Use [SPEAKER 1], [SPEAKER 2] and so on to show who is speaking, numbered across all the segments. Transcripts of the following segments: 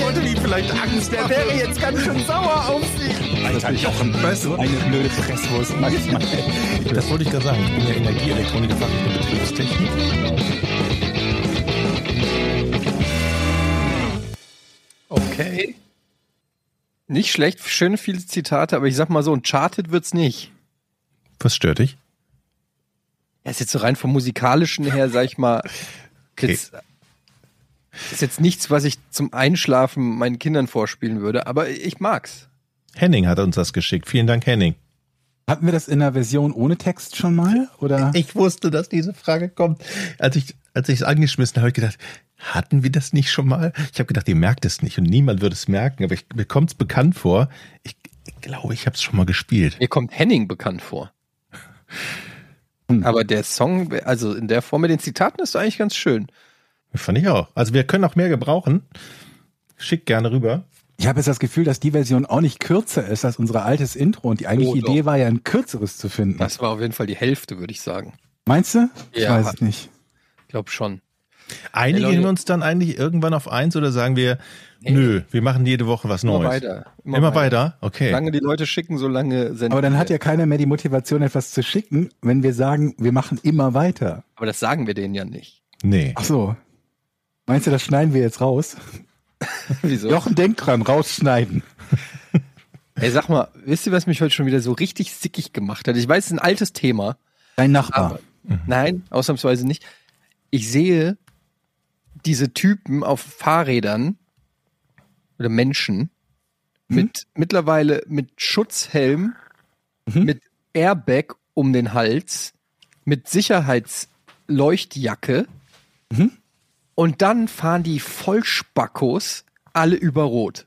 [SPEAKER 1] wollte ihm vielleicht Angst machen.
[SPEAKER 2] wäre jetzt ganz schön sauer auf sie.
[SPEAKER 1] Alter, Jochen, weißt du?
[SPEAKER 3] Eine blöde Fresswurst manchmal.
[SPEAKER 4] Das wollte ich gerade sagen. Ich bin ja Energieelektroniker, Fachrichtung Betriebstechnik. Okay.
[SPEAKER 5] Nicht schlecht, schön viele Zitate, aber ich sag mal so, Uncharted wird's nicht.
[SPEAKER 4] Was stört dich?
[SPEAKER 5] Ja, ist jetzt so rein vom musikalischen her, sag ich mal, jetzt, äh, ist jetzt nichts, was ich zum Einschlafen meinen Kindern vorspielen würde, aber ich mag's.
[SPEAKER 4] Henning hat uns das geschickt. Vielen Dank, Henning.
[SPEAKER 6] Hatten wir das in der Version ohne Text schon mal? Oder?
[SPEAKER 3] Ich wusste, dass diese Frage kommt. Als ich als ich es angeschmissen habe, habe ich gedacht, hatten wir das nicht schon mal? Ich habe gedacht, ihr merkt es nicht und niemand würde es merken, aber ich, mir kommt es bekannt vor. Ich, ich glaube, ich habe es schon mal gespielt.
[SPEAKER 5] Mir kommt Henning bekannt vor. Aber der Song, also in der Form mit den Zitaten ist eigentlich ganz schön.
[SPEAKER 4] Fand ich auch. Also wir können auch mehr gebrauchen. Schickt gerne rüber.
[SPEAKER 6] Ich habe jetzt das Gefühl, dass die Version auch nicht kürzer ist als unser altes Intro und die eigentliche
[SPEAKER 5] Oh, doch.
[SPEAKER 6] Idee war ja ein kürzeres zu finden.
[SPEAKER 5] Das war auf jeden Fall die Hälfte, würde ich sagen.
[SPEAKER 6] Meinst du? Ich
[SPEAKER 5] Ja.
[SPEAKER 6] weiß es nicht.
[SPEAKER 5] Glaub schon.
[SPEAKER 4] Einigen
[SPEAKER 5] Leute.
[SPEAKER 4] wir uns dann eigentlich irgendwann auf eins oder sagen wir,
[SPEAKER 5] Nee.
[SPEAKER 4] nö, wir machen jede Woche was
[SPEAKER 5] Immer
[SPEAKER 4] Neues.
[SPEAKER 5] weiter.
[SPEAKER 4] Immer, weiter? Okay.
[SPEAKER 5] Solange die Leute schicken, solange senden.
[SPEAKER 6] Aber dann hat
[SPEAKER 5] wir.
[SPEAKER 6] ja keiner mehr die Motivation, etwas zu schicken, wenn wir sagen, wir machen immer weiter.
[SPEAKER 5] Aber das sagen wir denen ja nicht.
[SPEAKER 4] Nee.
[SPEAKER 6] Ach so. Meinst du, das schneiden wir jetzt raus?
[SPEAKER 5] Wieso?
[SPEAKER 6] Jochen, denk dran, rausschneiden.
[SPEAKER 5] Ey, sag mal, wisst ihr, was mich heute schon wieder so richtig sickig gemacht hat? Ich weiß, es ist ein altes Thema.
[SPEAKER 6] Dein Nachbar.
[SPEAKER 5] Aber, Nein, ausnahmsweise nicht. Ich sehe diese Typen auf Fahrrädern oder Menschen mit mittlerweile mit Schutzhelm, mit Airbag um den Hals, mit Sicherheitsleuchtjacke und dann fahren die Vollspackos alle über Rot.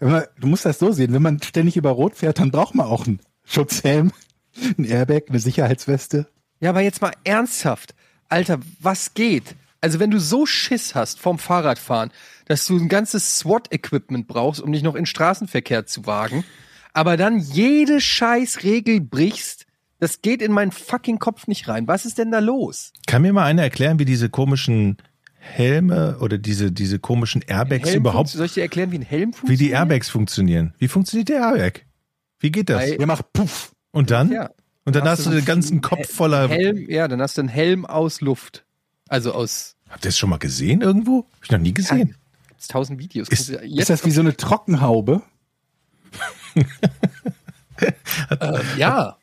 [SPEAKER 6] Aber Du musst das so sehen, wenn man ständig über Rot fährt, dann braucht man auch einen Schutzhelm, einen Airbag, eine Sicherheitsweste.
[SPEAKER 5] Ja, aber jetzt mal ernsthaft. Alter, was geht? Also, wenn du so Schiss hast vom Fahrradfahren, dass du ein ganzes SWAT-Equipment brauchst, um dich noch in Straßenverkehr zu wagen, aber dann jede scheiß Regel brichst, das geht in meinen fucking Kopf nicht rein. Was ist denn da los?
[SPEAKER 4] Kann mir mal einer erklären, wie diese komischen Helme oder diese, diese komischen Airbags
[SPEAKER 5] Helm funktio-
[SPEAKER 4] überhaupt,
[SPEAKER 5] Soll ich dir erklären, wie ein
[SPEAKER 4] wie
[SPEAKER 5] Helm
[SPEAKER 4] die
[SPEAKER 5] funktioniert?
[SPEAKER 4] Airbags funktionieren? Wie funktioniert der Airbag? Wie geht das?
[SPEAKER 5] Bei-
[SPEAKER 6] Der macht Puff.
[SPEAKER 4] Und dann?
[SPEAKER 5] Ja.
[SPEAKER 4] Und dann
[SPEAKER 5] Hast
[SPEAKER 4] hast
[SPEAKER 5] du
[SPEAKER 4] du den
[SPEAKER 5] so
[SPEAKER 4] ganzen
[SPEAKER 5] einen
[SPEAKER 4] Kopf voller.
[SPEAKER 5] Helm, ja, dann hast du einen Helm aus Luft. Also aus
[SPEAKER 4] Habt ihr das schon mal gesehen irgendwo? Hab ich noch nie gesehen.
[SPEAKER 5] tausend Videos.
[SPEAKER 4] Ist-
[SPEAKER 5] Kannst du
[SPEAKER 6] Ist das wie so eine Trockenhaube?
[SPEAKER 5] Ja.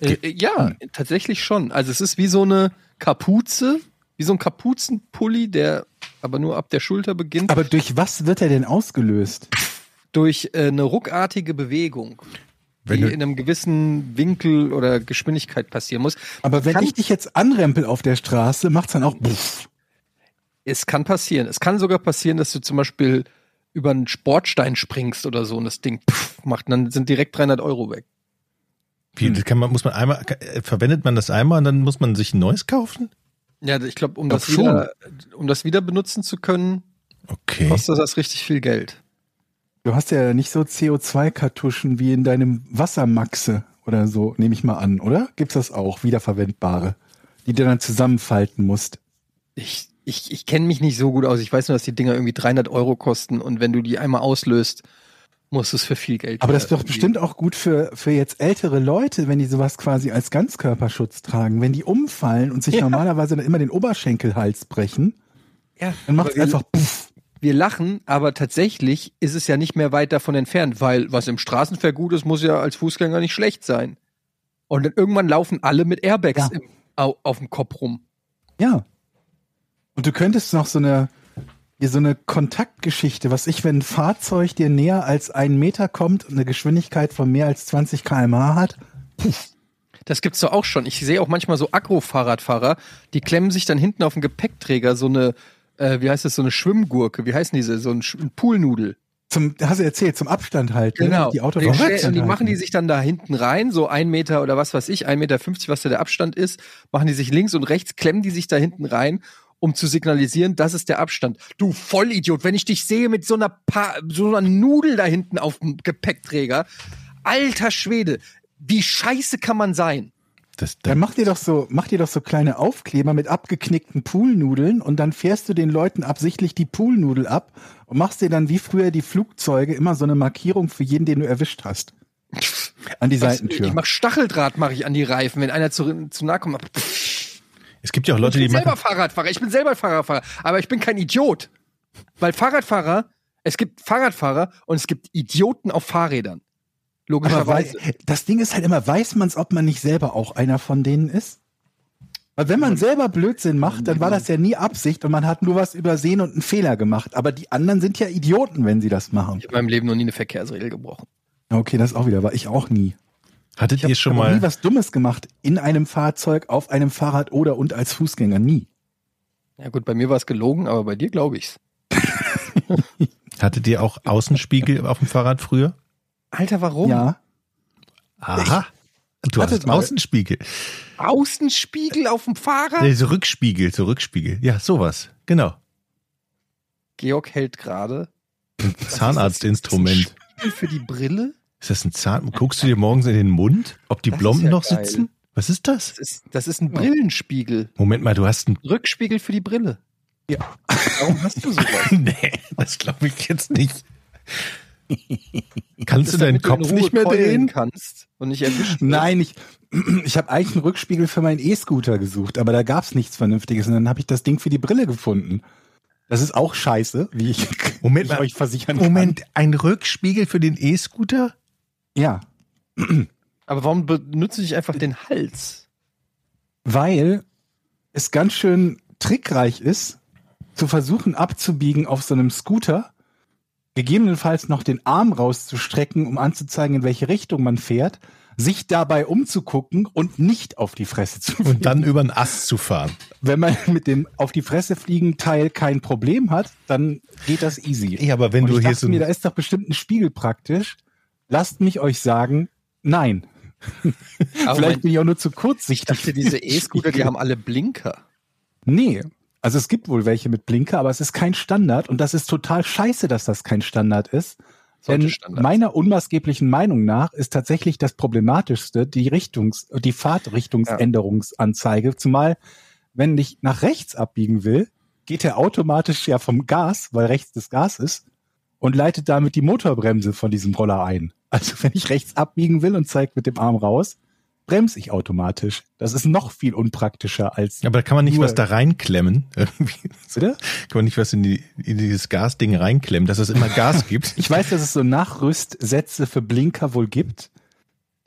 [SPEAKER 5] Äh, äh, ja, tatsächlich schon. Also es ist wie so eine Kapuze, wie so ein Kapuzenpulli, der aber nur ab der Schulter beginnt,
[SPEAKER 6] Aber durch was wird er denn ausgelöst?
[SPEAKER 5] durch äh, eine ruckartige Bewegung,
[SPEAKER 4] Wenn
[SPEAKER 5] die
[SPEAKER 4] du-
[SPEAKER 5] in einem gewissen Winkel oder Geschwindigkeit passieren muss.
[SPEAKER 6] Aber wenn
[SPEAKER 5] Kann-
[SPEAKER 6] ich dich jetzt anrempel auf der Straße, macht's dann auch Puff.
[SPEAKER 5] Es kann passieren. Es kann sogar passieren, dass du zum Beispiel über einen Sportstein springst oder so und das Ding pff, macht und dann sind direkt 300 Euro weg. Hm.
[SPEAKER 4] Wie, das kann man, muss man einmal, äh, verwendet man das einmal und dann muss man sich ein neues kaufen?
[SPEAKER 5] Ja, ich glaube, um,
[SPEAKER 6] Doch
[SPEAKER 5] das wieder- um das wieder benutzen zu können,
[SPEAKER 4] Okay.
[SPEAKER 5] kostet das richtig viel Geld.
[SPEAKER 6] Du hast ja nicht so CO2-Kartuschen wie in deinem Wassermaxe oder so, nehme ich mal an, oder? Gibt's das auch, wiederverwendbare, die du dann zusammenfalten musst?
[SPEAKER 5] Ich, ich, ich kenne mich nicht so gut aus. Ich weiß nur, dass die Dinger irgendwie 300 Euro kosten und wenn du die einmal auslöst, musst du es für viel Geld.
[SPEAKER 6] Aber das ist
[SPEAKER 5] wieder
[SPEAKER 6] doch
[SPEAKER 5] irgendwie-
[SPEAKER 6] bestimmt auch gut für, für jetzt ältere Leute, wenn die sowas quasi als Ganzkörperschutz tragen. Wenn die umfallen und sich
[SPEAKER 5] Ja.
[SPEAKER 6] normalerweise dann immer den Oberschenkelhals brechen,
[SPEAKER 5] Ja,
[SPEAKER 6] dann macht's
[SPEAKER 5] aber wir-
[SPEAKER 6] einfach puff.
[SPEAKER 5] Wir lachen, aber tatsächlich ist es ja nicht mehr weit davon entfernt, weil was im Straßenverkehr gut ist, muss ja als Fußgänger nicht schlecht sein. Und dann irgendwann laufen alle mit Airbags
[SPEAKER 6] Ja.
[SPEAKER 5] im, au, auf dem Kopf rum.
[SPEAKER 6] Ja. Und du könntest noch so eine, hier so eine Kontaktgeschichte, was ich, wenn ein Fahrzeug dir näher als einen Meter kommt und eine Geschwindigkeit von mehr als 20 km/h hat,
[SPEAKER 5] Das gibt's doch auch schon. Ich sehe auch manchmal so Agro-Fahrradfahrer, die klemmen sich dann hinten auf den Gepäckträger so eine, äh, wie heißt das, so eine Schwimmgurke, wie heißen diese, so ein, Sch- ein Poolnudel.
[SPEAKER 6] Zum, hast du erzählt, zum Abstand halten.
[SPEAKER 5] Genau.
[SPEAKER 6] Ne? Die Autofahrer.
[SPEAKER 5] Den stellen- und die machen
[SPEAKER 6] ne?
[SPEAKER 5] die sich dann da hinten rein, so ein Meter oder was weiß ich, ein Meter, fünfzig, was da der Abstand ist, machen die sich links und rechts, klemmen die sich da hinten rein, um zu signalisieren, das ist der Abstand. Du Vollidiot, wenn ich dich sehe mit so einer, pa so einer Nudel da hinten auf dem Gepäckträger, alter Schwede, wie scheiße kann man sein?
[SPEAKER 3] das,
[SPEAKER 6] Dann mach dir doch so, mach dir doch so kleine Aufkleber mit abgeknickten Poolnudeln und dann fährst du den Leuten absichtlich die Poolnudel ab und machst dir dann wie früher die Flugzeuge immer so eine Markierung für jeden, den du erwischt hast. An die
[SPEAKER 5] Ich
[SPEAKER 6] Seitentür.
[SPEAKER 5] mach Stacheldraht mache ich an die Reifen, wenn einer zu, zu nahe kommt. Pff,
[SPEAKER 4] Es gibt ja auch Leute,
[SPEAKER 5] Ich
[SPEAKER 4] die
[SPEAKER 5] bin
[SPEAKER 4] machen.
[SPEAKER 5] selber Fahrradfahrer, ich bin selber Fahrradfahrer, aber ich bin kein Idiot. Weil Fahrradfahrer, es gibt Fahrradfahrer und es gibt Idioten auf Fahrrädern.
[SPEAKER 6] Aber
[SPEAKER 5] Logischerweise.
[SPEAKER 6] weiß, das Ding ist halt immer, weiß man es, ob man nicht selber auch einer von denen ist? Weil wenn man selber Blödsinn macht, dann war das ja nie Absicht und man hat nur was übersehen und einen Fehler gemacht. Aber die anderen sind ja Idioten, wenn sie das machen.
[SPEAKER 5] Ich habe in meinem Leben noch nie eine Verkehrsregel gebrochen.
[SPEAKER 6] Okay, das auch wieder, war ich auch nie.
[SPEAKER 4] Hattet ihr schon
[SPEAKER 6] Ich hab noch
[SPEAKER 4] mal.
[SPEAKER 6] nie was Dummes gemacht in einem Fahrzeug, auf einem Fahrrad oder und als Fußgänger nie.
[SPEAKER 5] Ja gut, bei mir war es gelogen, aber bei dir glaube ich's.
[SPEAKER 4] Hattet ihr auch Außenspiegel auf dem Fahrrad früher?
[SPEAKER 5] Alter, warum?
[SPEAKER 6] Ja,
[SPEAKER 4] Aha. Du
[SPEAKER 6] Hattet
[SPEAKER 4] hattest
[SPEAKER 6] mal.
[SPEAKER 4] Außenspiegel.
[SPEAKER 5] Außenspiegel auf dem Fahrrad?
[SPEAKER 4] Nee, so Rückspiegel, so Rückspiegel. Ja, sowas. Genau.
[SPEAKER 5] Georg hält gerade
[SPEAKER 4] Zahnarztinstrument.
[SPEAKER 5] Spiegel für die Brille.
[SPEAKER 4] Ist das ein Zahn? Guckst du dir morgens in den Mund, ob die
[SPEAKER 5] Das ist
[SPEAKER 4] Blomben
[SPEAKER 5] ja
[SPEAKER 4] noch
[SPEAKER 5] geil.
[SPEAKER 4] sitzen? Was ist das?
[SPEAKER 5] Das ist, das ist ein Brillenspiegel.
[SPEAKER 4] Moment mal, du hast einen.
[SPEAKER 5] Rückspiegel für die Brille. Ja. Warum hast du sowas?
[SPEAKER 4] nee, das glaube ich jetzt nicht. Kannst du deinen
[SPEAKER 5] Damit in
[SPEAKER 4] Kopf
[SPEAKER 5] Ruhe
[SPEAKER 4] nicht mehr
[SPEAKER 5] keulen
[SPEAKER 4] drehen?
[SPEAKER 5] kannst und nicht erwischt. wirst.
[SPEAKER 6] nein, ich, ich habe eigentlich einen Rückspiegel für meinen E-Scooter gesucht, aber da gab's nichts Vernünftiges und dann habe ich das Ding für die Brille gefunden. Das ist auch scheiße, wie ich,
[SPEAKER 4] Moment
[SPEAKER 6] wie ich
[SPEAKER 4] mal.
[SPEAKER 6] euch versichern
[SPEAKER 4] Moment, ein Rückspiegel für den E-Scooter?
[SPEAKER 6] kann. Ja,
[SPEAKER 5] Aber warum benutze ich einfach den Hals?
[SPEAKER 6] weil es ganz schön trickreich ist, zu versuchen abzubiegen auf so einem Scooter, gegebenenfalls noch den Arm rauszustrecken, um anzuzeigen, in welche Richtung man fährt, sich dabei umzugucken und nicht auf die Fresse zu fliegen.
[SPEAKER 4] Und dann über einen Ast zu fahren.
[SPEAKER 6] Wenn man mit dem auf die Fresse fliegen Teil kein Problem hat, dann geht das easy.
[SPEAKER 4] Ja, aber wenn
[SPEAKER 6] und
[SPEAKER 4] du
[SPEAKER 6] ich
[SPEAKER 4] hier
[SPEAKER 6] dachte
[SPEAKER 4] so.
[SPEAKER 6] mir, da
[SPEAKER 4] ein-
[SPEAKER 6] ist doch bestimmt ein Spiegel praktisch. Lasst mich euch sagen, nein.
[SPEAKER 5] Aber
[SPEAKER 6] Vielleicht
[SPEAKER 5] Vielleicht
[SPEAKER 6] bin ich auch nur zu
[SPEAKER 5] ich
[SPEAKER 6] kurzsichtig.
[SPEAKER 5] dachte, diese E-Scooter, die haben alle Blinker.
[SPEAKER 6] Nee. Also es gibt wohl welche mit Blinker, aber es ist kein Standard und das ist total scheiße, dass das kein Standard ist.
[SPEAKER 5] Sollte
[SPEAKER 6] Denn
[SPEAKER 5] Standard
[SPEAKER 6] meiner unmaßgeblichen Meinung nach ist tatsächlich das Problematischste die Richtungs-, die Fahrtrichtungsänderungsanzeige. Zumal, wenn ich nach rechts abbiegen will, geht er automatisch ja vom Gas, weil rechts das Gas ist, und leitet damit die Motorbremse von diesem Roller ein. Also wenn ich rechts abbiegen will und zeigt mit dem Arm raus, bremse ich automatisch. Das ist noch viel unpraktischer als,
[SPEAKER 4] Aber da kann man nicht
[SPEAKER 6] Nur-
[SPEAKER 4] was da reinklemmen. Irgendwie.
[SPEAKER 6] oder?
[SPEAKER 4] Kann man nicht was in, die, in dieses Gasding reinklemmen, dass es immer Gas gibt?
[SPEAKER 6] Ich weiß, dass es so Nachrüstsätze für Blinker wohl gibt,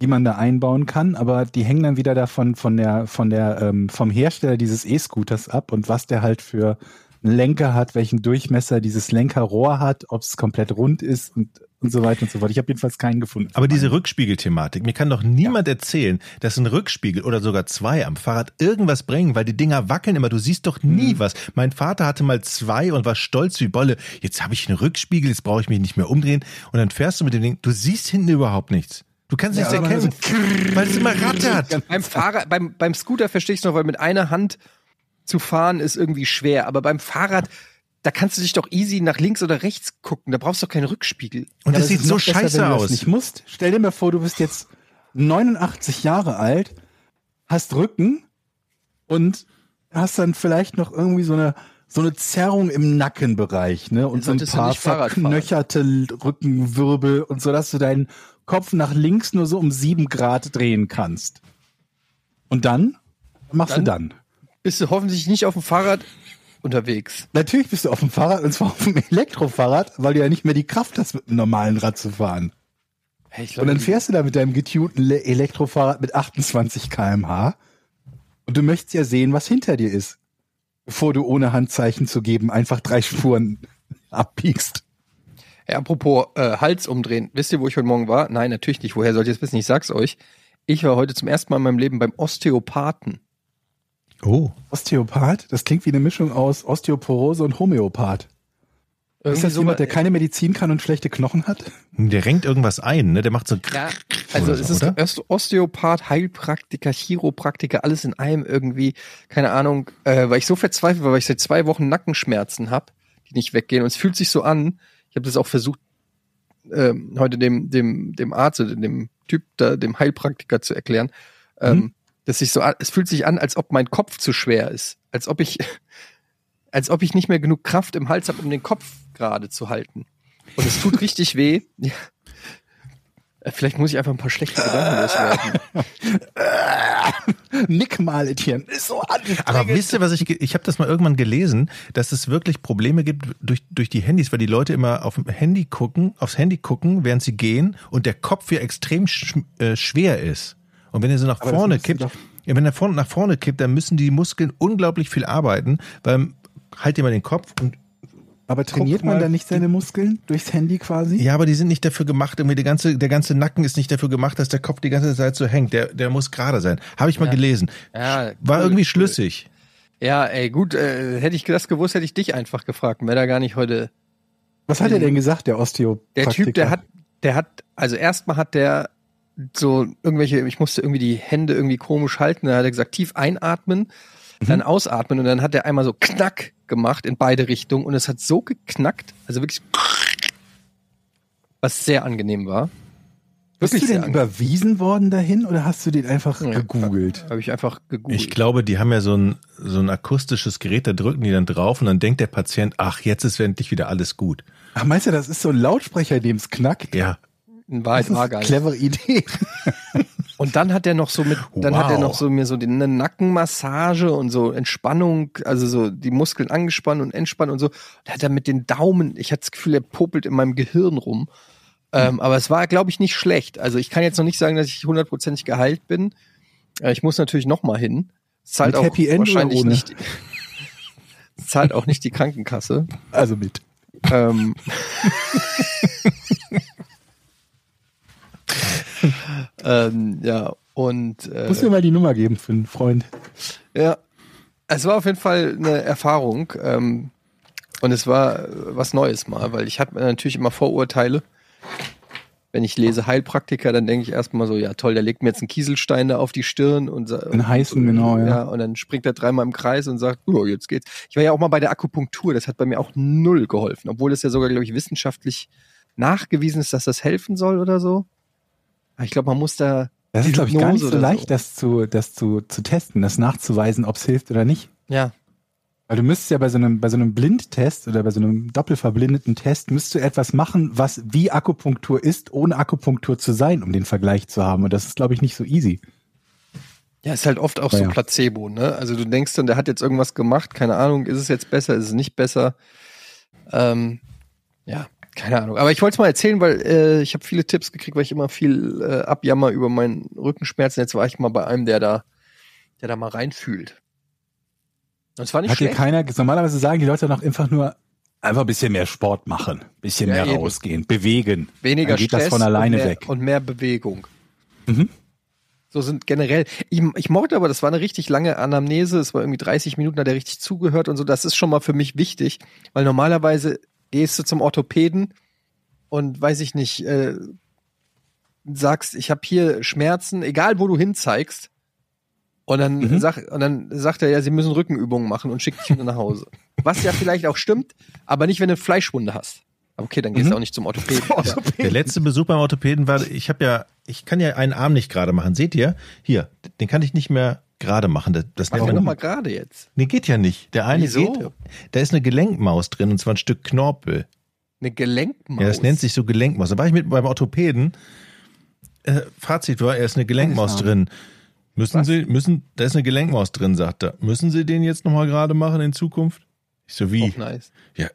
[SPEAKER 6] die man da einbauen kann, aber die hängen dann wieder davon von der von der ähm, vom Hersteller dieses E-Scooters ab und was der halt für einen Lenker hat, welchen Durchmesser dieses Lenkerrohr hat, ob es komplett rund ist und und so weiter und so fort. Ich habe jedenfalls keinen gefunden.
[SPEAKER 4] Aber diese Rückspiegelthematik, mir kann doch niemand erzählen, dass ein Rückspiegel oder sogar zwei am Fahrrad irgendwas bringen, weil die Dinger wackeln immer. Du siehst doch
[SPEAKER 6] Hm.
[SPEAKER 4] nie was. Mein Vater hatte mal zwei und war stolz wie Bolle. Jetzt habe ich einen Rückspiegel, jetzt brauche ich mich nicht mehr umdrehen. Und dann fährst du mit dem Ding, du siehst hinten überhaupt nichts. Du kannst nichts
[SPEAKER 6] aber
[SPEAKER 4] erkennen, weil es immer rattert.
[SPEAKER 5] Beim Fahrrad, beim, beim Scooter verstehe ich es noch, weil mit einer Hand zu fahren ist irgendwie schwer. Aber beim Fahrrad, da kannst du dich doch easy nach links oder rechts gucken. Da brauchst du doch keinen Rückspiegel.
[SPEAKER 4] Und
[SPEAKER 6] Ja,
[SPEAKER 4] das
[SPEAKER 6] aber es
[SPEAKER 4] sieht
[SPEAKER 6] ist
[SPEAKER 4] so
[SPEAKER 6] noch besser,
[SPEAKER 4] scheiße
[SPEAKER 6] wenn du das
[SPEAKER 4] aus.
[SPEAKER 6] Nicht musst. Stell dir mal vor, du bist jetzt 89 Jahre alt, hast Rücken und hast dann vielleicht noch irgendwie so eine so eine Zerrung im Nackenbereich, ne? Und so ein
[SPEAKER 5] solltest du
[SPEAKER 6] paar
[SPEAKER 5] nicht Fahrrad fahren.
[SPEAKER 6] verknöcherte Rückenwirbel und so, dass du deinen Kopf nach links nur so um sieben Grad drehen kannst. Und dann Was machst du
[SPEAKER 5] Dann?
[SPEAKER 6] dann.
[SPEAKER 5] Bist du hoffentlich nicht auf dem Fahrrad unterwegs.
[SPEAKER 6] Natürlich bist du auf dem Fahrrad und zwar auf dem Elektrofahrrad, weil du ja nicht mehr die Kraft hast, mit einem normalen Rad zu fahren.
[SPEAKER 5] Hey, ich glaub,
[SPEAKER 6] Und dann
[SPEAKER 5] die-
[SPEAKER 6] fährst du da mit deinem getunten Le- Elektrofahrrad mit 28 km/h und du möchtest ja sehen, was hinter dir ist, bevor du ohne Handzeichen zu geben einfach drei Spuren abbiegst.
[SPEAKER 5] Ja, apropos äh, Hals umdrehen. Wisst ihr, wo ich heute Morgen war? Nein, natürlich nicht. Woher sollt ihr es wissen? Ich sag's euch. Ich war heute zum ersten Mal in meinem Leben beim Osteopathen.
[SPEAKER 4] Oh,
[SPEAKER 6] Osteopath, das klingt wie eine Mischung aus Osteoporose und Homöopath. ist das
[SPEAKER 5] so
[SPEAKER 6] jemand,
[SPEAKER 5] wa-
[SPEAKER 6] der keine Medizin kann und schlechte Knochen hat?
[SPEAKER 4] der renkt irgendwas ein, ne? Der macht so.
[SPEAKER 5] ja, also
[SPEAKER 4] Oder
[SPEAKER 5] es
[SPEAKER 4] so,
[SPEAKER 5] ist
[SPEAKER 4] oder?
[SPEAKER 5] Oste- Osteopath, Heilpraktiker, Chiropraktiker, alles in einem irgendwie, keine Ahnung, äh, weil ich so verzweifelt war, weil ich seit zwei Wochen Nackenschmerzen habe, die nicht weggehen. Und es fühlt sich so an, ich habe das auch versucht, ähm, heute dem, dem, dem Arzt oder dem Typ da, dem Heilpraktiker zu erklären, ähm, dass ich so, an- es fühlt sich an, als ob mein Kopf zu schwer ist. Als ob ich, als ob ich nicht mehr genug Kraft im Hals habe, um den Kopf gerade zu halten. Und es tut richtig weh. Ja. Äh, Vielleicht muss ich einfach ein paar schlechte Gedanken loswerden.
[SPEAKER 6] Nick mal, Etienne. Ist so anstrengend.
[SPEAKER 4] Aber wisst ihr, was ich, ge- ich habe das mal irgendwann gelesen, dass es wirklich Probleme gibt durch, durch die Handys, weil die Leute immer auf dem Handy gucken, aufs Handy gucken, während sie gehen und der Kopf ja extrem sch, äh, schwer ist. Und wenn er so nach
[SPEAKER 6] Aber das
[SPEAKER 4] vorne
[SPEAKER 6] müsste
[SPEAKER 4] kippt,
[SPEAKER 6] doch-
[SPEAKER 4] ja, wenn er vorne, nach vorne kippt, dann müssen die Muskeln unglaublich viel arbeiten, weil halt dir mal den Kopf und
[SPEAKER 6] Aber trainiert
[SPEAKER 4] Guck
[SPEAKER 6] man
[SPEAKER 4] mal.
[SPEAKER 6] dann nicht seine Muskeln durchs Handy quasi?
[SPEAKER 4] ja, aber die sind nicht dafür gemacht, irgendwie der ganze, der ganze Nacken ist nicht dafür gemacht, dass der Kopf die ganze Zeit so hängt. Der, der muss gerade sein. Habe ich mal gelesen.
[SPEAKER 5] Ja,
[SPEAKER 4] War
[SPEAKER 5] cool,
[SPEAKER 4] irgendwie
[SPEAKER 5] cool.
[SPEAKER 4] schlüssig.
[SPEAKER 5] Ja, ey, gut, äh, hätte ich das gewusst, hätte ich dich einfach gefragt. Wäre da gar nicht heute
[SPEAKER 6] Was hat er denn gesagt, der
[SPEAKER 5] Der
[SPEAKER 6] Osteopraktiker?
[SPEAKER 5] Typ, der hat, der hat, also erstmal hat der so irgendwelche, ich musste irgendwie die Hände irgendwie komisch halten, dann hat er gesagt, tief einatmen,
[SPEAKER 6] Mhm.
[SPEAKER 5] dann ausatmen und dann hat er einmal so knack gemacht in beide Richtungen und es hat so geknackt, also wirklich, was sehr angenehm war.
[SPEAKER 6] Bist du
[SPEAKER 5] sehr
[SPEAKER 6] denn
[SPEAKER 5] angenehm.
[SPEAKER 6] überwiesen worden dahin oder hast du den einfach
[SPEAKER 5] Nee.
[SPEAKER 6] gegoogelt?
[SPEAKER 5] Habe ich einfach gegoogelt.
[SPEAKER 4] Ich glaube, die haben ja so ein, so ein akustisches Gerät, da drücken die dann drauf und dann denkt der Patient, ach, jetzt ist endlich wieder alles gut.
[SPEAKER 6] Ach, meinst du, das ist so ein Lautsprecher, dem es knackt?
[SPEAKER 4] Ja.
[SPEAKER 5] in Wahrheit
[SPEAKER 6] Das ist
[SPEAKER 5] war
[SPEAKER 6] eine
[SPEAKER 5] gar nicht.
[SPEAKER 6] clevere Idee.
[SPEAKER 5] Und dann hat er noch so mit, dann hat er
[SPEAKER 4] Wow.
[SPEAKER 5] noch so mir so die- eine Nackenmassage und so Entspannung, also so die Muskeln angespannt und entspannt und so. Da hat er mit den Daumen, ich hatte das Gefühl, er popelt in meinem Gehirn rum. Ähm, aber es war, glaube ich, nicht schlecht. Also ich kann jetzt noch nicht sagen, dass ich hundertprozentig geheilt bin. Äh, ich muss natürlich noch mal hin. Es zahlt
[SPEAKER 6] Mit
[SPEAKER 5] auch
[SPEAKER 6] Happy End oder
[SPEAKER 5] wahrscheinlich
[SPEAKER 6] ohne?
[SPEAKER 5] nicht. Es zahlt auch nicht die Krankenkasse.
[SPEAKER 6] Also mit.
[SPEAKER 5] Ähm. ähm, ja, und äh,
[SPEAKER 6] Muss mir mal die Nummer geben für einen Freund.
[SPEAKER 5] ja, es war auf jeden Fall eine Erfahrung ähm, und es war äh, was Neues mal, weil ich hatte natürlich immer Vorurteile. Wenn ich lese Heilpraktiker, dann denke ich erstmal so, ja toll, der legt mir jetzt einen Kieselstein da auf die Stirn und sa-
[SPEAKER 6] Einen heißen, genau, ja.
[SPEAKER 5] und dann springt er dreimal im Kreis und sagt, oh, jetzt geht's. Ich war ja auch mal bei der Akupunktur, das hat bei mir auch null geholfen, obwohl es ja sogar, glaube ich, wissenschaftlich nachgewiesen ist, dass das helfen soll oder so. Aber ich glaube, man muss da,
[SPEAKER 6] Das ist, glaube ich, gar
[SPEAKER 5] Hypnose
[SPEAKER 6] nicht so
[SPEAKER 5] oder
[SPEAKER 6] leicht,
[SPEAKER 5] so.
[SPEAKER 6] das, zu, das zu, zu testen, das nachzuweisen, ob es hilft oder nicht.
[SPEAKER 5] ja,
[SPEAKER 6] Weil du müsstest ja bei so einem, bei so einem Blindtest oder bei so einem doppelverblindeten Test, müsstest du etwas machen, was wie Akupunktur ist, ohne Akupunktur zu sein, um den Vergleich zu haben. Und das ist, glaube ich, nicht so easy.
[SPEAKER 5] Ja, ist halt oft auch
[SPEAKER 6] Ja,
[SPEAKER 5] so
[SPEAKER 6] ja.
[SPEAKER 5] Placebo, ne? Also du denkst dann, der hat jetzt irgendwas gemacht, keine Ahnung, ist es jetzt besser, ist es nicht besser? Ähm, ja, keine Ahnung. Aber ich wollte es mal erzählen, weil äh, ich habe viele Tipps gekriegt, weil ich immer viel äh, abjammer über meinen Rückenschmerzen. Jetzt war ich mal bei einem, der da, der da mal reinfühlt. Und es war nicht
[SPEAKER 6] Hat dir
[SPEAKER 5] schlecht.
[SPEAKER 6] keiner, normalerweise sagen die Leute doch einfach nur, einfach ein bisschen mehr Sport machen, ein bisschen
[SPEAKER 5] Ja,
[SPEAKER 6] mehr
[SPEAKER 5] eben.
[SPEAKER 6] rausgehen, bewegen.
[SPEAKER 5] Weniger
[SPEAKER 6] Dann geht
[SPEAKER 5] Stress
[SPEAKER 6] das von alleine
[SPEAKER 5] und, mehr,
[SPEAKER 6] weg.
[SPEAKER 5] und mehr Bewegung.
[SPEAKER 6] Mhm.
[SPEAKER 5] So sind generell. Ich, ich mochte aber, das war eine richtig lange Anamnese. Es war irgendwie 30 Minuten, hat er richtig zugehört und so. Das ist schon mal für mich wichtig, weil normalerweise gehst du zum Orthopäden und weiß ich nicht, äh, sagst, ich habe hier Schmerzen, egal wo du hinzeigst. Und dann,
[SPEAKER 6] Mhm.
[SPEAKER 5] sag, und dann sagt er, ja, sie müssen Rückenübungen machen und schickt dich wieder nach Hause. Was ja vielleicht auch stimmt, aber nicht, wenn du Fleischwunde hast. Okay, dann
[SPEAKER 6] Mhm.
[SPEAKER 5] gehst du auch nicht zum Orthopäden. Aber-
[SPEAKER 4] Der letzte Besuch beim Orthopäden war, ich habe ja, ich kann ja einen Arm nicht gerade machen. Seht ihr? Hier, den kann ich nicht mehr gerade machen. Das, das
[SPEAKER 5] Mach
[SPEAKER 4] nennt
[SPEAKER 5] mir
[SPEAKER 4] man-
[SPEAKER 5] noch mal gerade jetzt.
[SPEAKER 4] Nee, geht ja nicht. Der eine
[SPEAKER 5] Wieso?
[SPEAKER 4] geht. Da ist eine Gelenkmaus drin und zwar ein Stück Knorpel.
[SPEAKER 5] Eine Gelenkmaus.
[SPEAKER 4] Ja, das nennt sich so Gelenkmaus. Da war ich mit beim Orthopäden. Äh, Fazit war, er ist eine Gelenkmaus drin. Müssen Sie, müssen, da ist eine Gelenkmaus drin, sagt er. Müssen Sie den jetzt nochmal gerade machen in Zukunft? Ich so, wie?
[SPEAKER 5] auch nice.
[SPEAKER 4] Ja,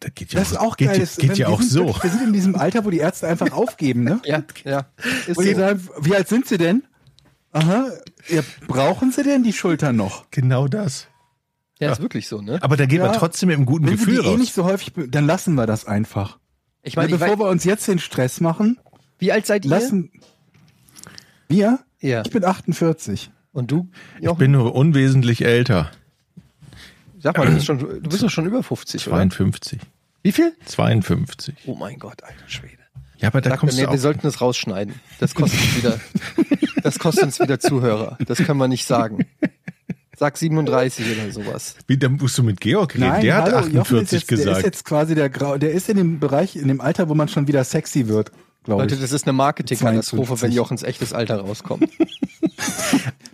[SPEAKER 4] das geht ja
[SPEAKER 6] Das ist auch
[SPEAKER 4] geht,
[SPEAKER 6] geil.
[SPEAKER 4] ja-
[SPEAKER 6] das-
[SPEAKER 4] Geht
[SPEAKER 6] wenn-
[SPEAKER 4] ja
[SPEAKER 6] wir
[SPEAKER 4] auch
[SPEAKER 6] sind
[SPEAKER 4] so.
[SPEAKER 6] wirklich- Wir sind in diesem Alter, wo die Ärzte einfach aufgeben, ne?
[SPEAKER 5] Ja, ja. Ist
[SPEAKER 6] Wo die
[SPEAKER 5] so.
[SPEAKER 6] sagen, wie alt sind sie denn? Aha, ja, brauchen sie denn die Schultern noch?
[SPEAKER 4] Genau das.
[SPEAKER 5] ja, ist wirklich so, ne?
[SPEAKER 4] Aber da geht
[SPEAKER 6] Ja.
[SPEAKER 4] man trotzdem mit einem guten
[SPEAKER 6] Wenn sie die
[SPEAKER 4] Gefühl
[SPEAKER 6] eh
[SPEAKER 4] raus.
[SPEAKER 6] nicht so häufig, be- dann lassen wir das einfach.
[SPEAKER 5] Ich
[SPEAKER 6] Ja,
[SPEAKER 5] meine, ich
[SPEAKER 6] bevor
[SPEAKER 5] weiß,
[SPEAKER 6] wir uns jetzt den Stress machen,
[SPEAKER 5] wie alt seid ihr?
[SPEAKER 6] lassen wir,
[SPEAKER 5] ja.
[SPEAKER 6] ich bin 48.
[SPEAKER 5] Und du?
[SPEAKER 4] ich
[SPEAKER 5] Jochen?
[SPEAKER 4] bin nur unwesentlich älter.
[SPEAKER 5] Sag mal, du bist, schon, du bist doch schon über 50, oder?
[SPEAKER 4] 52.
[SPEAKER 5] Wie viel?
[SPEAKER 4] 52.
[SPEAKER 5] Oh mein Gott, alter Schwede.
[SPEAKER 4] Ja, aber da
[SPEAKER 5] Sag,
[SPEAKER 4] kommst
[SPEAKER 5] nee,
[SPEAKER 4] du
[SPEAKER 5] wir
[SPEAKER 4] auch.
[SPEAKER 5] sollten das rausschneiden. Das kostet uns wieder, das kostet uns wieder Zuhörer. Das können wir nicht sagen. Sag 37 oder sowas.
[SPEAKER 4] Wie, da musst du mit Georg reden. der hat
[SPEAKER 6] hallo, Jochen
[SPEAKER 4] 48
[SPEAKER 6] ist jetzt, Der ist
[SPEAKER 4] gesagt.
[SPEAKER 6] jetzt quasi der Grau, der ist in dem Bereich, in dem Alter, wo man schon wieder sexy wird, glaube
[SPEAKER 5] Leute,
[SPEAKER 6] ich.
[SPEAKER 5] das ist eine Marketingkatastrophe, wenn
[SPEAKER 6] 52.
[SPEAKER 5] Jochens echtes Alter rauskommt.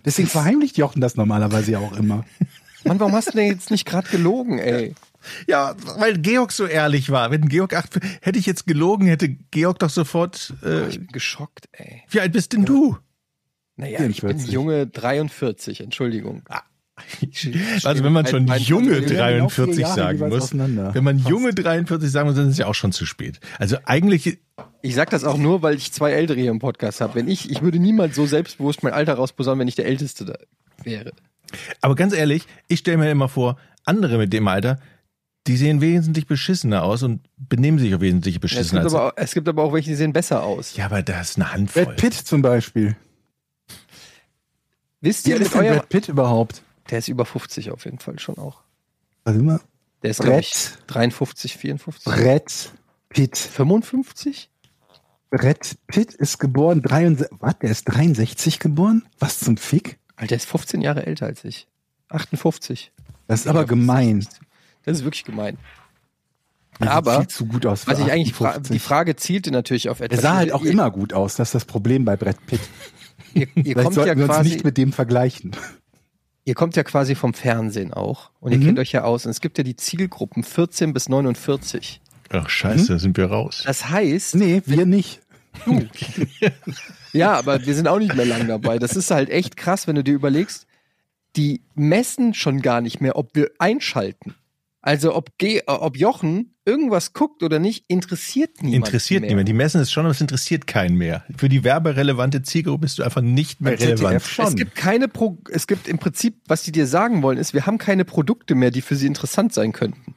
[SPEAKER 6] Deswegen verheimlicht Jochen das normalerweise ja auch immer.
[SPEAKER 5] Mann, warum hast du denn jetzt nicht gerade gelogen, ey?
[SPEAKER 4] Ja, weil Georg so ehrlich war. Wenn Georg acht, hätte ich jetzt gelogen, hätte Georg doch sofort.
[SPEAKER 5] Boah,
[SPEAKER 4] Äh,
[SPEAKER 5] ich bin geschockt, ey.
[SPEAKER 4] wie alt bist denn du?
[SPEAKER 5] Naja, ich bin
[SPEAKER 6] 44.
[SPEAKER 5] Junge 43, Entschuldigung.
[SPEAKER 4] Also wenn man
[SPEAKER 5] Ein-
[SPEAKER 4] schon
[SPEAKER 5] ein-
[SPEAKER 4] junge
[SPEAKER 5] wir werden
[SPEAKER 6] genau vier
[SPEAKER 4] 43
[SPEAKER 6] Jahre
[SPEAKER 4] sagen
[SPEAKER 6] jeweils
[SPEAKER 4] muss,
[SPEAKER 6] auseinander.
[SPEAKER 4] wenn man junge 43 sagen muss, dann ist es ja auch schon zu spät. Also eigentlich,
[SPEAKER 5] Ich sag das auch nur, weil ich zwei Ältere hier im Podcast habe. Wenn ich, ich würde niemals so selbstbewusst mein Alter rausposaunen, wenn ich der Älteste da wäre.
[SPEAKER 4] aber ganz ehrlich, ich stelle mir immer vor, andere mit dem Alter, die sehen wesentlich beschissener aus und benehmen sich auch wesentlich
[SPEAKER 5] Es
[SPEAKER 4] beschissener. Als
[SPEAKER 5] gibt, aber, auch- es gibt aber auch welche, die sehen besser aus.
[SPEAKER 4] also- ja, aber da ist eine Handvoll.
[SPEAKER 6] Brad Pitt zum Beispiel.
[SPEAKER 5] Wisst
[SPEAKER 6] Wie
[SPEAKER 5] ihr
[SPEAKER 6] alt
[SPEAKER 5] mit
[SPEAKER 6] ist denn
[SPEAKER 5] eurem.
[SPEAKER 6] Brad Pitt überhaupt?
[SPEAKER 5] Der ist über 50 auf jeden Fall schon auch.
[SPEAKER 6] Warte mal.
[SPEAKER 5] Der ist, glaube ich,
[SPEAKER 6] Brett.
[SPEAKER 5] 53, 54.
[SPEAKER 6] Brad Pitt.
[SPEAKER 5] 55?
[SPEAKER 6] Brad Pitt ist geboren 63. Was? Der ist 63 geboren? Was zum Fick?
[SPEAKER 5] Alter, der ist 15 Jahre älter als ich. 58.
[SPEAKER 6] Das ist aber gemein.
[SPEAKER 5] Das ist wirklich gemein.
[SPEAKER 6] Der sieht
[SPEAKER 5] Aber,
[SPEAKER 6] viel zu gut aus. für
[SPEAKER 5] Was ich eigentlich fra
[SPEAKER 6] 58.
[SPEAKER 5] die Frage zielte natürlich auf etwas.
[SPEAKER 6] Er sah halt auch
[SPEAKER 5] ihr,
[SPEAKER 6] immer gut aus. Das ist das Problem bei Brad Pitt.
[SPEAKER 5] Ihr, ihr,
[SPEAKER 6] Vielleicht
[SPEAKER 5] kommt
[SPEAKER 6] sollten
[SPEAKER 5] ja
[SPEAKER 6] wir uns
[SPEAKER 5] quasi,
[SPEAKER 6] nicht mit dem vergleichen.
[SPEAKER 5] ihr kommt ja quasi vom Fernsehen auch und ihr
[SPEAKER 6] Mhm.
[SPEAKER 5] kennt euch ja aus. Und es gibt ja die Zielgruppen 14 bis 49.
[SPEAKER 4] Ach
[SPEAKER 5] Hm?
[SPEAKER 4] scheiße, da sind wir raus.
[SPEAKER 5] Das heißt,
[SPEAKER 6] Nee, wir nicht.
[SPEAKER 5] ja, aber wir sind auch nicht mehr lang dabei. Das ist halt echt krass, wenn du dir überlegst, die messen schon gar nicht mehr, ob wir einschalten. Also ob, Ge äh, ob Jochen irgendwas guckt oder nicht, interessiert niemand.
[SPEAKER 4] Interessiert
[SPEAKER 5] mehr.
[SPEAKER 4] niemand. Die messen es schon, aber es interessiert keinen mehr. Für die werberelevante Zielgruppe bist du einfach nicht mehr
[SPEAKER 6] Bei ZDF
[SPEAKER 4] relevant.
[SPEAKER 6] schon.
[SPEAKER 5] Es gibt keine Pro es gibt im Prinzip, was die dir sagen wollen, ist, wir haben keine Produkte mehr, die für sie interessant sein könnten.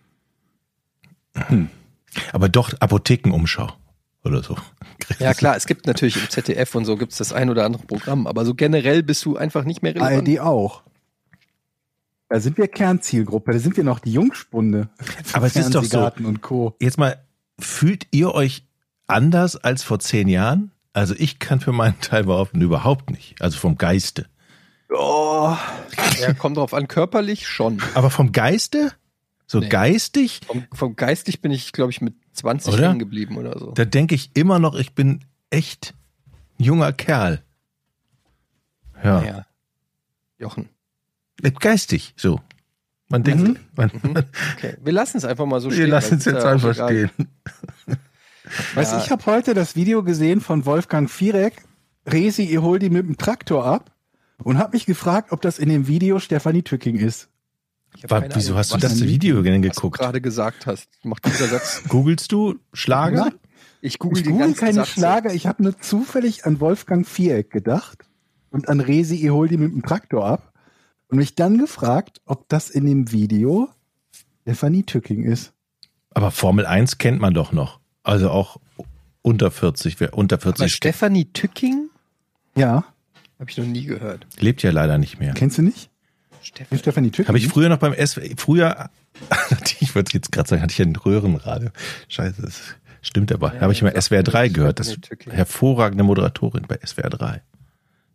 [SPEAKER 4] Aber doch Apothekenumschau oder so.
[SPEAKER 5] Ja klar, es gibt natürlich im ZDF und so gibt es das ein oder andere Programm, aber so generell bist du einfach nicht mehr relevant.
[SPEAKER 6] ARD auch. Da sind wir Kernzielgruppe. Da sind wir noch die Jungspunde.
[SPEAKER 4] Aber es ist doch so.
[SPEAKER 6] Fernsehgarten und Co.
[SPEAKER 4] Jetzt mal, fühlt ihr euch anders als vor zehn Jahren? Also ich kann für meinen Teil behaupten, überhaupt nicht. Also vom Geiste.
[SPEAKER 5] Oh. Ja, kommt drauf an, körperlich schon.
[SPEAKER 4] Aber vom Geiste? So
[SPEAKER 5] Nee.
[SPEAKER 4] geistig?
[SPEAKER 5] Vom, vom geistig bin ich, glaube ich, mit 20
[SPEAKER 4] Oder?
[SPEAKER 5] hängen geblieben oder so.
[SPEAKER 4] Da denke ich immer noch, ich bin echt ein junger Kerl. Ja.
[SPEAKER 5] Ja. Jochen.
[SPEAKER 4] Geistig, so. Man denkt, man, man,
[SPEAKER 5] Okay. Wir lassen es einfach mal so
[SPEAKER 4] wir
[SPEAKER 5] stehen.
[SPEAKER 4] lassen
[SPEAKER 5] Mhm. weil
[SPEAKER 4] es jetzt
[SPEAKER 5] ja auch
[SPEAKER 4] einfach
[SPEAKER 5] egal.
[SPEAKER 4] stehen.
[SPEAKER 6] Weißt du, ich habe heute das Video gesehen von Wolfgang Viereck. Resi, ihr holt die mit dem Traktor ab. Und habe mich gefragt, ob das in dem Video Stefanie Tücking ist.
[SPEAKER 5] Ich hab
[SPEAKER 4] Wa-
[SPEAKER 5] keine
[SPEAKER 4] wieso
[SPEAKER 5] Ahnung,
[SPEAKER 4] hast du
[SPEAKER 5] was
[SPEAKER 4] das
[SPEAKER 5] du
[SPEAKER 4] Video denn geguckt?
[SPEAKER 5] gerade gesagt hast? Macht dieser Satz.
[SPEAKER 4] Googlest du Schlager?
[SPEAKER 6] Nein,
[SPEAKER 5] Ich google,
[SPEAKER 6] Ich
[SPEAKER 5] den
[SPEAKER 6] Ah, genau. google
[SPEAKER 5] ganzen
[SPEAKER 6] keine
[SPEAKER 5] Satz.
[SPEAKER 6] Schlager. Ich habe nur zufällig an Wolfgang Viereck gedacht. Und an Resi, ihr holt die mit dem Traktor ab. Und mich dann gefragt, ob das in dem Video Stefanie Tücking ist.
[SPEAKER 4] Aber Formel 1 kennt man doch noch. Also auch unter 40, wer unter 40
[SPEAKER 5] Aber
[SPEAKER 4] steht,
[SPEAKER 5] Stephanie Tücking?
[SPEAKER 6] Ja,
[SPEAKER 5] Habe ich noch nie gehört.
[SPEAKER 4] lebt ja leider nicht mehr.
[SPEAKER 6] kennst du nicht?
[SPEAKER 5] Steffen.
[SPEAKER 6] Kennst du Stefanie Tücking.
[SPEAKER 4] Habe
[SPEAKER 5] Mhm.
[SPEAKER 4] ich früher noch beim S früher ich würde jetzt gerade sagen, hatte ich ja ein Röhrenradio. Scheiße, das stimmt aber. Da habe ich mal SWR 3 gehört, das ist hervorragende Moderatorin bei SWR 3,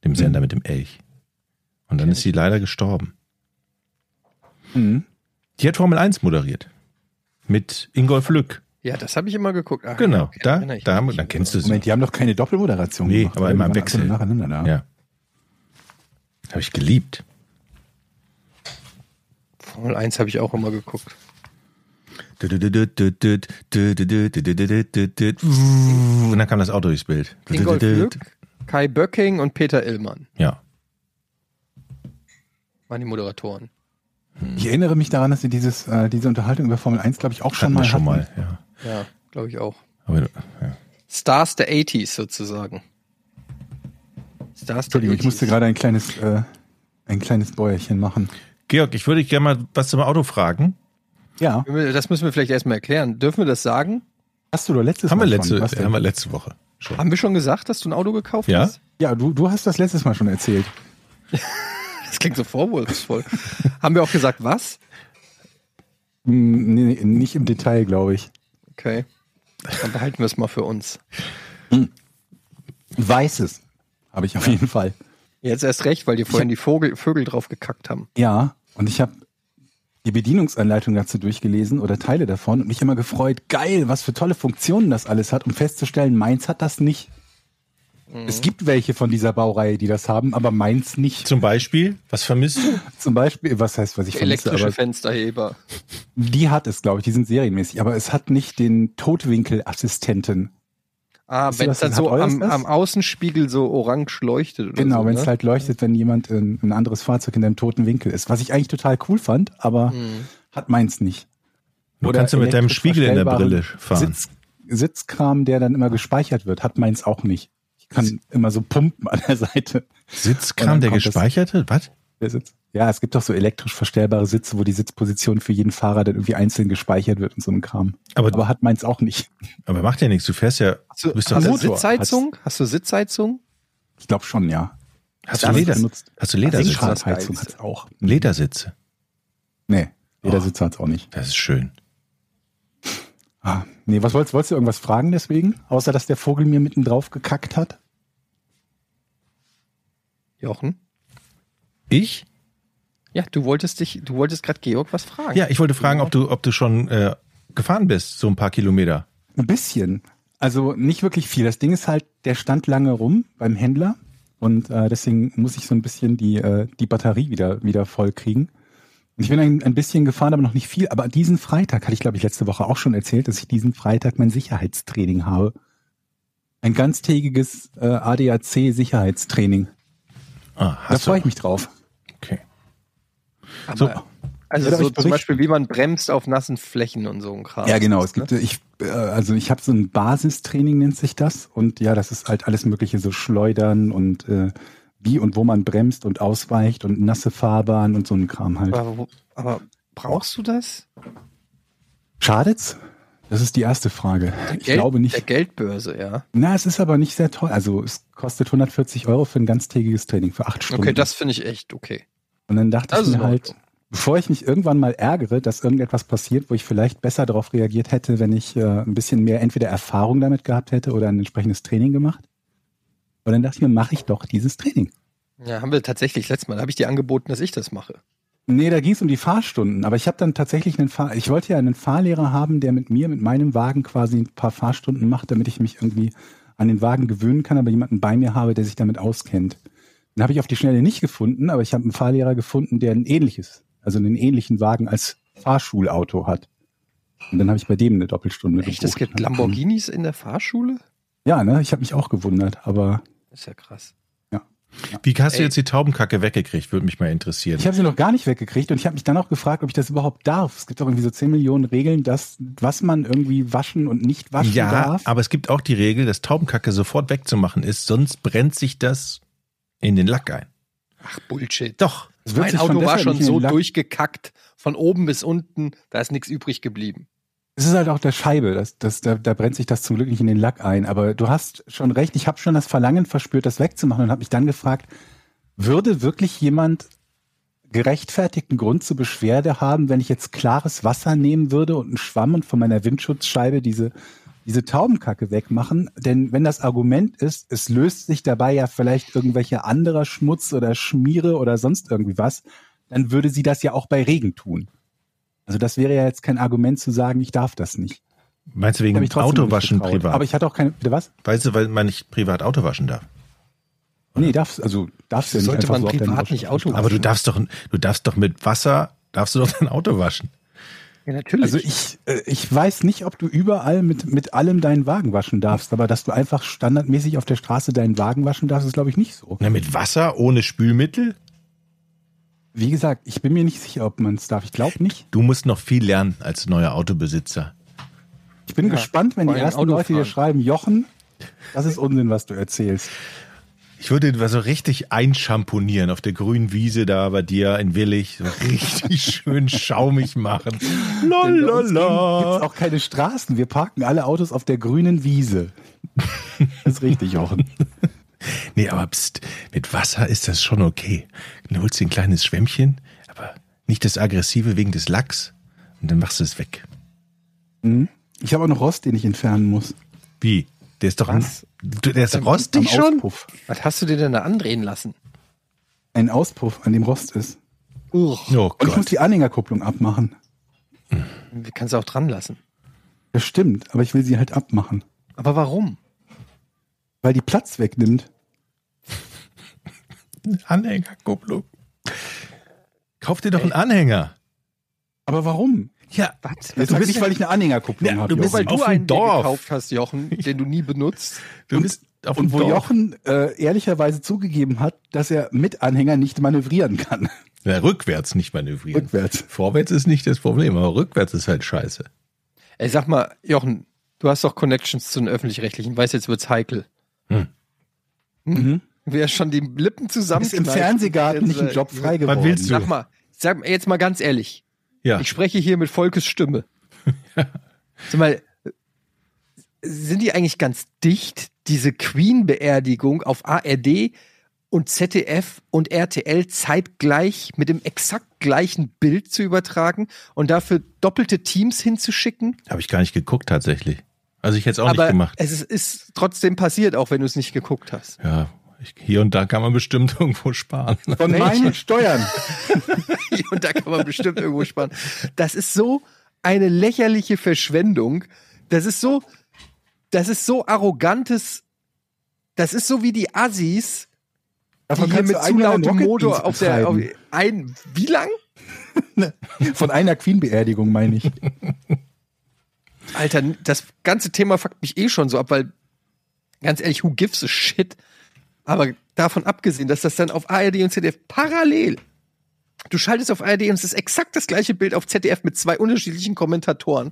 [SPEAKER 4] dem Sender
[SPEAKER 5] Mhm.
[SPEAKER 4] mit dem Elch. Und dann ist sie leider gestorben.
[SPEAKER 6] Mhm.
[SPEAKER 4] Die hat Formel 1 moderiert mit Ingolf Lück.
[SPEAKER 5] Ja, das habe ich immer geguckt. Ah,
[SPEAKER 4] Genau,
[SPEAKER 5] okay,
[SPEAKER 4] da,
[SPEAKER 5] erinnere ich
[SPEAKER 4] da,
[SPEAKER 5] mich.
[SPEAKER 4] dann kennst du sie.
[SPEAKER 6] Moment, die haben doch keine Doppelmoderation
[SPEAKER 4] Nee,
[SPEAKER 6] gemacht.
[SPEAKER 4] aber
[SPEAKER 6] oder?
[SPEAKER 4] immer im
[SPEAKER 6] Die waren
[SPEAKER 4] Wechsel.
[SPEAKER 6] alle Nacheinander da.
[SPEAKER 4] Ja. Habe ich geliebt.
[SPEAKER 5] Formel 1 habe ich auch immer geguckt.
[SPEAKER 4] Und dann kam das Auto durchs Bild.
[SPEAKER 5] Ingolf Lück, Kai Böcking und Peter Illmann
[SPEAKER 4] Ja.
[SPEAKER 5] waren die Moderatoren.
[SPEAKER 6] Ich erinnere mich daran, dass wir dieses, äh, diese Unterhaltung über Formel 1, glaube ich, auch schon
[SPEAKER 4] Hatten wir
[SPEAKER 6] mal
[SPEAKER 4] schon
[SPEAKER 6] hatten.
[SPEAKER 4] mal, ja.
[SPEAKER 5] Ja, glaube ich auch.
[SPEAKER 4] Aber, ja.
[SPEAKER 5] Stars der 80s sozusagen. Stars der
[SPEAKER 6] Entschuldigung, ich
[SPEAKER 5] 80s.
[SPEAKER 6] musste gerade ein kleines, äh, ein kleines Bäuerchen machen.
[SPEAKER 4] Georg, ich würde dich gerne mal was zum Auto fragen.
[SPEAKER 6] Ja,
[SPEAKER 5] Das müssen wir vielleicht erstmal erklären. Dürfen wir das sagen?
[SPEAKER 6] hast du doch letztes
[SPEAKER 4] Haben wir,
[SPEAKER 6] Mal
[SPEAKER 4] letzte,
[SPEAKER 6] schon. Was denn?
[SPEAKER 4] haben wir letzte Woche schon.
[SPEAKER 5] Haben wir schon gesagt, dass du ein Auto gekauft
[SPEAKER 4] Ja.
[SPEAKER 5] hast?
[SPEAKER 6] Ja, du, du hast das letztes Mal schon erzählt.
[SPEAKER 5] Das klingt so vorwurfsvoll. Haben wir auch gesagt, was?
[SPEAKER 6] Hm, nee, nee, nicht im Detail, glaube ich.
[SPEAKER 5] Okay. Dann behalten wir es mal für uns.
[SPEAKER 6] Weißes habe ich auf jeden Fall.
[SPEAKER 5] Jetzt erst recht, weil dir vorhin die Vogel, Vögel drauf gekackt haben.
[SPEAKER 6] Ja, und ich habe die Bedienungsanleitung dazu durchgelesen oder Teile davon und mich immer gefreut, geil, was für tolle Funktionen das alles hat, um festzustellen, meins hat das nicht.
[SPEAKER 4] Hm.
[SPEAKER 6] Es gibt welche von dieser Baureihe, die das haben, aber meins nicht.
[SPEAKER 4] Zum Beispiel, was vermisst du?
[SPEAKER 6] Zum Beispiel, was heißt, was ich vermisse,
[SPEAKER 5] Elektrische
[SPEAKER 6] aber
[SPEAKER 5] Fensterheber.
[SPEAKER 6] die hat es, glaube ich, die sind serienmäßig, aber es hat nicht den Totwinkelassistenten.
[SPEAKER 5] Ah,
[SPEAKER 6] Wisst ihr,
[SPEAKER 5] wenn
[SPEAKER 6] was
[SPEAKER 5] es dann
[SPEAKER 6] das
[SPEAKER 5] so
[SPEAKER 6] hat, euer
[SPEAKER 5] am,
[SPEAKER 6] ist?
[SPEAKER 5] am Außenspiegel so orange leuchtet. Oder
[SPEAKER 6] Genau,
[SPEAKER 5] so,
[SPEAKER 6] wenn es
[SPEAKER 5] ne?
[SPEAKER 6] halt leuchtet, wenn jemand in, ein anderes Fahrzeug in einem toten Winkel ist. Was ich eigentlich total cool fand, aber
[SPEAKER 5] Mhm.
[SPEAKER 6] hat meins nicht.
[SPEAKER 4] Du kannst ja mit deinem
[SPEAKER 6] elektrisch
[SPEAKER 4] Spiegel in der
[SPEAKER 6] verstellbaren
[SPEAKER 4] Brille fahren.
[SPEAKER 6] Sitz, Sitzkram, der dann immer gespeichert wird, hat meins auch nicht. Ich kann immer so pumpen an der Seite. Und
[SPEAKER 4] Sitzkram,
[SPEAKER 6] dann
[SPEAKER 4] der
[SPEAKER 6] kommt das-
[SPEAKER 4] gespeichert wird? Was?
[SPEAKER 6] Der Sitz. Ja, es gibt doch so elektrisch verstellbare Sitze, wo die Sitzposition für jeden Fahrer dann irgendwie einzeln gespeichert wird und so ein Kram.
[SPEAKER 4] Aber-
[SPEAKER 6] Aber hat meins auch nicht.
[SPEAKER 4] Aber macht ja nichts, du fährst ja.
[SPEAKER 5] Hast du,
[SPEAKER 4] bist doch
[SPEAKER 5] hast du
[SPEAKER 4] Motor.
[SPEAKER 5] Sitzheizung? Hast du Sitzheizung?
[SPEAKER 6] Ich glaube schon, ja.
[SPEAKER 4] Hast
[SPEAKER 6] Ja,
[SPEAKER 4] du
[SPEAKER 6] das
[SPEAKER 4] Leder?
[SPEAKER 6] benutzt.
[SPEAKER 4] Hast du Ledersitze?
[SPEAKER 5] Lenkrad. das
[SPEAKER 6] Sitzheizung
[SPEAKER 5] Geilste.
[SPEAKER 6] hat's auch.
[SPEAKER 4] Ledersitze.
[SPEAKER 6] Nee, jeder
[SPEAKER 4] Oh.
[SPEAKER 6] Sitz hat's auch nicht.
[SPEAKER 4] Das ist schön.
[SPEAKER 6] Ah, nee, was wolltest, wolltest du irgendwas fragen deswegen? Außer, dass der Vogel mir mitten drauf gekackt hat?
[SPEAKER 5] Jochen?
[SPEAKER 4] Ich?
[SPEAKER 5] Ja, du wolltest dich, du wolltest gerade Georg was fragen.
[SPEAKER 4] Ja, ich wollte fragen, ob
[SPEAKER 6] Genau.
[SPEAKER 4] du, ob du schon äh, gefahren bist, so ein paar Kilometer.
[SPEAKER 6] Ein bisschen. Also nicht wirklich viel. Das Ding ist halt, der stand lange rum beim Händler und äh, deswegen muss ich so ein bisschen die, äh, die Batterie wieder, wieder voll kriegen. Und ich bin ein, ein bisschen gefahren, aber noch nicht viel. Aber diesen Freitag, hatte ich glaube ich letzte Woche auch schon erzählt, dass ich diesen Freitag mein Sicherheitstraining habe. Ein ganztägiges äh, ADAC-Sicherheitstraining.
[SPEAKER 4] Ah,
[SPEAKER 6] Da
[SPEAKER 4] hast du.
[SPEAKER 6] freue ich mich drauf.
[SPEAKER 4] Okay.
[SPEAKER 5] Aber,
[SPEAKER 6] So.
[SPEAKER 5] also so
[SPEAKER 6] Ja, darf ich
[SPEAKER 5] zum
[SPEAKER 6] berichten?
[SPEAKER 5] Beispiel, wie man bremst auf nassen Flächen und so ein Kram.
[SPEAKER 6] Ja, genau. Es
[SPEAKER 5] ne?
[SPEAKER 6] gibt, äh, ich, äh, also ich habe so ein Basistraining, nennt sich das. Und ja, das ist halt alles Mögliche, so Schleudern und äh, wie und wo man bremst und ausweicht und nasse Fahrbahn und so ein Kram halt.
[SPEAKER 5] Ne? Aber, wo- aber brauchst du das?
[SPEAKER 6] Schadet's? Das ist die erste Frage. Ich glaube
[SPEAKER 5] Der
[SPEAKER 6] nicht.
[SPEAKER 5] Geldbörse, ja.
[SPEAKER 6] Na, es ist aber nicht sehr teuer. Also es kostet 140 Euro für ein ganztägiges Training für acht Stunden.
[SPEAKER 5] Okay, das finde ich echt okay.
[SPEAKER 6] und dann dachte
[SPEAKER 5] das
[SPEAKER 6] ich
[SPEAKER 5] ist
[SPEAKER 6] mir
[SPEAKER 5] in
[SPEAKER 6] halt,
[SPEAKER 5] Ordnung.
[SPEAKER 6] bevor ich mich irgendwann mal ärgere, dass irgendetwas passiert, wo ich vielleicht besser darauf reagiert hätte, wenn ich äh, ein bisschen mehr entweder Erfahrung damit gehabt hätte oder ein entsprechendes Training gemacht. Und dann dachte ich mir, mache ich doch dieses Training.
[SPEAKER 5] Ja, haben wir tatsächlich letztes Mal, da habe ich dir angeboten, dass ich das mache.
[SPEAKER 6] Nee, da ging es um die Fahrstunden, aber ich habe dann tatsächlich einen Fahr ich wollte ja einen Fahrlehrer haben, der mit mir, mit meinem Wagen quasi ein paar Fahrstunden macht, damit ich mich irgendwie an den Wagen gewöhnen kann, aber jemanden bei mir habe, der sich damit auskennt. Den habe ich auf die Schnelle nicht gefunden, aber ich habe einen Fahrlehrer gefunden, der ein ähnliches, also einen ähnlichen Wagen als Fahrschulauto hat. Und dann habe ich bei dem ne? eine Doppelstunde
[SPEAKER 5] Echt, es gibt
[SPEAKER 6] Dann-
[SPEAKER 5] Lamborghinis in der Fahrschule?
[SPEAKER 6] Ja, ne, ich habe mich auch gewundert, aber
[SPEAKER 5] Ist ja krass.
[SPEAKER 4] Wie hast du
[SPEAKER 5] Ey.
[SPEAKER 4] jetzt die Taubenkacke weggekriegt, würde mich mal interessieren.
[SPEAKER 6] Ich habe sie noch gar nicht weggekriegt und ich habe mich dann auch gefragt, ob ich das überhaupt darf. Es gibt doch irgendwie so 10 Millionen Regeln, dass, was man irgendwie waschen und nicht waschen
[SPEAKER 4] ja,
[SPEAKER 6] darf.
[SPEAKER 4] aber es gibt auch die Regel, dass Taubenkacke sofort wegzumachen ist, sonst brennt sich das in den Lack ein.
[SPEAKER 5] Ach, Bullshit.
[SPEAKER 4] Doch.
[SPEAKER 6] Es wird
[SPEAKER 5] Mein
[SPEAKER 6] sich von
[SPEAKER 5] Auto war
[SPEAKER 6] deshalb
[SPEAKER 5] schon
[SPEAKER 6] nicht in den
[SPEAKER 5] so
[SPEAKER 6] Lack-
[SPEAKER 5] durchgekackt, von oben bis unten, da ist nichts übrig geblieben.
[SPEAKER 6] Es ist halt auch der Scheibe, das, das, da, da brennt sich das zum Glück nicht in den Lack ein. Aber du hast schon recht, ich habe schon das Verlangen verspürt, das wegzumachen und habe mich dann gefragt, würde wirklich jemand gerechtfertigten Grund zur Beschwerde haben, wenn ich jetzt klares Wasser nehmen würde und einen Schwamm und von meiner Windschutzscheibe diese, diese Taubenkacke wegmachen? Denn wenn das Argument ist, es löst sich dabei ja vielleicht irgendwelcher anderer Schmutz oder Schmiere oder sonst irgendwie was, dann würde sie das ja auch bei Regen tun. Also das wäre ja jetzt kein Argument zu sagen, ich darf das nicht.
[SPEAKER 4] Meinst du
[SPEAKER 6] Hab
[SPEAKER 4] wegen
[SPEAKER 6] ich trotzdem
[SPEAKER 4] Autowaschen
[SPEAKER 6] nicht getraut.
[SPEAKER 4] privat?
[SPEAKER 6] Aber ich hatte auch keine. Bitte was?
[SPEAKER 4] weißt du, weil man nicht privat Auto waschen darf?
[SPEAKER 6] Nee, darfst also darfst du ja nicht
[SPEAKER 5] Sollte
[SPEAKER 6] einfach
[SPEAKER 5] man
[SPEAKER 6] so auf deinen
[SPEAKER 5] privat
[SPEAKER 6] Waschmaschine
[SPEAKER 5] nicht Auto
[SPEAKER 6] stellen.
[SPEAKER 4] Aber du darfst doch, du darfst doch mit Wasser, darfst du doch dein Auto waschen.
[SPEAKER 5] Ja, natürlich.
[SPEAKER 6] Also ich, äh, ich weiß nicht, ob du überall mit, mit allem deinen Wagen waschen darfst, aber dass du einfach standardmäßig auf der Straße deinen Wagen waschen darfst, ist glaube ich nicht so.
[SPEAKER 4] Na, mit Wasser, ohne Spülmittel?
[SPEAKER 6] Wie gesagt, ich bin mir nicht sicher, ob man es darf. Ich glaube nicht.
[SPEAKER 4] Du musst noch viel lernen als neuer Autobesitzer.
[SPEAKER 6] Ich bin
[SPEAKER 5] Ja,
[SPEAKER 6] gespannt, wenn
[SPEAKER 5] vor
[SPEAKER 6] die
[SPEAKER 5] allem
[SPEAKER 6] ersten
[SPEAKER 5] Auto
[SPEAKER 6] Leute dir
[SPEAKER 5] fahren.
[SPEAKER 6] schreiben, Jochen, das ist Unsinn, was du erzählst.
[SPEAKER 4] Ich würde dir so richtig einschamponieren auf der grünen Wiese da bei dir in Willig. So richtig schön schaumig machen.
[SPEAKER 6] Gibt
[SPEAKER 4] Lalala.
[SPEAKER 6] auch keine Straßen. Wir parken alle Autos auf der grünen Wiese. Das ist richtig, Jochen.
[SPEAKER 4] Nee, aber pst, mit Wasser ist das schon okay. Du holst dir ein kleines Schwämmchen, aber nicht das Aggressive wegen des Lacks. Und dann machst du es weg.
[SPEAKER 6] Ich habe auch noch Rost, den ich entfernen muss.
[SPEAKER 4] Wie? Der ist doch
[SPEAKER 5] Was?
[SPEAKER 4] Du, der ist
[SPEAKER 6] Am
[SPEAKER 4] rostig schon?
[SPEAKER 6] Auspuff.
[SPEAKER 5] Was hast du dir denn da andrehen lassen?
[SPEAKER 6] Ein Auspuff, an dem Rost ist.
[SPEAKER 5] Uch,
[SPEAKER 4] Oh
[SPEAKER 6] Und ich muss
[SPEAKER 4] Gott.
[SPEAKER 6] die Anhängerkupplung abmachen.
[SPEAKER 5] kannst du auch dran lassen.
[SPEAKER 6] Das stimmt, aber ich will sie halt abmachen.
[SPEAKER 5] Aber warum?
[SPEAKER 6] Weil die Platz wegnimmt.
[SPEAKER 4] Anhängerkupplung. Kauf dir doch einen Anhänger.
[SPEAKER 6] Aber warum?
[SPEAKER 4] Ja,
[SPEAKER 5] Was?
[SPEAKER 6] Jetzt
[SPEAKER 5] du
[SPEAKER 6] sag
[SPEAKER 5] bist
[SPEAKER 6] nicht, weil ich eine Anhängerkupplung
[SPEAKER 4] Ja,
[SPEAKER 6] habe.
[SPEAKER 4] du bist- halt
[SPEAKER 5] weil
[SPEAKER 6] Jochen.
[SPEAKER 5] du
[SPEAKER 4] auf dem
[SPEAKER 5] einen dir
[SPEAKER 4] Dorf.
[SPEAKER 5] gekauft hast, Jochen, den du nie benutzt.
[SPEAKER 4] du bist auf dem
[SPEAKER 6] Und wo
[SPEAKER 4] Dorf.
[SPEAKER 6] Jochen äh, ehrlicherweise zugegeben hat, dass er mit Anhänger nicht manövrieren kann.
[SPEAKER 4] Na, rückwärts nicht manövrieren.
[SPEAKER 6] Rückwärts.
[SPEAKER 4] Vorwärts ist nicht das Problem, aber rückwärts ist halt scheiße.
[SPEAKER 5] Ey, sag mal, Jochen, du hast doch Connections zu den öffentlich-rechtlichen, weißt jetzt wird's heikel.
[SPEAKER 4] Hm.
[SPEAKER 6] Mhm.
[SPEAKER 5] Wer schon die Lippen zusammen
[SPEAKER 6] Ist im Fernsehgarten nicht ein Job frei geworden.
[SPEAKER 4] willst du?
[SPEAKER 5] Sag mal, sag mal jetzt mal ganz ehrlich,
[SPEAKER 4] Ja.
[SPEAKER 5] ich spreche hier mit Volkes Stimme. Sag mal, sind die eigentlich ganz dicht, diese Queen-Beerdigung auf ARD und ZDF und RTL zeitgleich mit dem exakt gleichen Bild zu übertragen und dafür doppelte Teams hinzuschicken?
[SPEAKER 4] Habe ich gar nicht geguckt tatsächlich. Also ich hätte es auch
[SPEAKER 5] aber
[SPEAKER 4] nicht gemacht.
[SPEAKER 5] es ist, ist trotzdem passiert, auch wenn du es nicht geguckt hast.
[SPEAKER 4] Ja, ich, hier und da kann man bestimmt irgendwo sparen.
[SPEAKER 6] Von meinen Steuern.
[SPEAKER 5] und da kann man bestimmt irgendwo sparen. Das ist so eine lächerliche Verschwendung. Das ist so, das ist so arrogantes, das ist so wie die Assis, die
[SPEAKER 6] Davon
[SPEAKER 5] hier
[SPEAKER 6] kannst
[SPEAKER 5] mit
[SPEAKER 6] du
[SPEAKER 5] zu
[SPEAKER 6] eigenen
[SPEAKER 5] lautem
[SPEAKER 6] Rocket
[SPEAKER 5] Motor
[SPEAKER 6] Beans
[SPEAKER 5] auf der, auf,
[SPEAKER 6] betreiben.
[SPEAKER 5] ein, wie lang?
[SPEAKER 6] Von einer Queen-Beerdigung, meine ich.
[SPEAKER 5] Alter, das ganze Thema fuckt mich eh schon so ab, weil, ganz ehrlich, who gives a shit? Aber davon abgesehen, dass das dann auf ARD und ZDF parallel, du schaltest auf ARD und es ist exakt das gleiche Bild auf ZDF mit zwei unterschiedlichen Kommentatoren,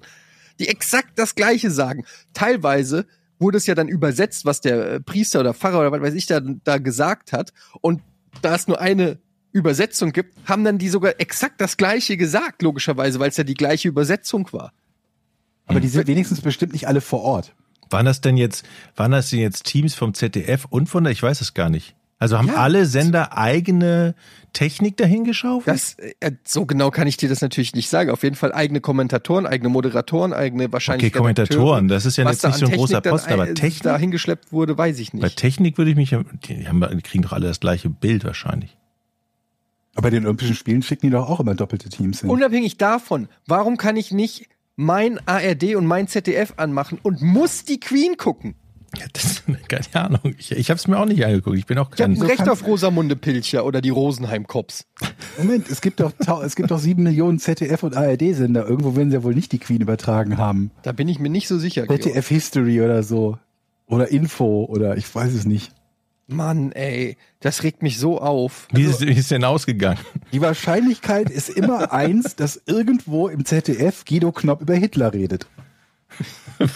[SPEAKER 5] die exakt das gleiche sagen. Teilweise wurde es ja dann übersetzt, was der äh, Priester oder Pfarrer oder was weiß ich da, da gesagt hat. Und da es nur eine Übersetzung gibt, haben dann die sogar exakt das gleiche gesagt, logischerweise, weil es ja die gleiche Übersetzung war.
[SPEAKER 6] Aber die sind wenigstens bestimmt nicht alle vor Ort.
[SPEAKER 4] Waren das denn jetzt, waren das denn jetzt Teams vom ZDF und von der, ich weiß es gar nicht. Also haben
[SPEAKER 5] Ja.
[SPEAKER 4] alle Sender eigene Technik dahin geschaufelt?
[SPEAKER 5] Das, äh, so genau kann ich dir das natürlich nicht sagen. Auf jeden Fall eigene Kommentatoren, eigene Moderatoren, eigene wahrscheinlich.
[SPEAKER 4] Okay, Kommentatoren, das ist ja
[SPEAKER 5] Was
[SPEAKER 4] jetzt
[SPEAKER 5] da
[SPEAKER 4] nicht
[SPEAKER 5] an
[SPEAKER 4] so ein großer
[SPEAKER 5] Technik dann,
[SPEAKER 4] Posten, aber
[SPEAKER 5] äh,
[SPEAKER 4] Technik?
[SPEAKER 5] Da hingeschleppt wurde, weiß ich
[SPEAKER 4] Bei
[SPEAKER 5] nicht.
[SPEAKER 4] Technik würde ich mich, ja- die, haben, die kriegen doch alle das gleiche Bild wahrscheinlich.
[SPEAKER 6] Aber bei den Olympischen Spielen schicken die doch auch immer doppelte Teams hin.
[SPEAKER 5] Unabhängig davon, warum kann ich nicht mein ARD und mein ZDF anmachen und muss die Queen gucken?
[SPEAKER 4] Ja, das, keine Ahnung. Ich, ich habe es mir auch nicht angeguckt. Ich bin auch
[SPEAKER 5] Ich habe
[SPEAKER 4] kein.
[SPEAKER 5] ein Recht
[SPEAKER 6] kannst-
[SPEAKER 5] auf Rosamunde Pilcher oder die Rosenheim-Cops.
[SPEAKER 6] Moment, es gibt doch tau- es gibt doch sieben Millionen ZDF und ARD-Sender. Irgendwo werden sie ja wohl nicht die Queen übertragen haben.
[SPEAKER 5] Da bin ich mir nicht so sicher. Georg.
[SPEAKER 6] ZDF History oder so. Oder Info oder ich weiß es nicht.
[SPEAKER 5] Mann, ey, das regt mich so auf.
[SPEAKER 4] Wie ist, wie ist denn ausgegangen?
[SPEAKER 6] Die Wahrscheinlichkeit ist immer eins, dass irgendwo im ZDF Guido Knopp über Hitler redet.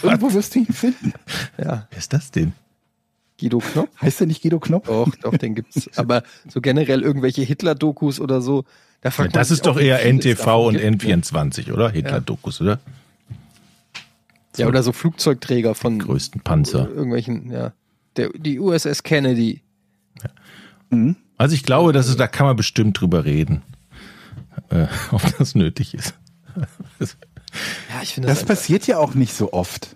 [SPEAKER 6] Irgendwo wirst du ihn finden.
[SPEAKER 5] Ja,
[SPEAKER 4] Wer ist das denn?
[SPEAKER 5] Guido Knopf.
[SPEAKER 6] Heißt er nicht Guido Knopp?
[SPEAKER 5] Doch, doch, den gibt's. Aber so generell irgendwelche Hitler-Dokus oder so, da fragt man
[SPEAKER 4] Das
[SPEAKER 5] sich
[SPEAKER 4] ist doch
[SPEAKER 5] auch, wie
[SPEAKER 4] eher
[SPEAKER 5] viel es
[SPEAKER 4] NTV
[SPEAKER 5] davon
[SPEAKER 4] und
[SPEAKER 5] gibt, ne?
[SPEAKER 4] N24, oder? Hitler-Dokus, oder?
[SPEAKER 5] Ja, oder so Flugzeugträger von
[SPEAKER 4] Größten Panzer.
[SPEAKER 5] irgendwelchen, ja. Der, die USS Kennedy.
[SPEAKER 4] Also ich glaube, dass es, da kann man bestimmt drüber reden, äh, ob das nötig ist.
[SPEAKER 5] Ja, ich finde das,
[SPEAKER 6] Das
[SPEAKER 5] einfach-
[SPEAKER 6] passiert ja auch nicht so oft.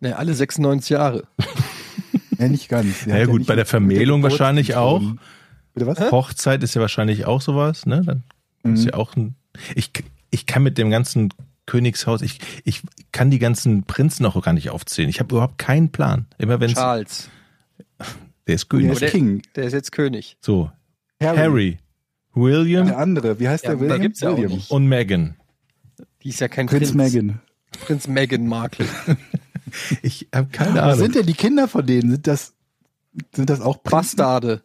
[SPEAKER 5] ne, alle 96 Jahre.
[SPEAKER 6] Ja, nicht ganz.
[SPEAKER 4] Na ja, gut, bei der Vermählung wahrscheinlich auch.
[SPEAKER 6] Bitte was?
[SPEAKER 4] Hochzeit ist ja wahrscheinlich auch sowas, ne? Dann ist ja auch ein. Ich, ich kann mit dem ganzen Königshaus, ich, ich kann die ganzen Prinzen auch gar nicht aufzählen. Ich habe überhaupt keinen Plan. Immer wenn es. Der
[SPEAKER 5] Charles.
[SPEAKER 4] ist
[SPEAKER 6] Der
[SPEAKER 4] König.
[SPEAKER 6] ist King.
[SPEAKER 5] Der ist jetzt König.
[SPEAKER 4] So. Harry, William
[SPEAKER 6] Der andere. Wie heißt
[SPEAKER 5] Ja,
[SPEAKER 6] der
[SPEAKER 5] da
[SPEAKER 6] William?
[SPEAKER 5] gibt's ja auch
[SPEAKER 6] William.
[SPEAKER 5] nicht.
[SPEAKER 4] und Meghan.
[SPEAKER 5] Die ist ja kein
[SPEAKER 6] Prinz
[SPEAKER 5] Prinz.
[SPEAKER 6] Megan.
[SPEAKER 5] Prinz Meghan Markle.
[SPEAKER 4] Ich habe keine
[SPEAKER 6] Was
[SPEAKER 4] Ahnung.
[SPEAKER 6] sind denn die Kinder von denen? Sind das, sind das auch Prinzen?
[SPEAKER 5] Bastarde.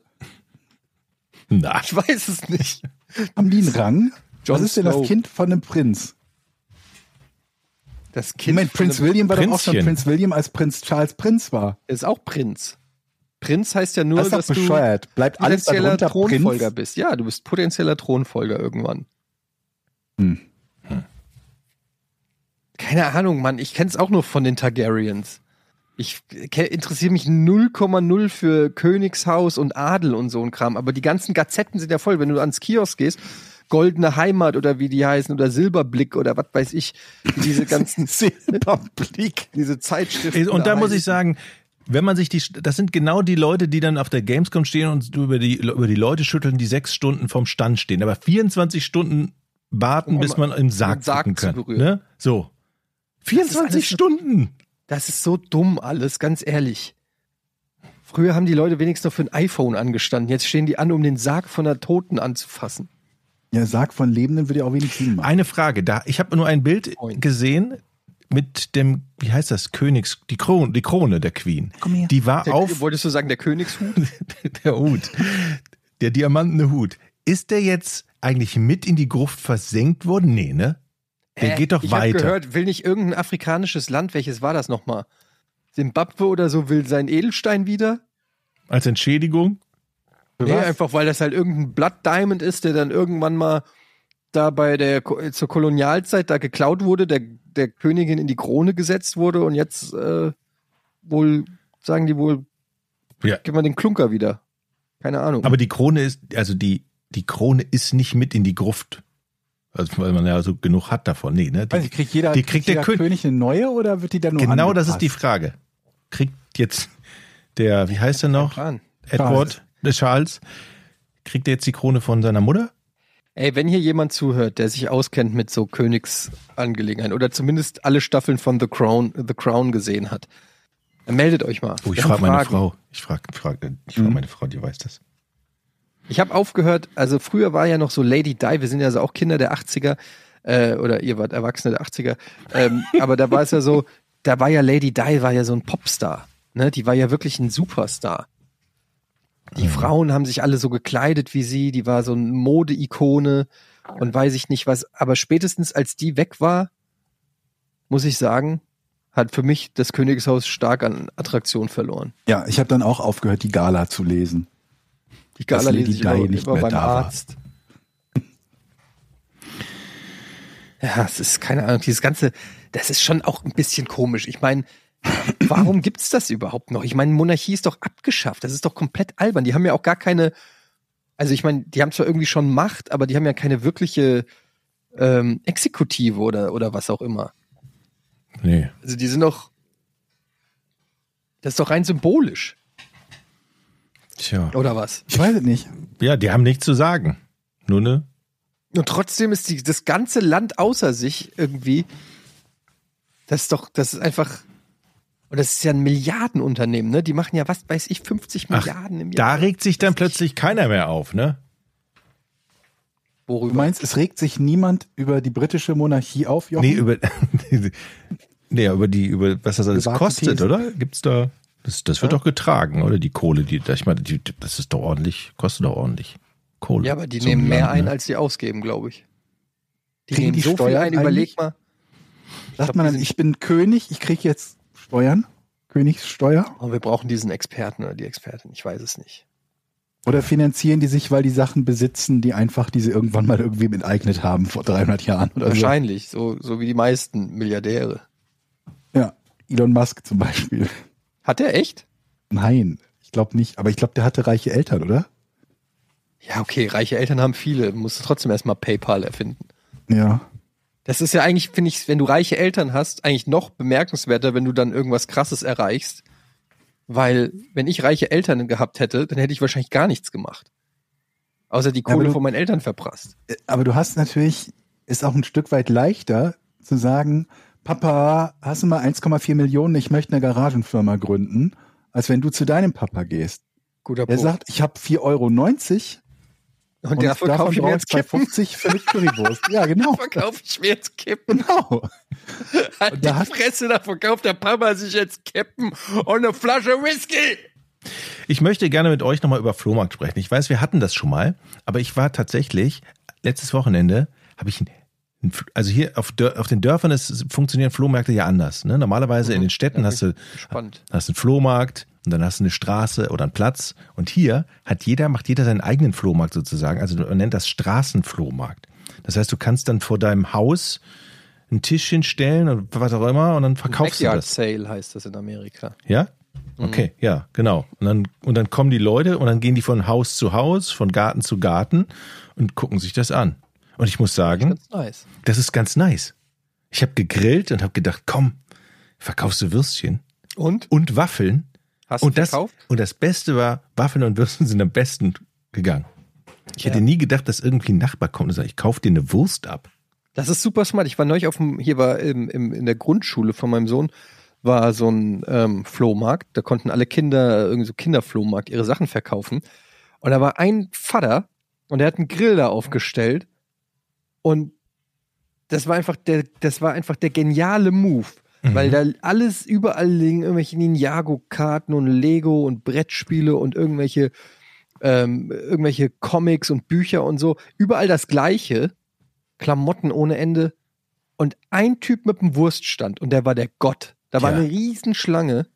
[SPEAKER 4] Na,
[SPEAKER 5] Ich weiß es nicht.
[SPEAKER 6] Haben die einen Rang?
[SPEAKER 5] Jon
[SPEAKER 6] was ist denn
[SPEAKER 5] Snow.
[SPEAKER 6] das Kind von einem Prinz?
[SPEAKER 5] Das Kind
[SPEAKER 6] Moment, Prinz William war doch auch schon
[SPEAKER 4] Prinzchen.
[SPEAKER 6] Prinz William, als Prinz Charles Prinz war.
[SPEAKER 5] ist auch Prinz. Prinz heißt ja nur,
[SPEAKER 6] Das ist
[SPEAKER 5] dass
[SPEAKER 6] doch
[SPEAKER 5] du
[SPEAKER 6] bescheuert. Bleibt
[SPEAKER 4] halt
[SPEAKER 6] alles
[SPEAKER 5] potenzieller
[SPEAKER 6] darunter
[SPEAKER 5] Thronfolger
[SPEAKER 6] Prinz?
[SPEAKER 5] bist. Ja, du bist potenzieller Thronfolger irgendwann.
[SPEAKER 6] Hm.
[SPEAKER 5] Keine Ahnung, Mann. Ich kenne es auch nur von den Targaryens. Ich interessiere mich 0,0 für Königshaus und Adel und so ein Kram. Aber die ganzen Gazetten sind ja voll. Wenn du ans Kiosk gehst, Goldene Heimat oder wie die heißen oder Silberblick oder was weiß ich. Diese ganzen,
[SPEAKER 6] Silberblick.
[SPEAKER 5] diese Zeitschriften.
[SPEAKER 4] Ey, Und da muss ich
[SPEAKER 5] heißen.
[SPEAKER 4] sagen, wenn man sich die, das sind genau die Leute, die dann auf der Gamescom stehen und über die, über die Leute schütteln, die sechs Stunden vom Stand stehen, aber 24 Stunden warten,
[SPEAKER 5] Um
[SPEAKER 4] bis man im
[SPEAKER 5] den
[SPEAKER 4] Sarg,
[SPEAKER 5] Sarg
[SPEAKER 4] gucken
[SPEAKER 5] zu
[SPEAKER 4] kann.
[SPEAKER 5] berühren.
[SPEAKER 4] Ne? So.
[SPEAKER 5] alles
[SPEAKER 4] 24
[SPEAKER 5] so-
[SPEAKER 4] Stunden!
[SPEAKER 5] Das ist so dumm alles, ganz ehrlich. Früher haben die Leute wenigstens noch für ein iPhone angestanden. Jetzt stehen die an, um den Sarg von der Toten anzufassen.
[SPEAKER 6] Ja, Sarg von Lebenden würde ja auch wenig Sinn machen.
[SPEAKER 4] Eine Frage, da ich habe nur ein Bild
[SPEAKER 5] Moin.
[SPEAKER 4] gesehen mit dem, wie heißt das, Königs, die Krone, die Krone der Queen. Die war
[SPEAKER 5] Der,
[SPEAKER 4] auf
[SPEAKER 5] Wolltest du sagen, der Königshut?
[SPEAKER 4] der Hut, der diamantene Hut. Ist der jetzt eigentlich mit in die Gruft versenkt worden? Nee, ne? Der
[SPEAKER 5] Hä?
[SPEAKER 4] geht doch
[SPEAKER 5] Äh, ich
[SPEAKER 4] weiter.
[SPEAKER 5] Ich gehört, will nicht irgendein afrikanisches Land, welches war das nochmal? Simbabwe oder so, will seinen Edelstein wieder?
[SPEAKER 4] Als Entschädigung?
[SPEAKER 6] Für
[SPEAKER 5] Nee,
[SPEAKER 6] was?
[SPEAKER 5] einfach weil das halt irgendein Blood Diamond ist, der dann irgendwann mal da bei der Ko- zur Kolonialzeit da geklaut wurde, der, der Königin in die Krone gesetzt wurde und jetzt äh, wohl, sagen die wohl,
[SPEAKER 4] Ja.
[SPEAKER 5] gib mal den Klunker wieder. Keine Ahnung.
[SPEAKER 4] Aber die Krone ist, also die, die Krone ist nicht mit in die Gruft. Also, weil man ja so genug hat davon. Nee, ne? Die,
[SPEAKER 6] Also kriegt jeder,
[SPEAKER 4] die kriegt der
[SPEAKER 6] jeder
[SPEAKER 4] Kön-
[SPEAKER 6] König eine neue oder wird die dann nur
[SPEAKER 4] genau das ist
[SPEAKER 6] angepasst?
[SPEAKER 4] die Frage. Kriegt jetzt der, wie heißt er noch?
[SPEAKER 5] Plan.
[SPEAKER 4] Edward, der Charles, kriegt er jetzt die Krone von seiner Mutter?
[SPEAKER 5] Ey, wenn hier jemand zuhört, der sich auskennt mit so Königsangelegenheiten oder zumindest alle Staffeln von The Crown, The Crown gesehen hat, dann meldet euch mal.
[SPEAKER 4] Oh, ich
[SPEAKER 5] Wir haben
[SPEAKER 4] frage meine
[SPEAKER 5] Fragen. Hm?
[SPEAKER 4] Frau. Ich frage frag, ich frag meine Frau, die weiß das.
[SPEAKER 5] Ich habe aufgehört, also früher war ja noch so Lady Di, wir sind ja also auch Kinder der 80er, äh, oder ihr wart Erwachsene der 80er, ähm, aber da war es ja so, da war ja Lady Di, war ja so ein Popstar, ne? die war ja wirklich ein Superstar. Die Frauen haben sich alle so gekleidet wie sie, die war so eine Mode-Ikone und weiß ich nicht was, aber spätestens als die weg war, muss ich sagen, hat für mich das Königshaus stark an Attraktion verloren.
[SPEAKER 6] Ja, ich habe dann auch aufgehört, die Gala zu lesen.
[SPEAKER 5] Die
[SPEAKER 6] Dass
[SPEAKER 5] Gala
[SPEAKER 6] Lady
[SPEAKER 5] lese ich
[SPEAKER 6] Di
[SPEAKER 5] immer,
[SPEAKER 6] nicht
[SPEAKER 5] immer
[SPEAKER 6] mehr
[SPEAKER 5] beim
[SPEAKER 6] da war.
[SPEAKER 5] Arzt. Ja, es ist keine Ahnung, dieses Ganze, das ist schon auch ein bisschen komisch. Ich meine, warum gibt's das überhaupt noch? Ich meine, Monarchie ist doch abgeschafft. Das ist doch komplett albern. Die haben ja auch gar keine, also ich meine, die haben zwar irgendwie schon Macht, aber die haben ja keine wirkliche ähm, Exekutive oder, oder was auch immer.
[SPEAKER 4] Nee.
[SPEAKER 5] Also die sind doch, das ist doch rein symbolisch,
[SPEAKER 4] Tja.
[SPEAKER 5] oder was?
[SPEAKER 6] Ich weiß es nicht.
[SPEAKER 4] Ja, die haben nichts zu sagen. Nur ne?
[SPEAKER 5] Und trotzdem ist die, das ganze Land außer sich irgendwie. Das ist doch, das ist einfach. Und das ist ja ein Milliardenunternehmen, ne? Die machen ja, was weiß ich, 50
[SPEAKER 4] Ach,
[SPEAKER 5] Milliarden im
[SPEAKER 4] Da
[SPEAKER 5] Jahr.
[SPEAKER 4] regt sich dann plötzlich keiner mehr auf, ne?
[SPEAKER 6] Du
[SPEAKER 5] Worüber?
[SPEAKER 6] meinst, es regt sich niemand über die britische Monarchie auf, Jochen?
[SPEAKER 4] Nee, über, nee, über die, über was das alles
[SPEAKER 6] Gewagte
[SPEAKER 4] kostet,
[SPEAKER 6] Thesen.
[SPEAKER 4] oder? Gibt's da. Das, das wird doch getragen, oder? Die Kohle, die, ich meine, die, das ist doch ordentlich, kostet doch ordentlich Kohle.
[SPEAKER 5] ja, aber die
[SPEAKER 4] So
[SPEAKER 5] nehmen
[SPEAKER 4] ein
[SPEAKER 5] mehr
[SPEAKER 4] Land,
[SPEAKER 5] ein,
[SPEAKER 4] ne?
[SPEAKER 5] als sie ausgeben, glaube ich. Die
[SPEAKER 6] Kriegen
[SPEAKER 5] nehmen
[SPEAKER 6] die
[SPEAKER 5] so viel
[SPEAKER 6] Steuern
[SPEAKER 5] ein, überleg
[SPEAKER 6] eigentlich?
[SPEAKER 5] mal.
[SPEAKER 6] Sagt man dann, ich bin König, ich krieg jetzt Steuern? Königssteuer?
[SPEAKER 5] Oh, wir brauchen diesen Experten oder die Expertin, ich weiß es nicht.
[SPEAKER 6] Oder finanzieren die sich, weil die Sachen besitzen, die einfach, die sie irgendwann mal irgendwie enteignet haben vor 300 Jahren oder
[SPEAKER 5] Wahrscheinlich, so, so wie die meisten Milliardäre.
[SPEAKER 6] so? Ja, Elon Musk zum Beispiel.
[SPEAKER 5] Hat er echt?
[SPEAKER 6] Nein, ich glaube nicht. Aber ich glaube, der hatte reiche Eltern, oder?
[SPEAKER 5] Ja, okay, reiche Eltern haben viele, musst du trotzdem erstmal PayPal erfinden.
[SPEAKER 6] Ja.
[SPEAKER 5] Das ist ja eigentlich, finde ich, wenn du reiche Eltern hast, eigentlich noch bemerkenswerter, wenn du dann irgendwas Krasses erreichst. Weil, wenn ich reiche Eltern gehabt hätte, dann hätte ich wahrscheinlich gar nichts gemacht. Außer die
[SPEAKER 6] aber
[SPEAKER 5] Kohle
[SPEAKER 6] du-
[SPEAKER 5] von meinen Eltern verprasst.
[SPEAKER 6] Äh, aber du hast natürlich, ist auch ein Stück weit leichter zu sagen, Papa, hast du mal 1,4 Millionen, ich möchte eine Garagenfirma gründen, als wenn du zu deinem Papa gehst.
[SPEAKER 5] Guter
[SPEAKER 6] Er sagt, ich habe 4,90 Euro
[SPEAKER 5] und, dafür kaufe ich mir jetzt Kippen.
[SPEAKER 6] 2,50 für eine Currywurst. Ja, genau.
[SPEAKER 5] Verkaufe ich mir jetzt Kippen.
[SPEAKER 6] Genau.
[SPEAKER 5] Halt
[SPEAKER 6] da
[SPEAKER 5] die
[SPEAKER 6] hast-
[SPEAKER 5] Fresse, da verkauft der Papa sich jetzt Kippen und eine Flasche Whisky.
[SPEAKER 4] Ich möchte gerne mit euch nochmal über Flohmarkt sprechen. Ich weiß, wir hatten das schon mal, aber ich war tatsächlich, letztes Wochenende habe ich, ein- also hier auf, Dör- auf den Dörfern ist, funktionieren Flohmärkte ja anders. Ne? Normalerweise
[SPEAKER 5] Mhm.
[SPEAKER 4] in den Städten hast du,
[SPEAKER 5] Spannend.
[SPEAKER 4] hast einen Flohmarkt und dann hast du eine Straße oder einen Platz. Und hier hat jeder, macht jeder seinen eigenen Flohmarkt sozusagen. Also man nennt das Straßenflohmarkt. Das heißt, du kannst dann vor deinem Haus einen Tisch hinstellen und was auch immer und dann verkaufst du
[SPEAKER 5] Backyard
[SPEAKER 4] das.
[SPEAKER 5] Sale heißt das in Amerika.
[SPEAKER 4] Ja? Okay, ja, genau. Und dann, und dann kommen die Leute und dann gehen die von Haus zu Haus, von Garten zu Garten und gucken sich das an. Und ich muss sagen,
[SPEAKER 5] Ganz nice.
[SPEAKER 4] das ist ganz nice. Ich habe gegrillt und habe gedacht, komm, verkaufst du Würstchen
[SPEAKER 5] Und?
[SPEAKER 4] und Waffeln.
[SPEAKER 5] Hast du
[SPEAKER 4] und, das,
[SPEAKER 5] verkauft?
[SPEAKER 4] und das Beste war, Waffeln und Würstchen sind am besten gegangen. Ich hätte
[SPEAKER 5] Ja.
[SPEAKER 4] nie gedacht, dass irgendwie ein Nachbar kommt und sagt, ich kauf dir eine Wurst ab.
[SPEAKER 5] Das ist super smart. Ich war neulich auf dem, hier war im, im, in der Grundschule von meinem Sohn, war so ein ähm, Flohmarkt. Da konnten alle Kinder, irgendwie so Kinderflohmarkt, ihre Sachen verkaufen. Und da war ein Vater und der hat einen Grill da aufgestellt. Und das war einfach der, das war einfach der geniale Move. Weil da
[SPEAKER 6] Mhm.
[SPEAKER 5] alles, überall liegen irgendwelche Ninjago-Karten und Lego und Brettspiele und irgendwelche, ähm, irgendwelche Comics und Bücher und so. Überall das Gleiche. Klamotten ohne Ende. Und ein Typ mit einem Wurststand und der war der Gott. Da war
[SPEAKER 4] Tja.
[SPEAKER 5] eine Riesenschlange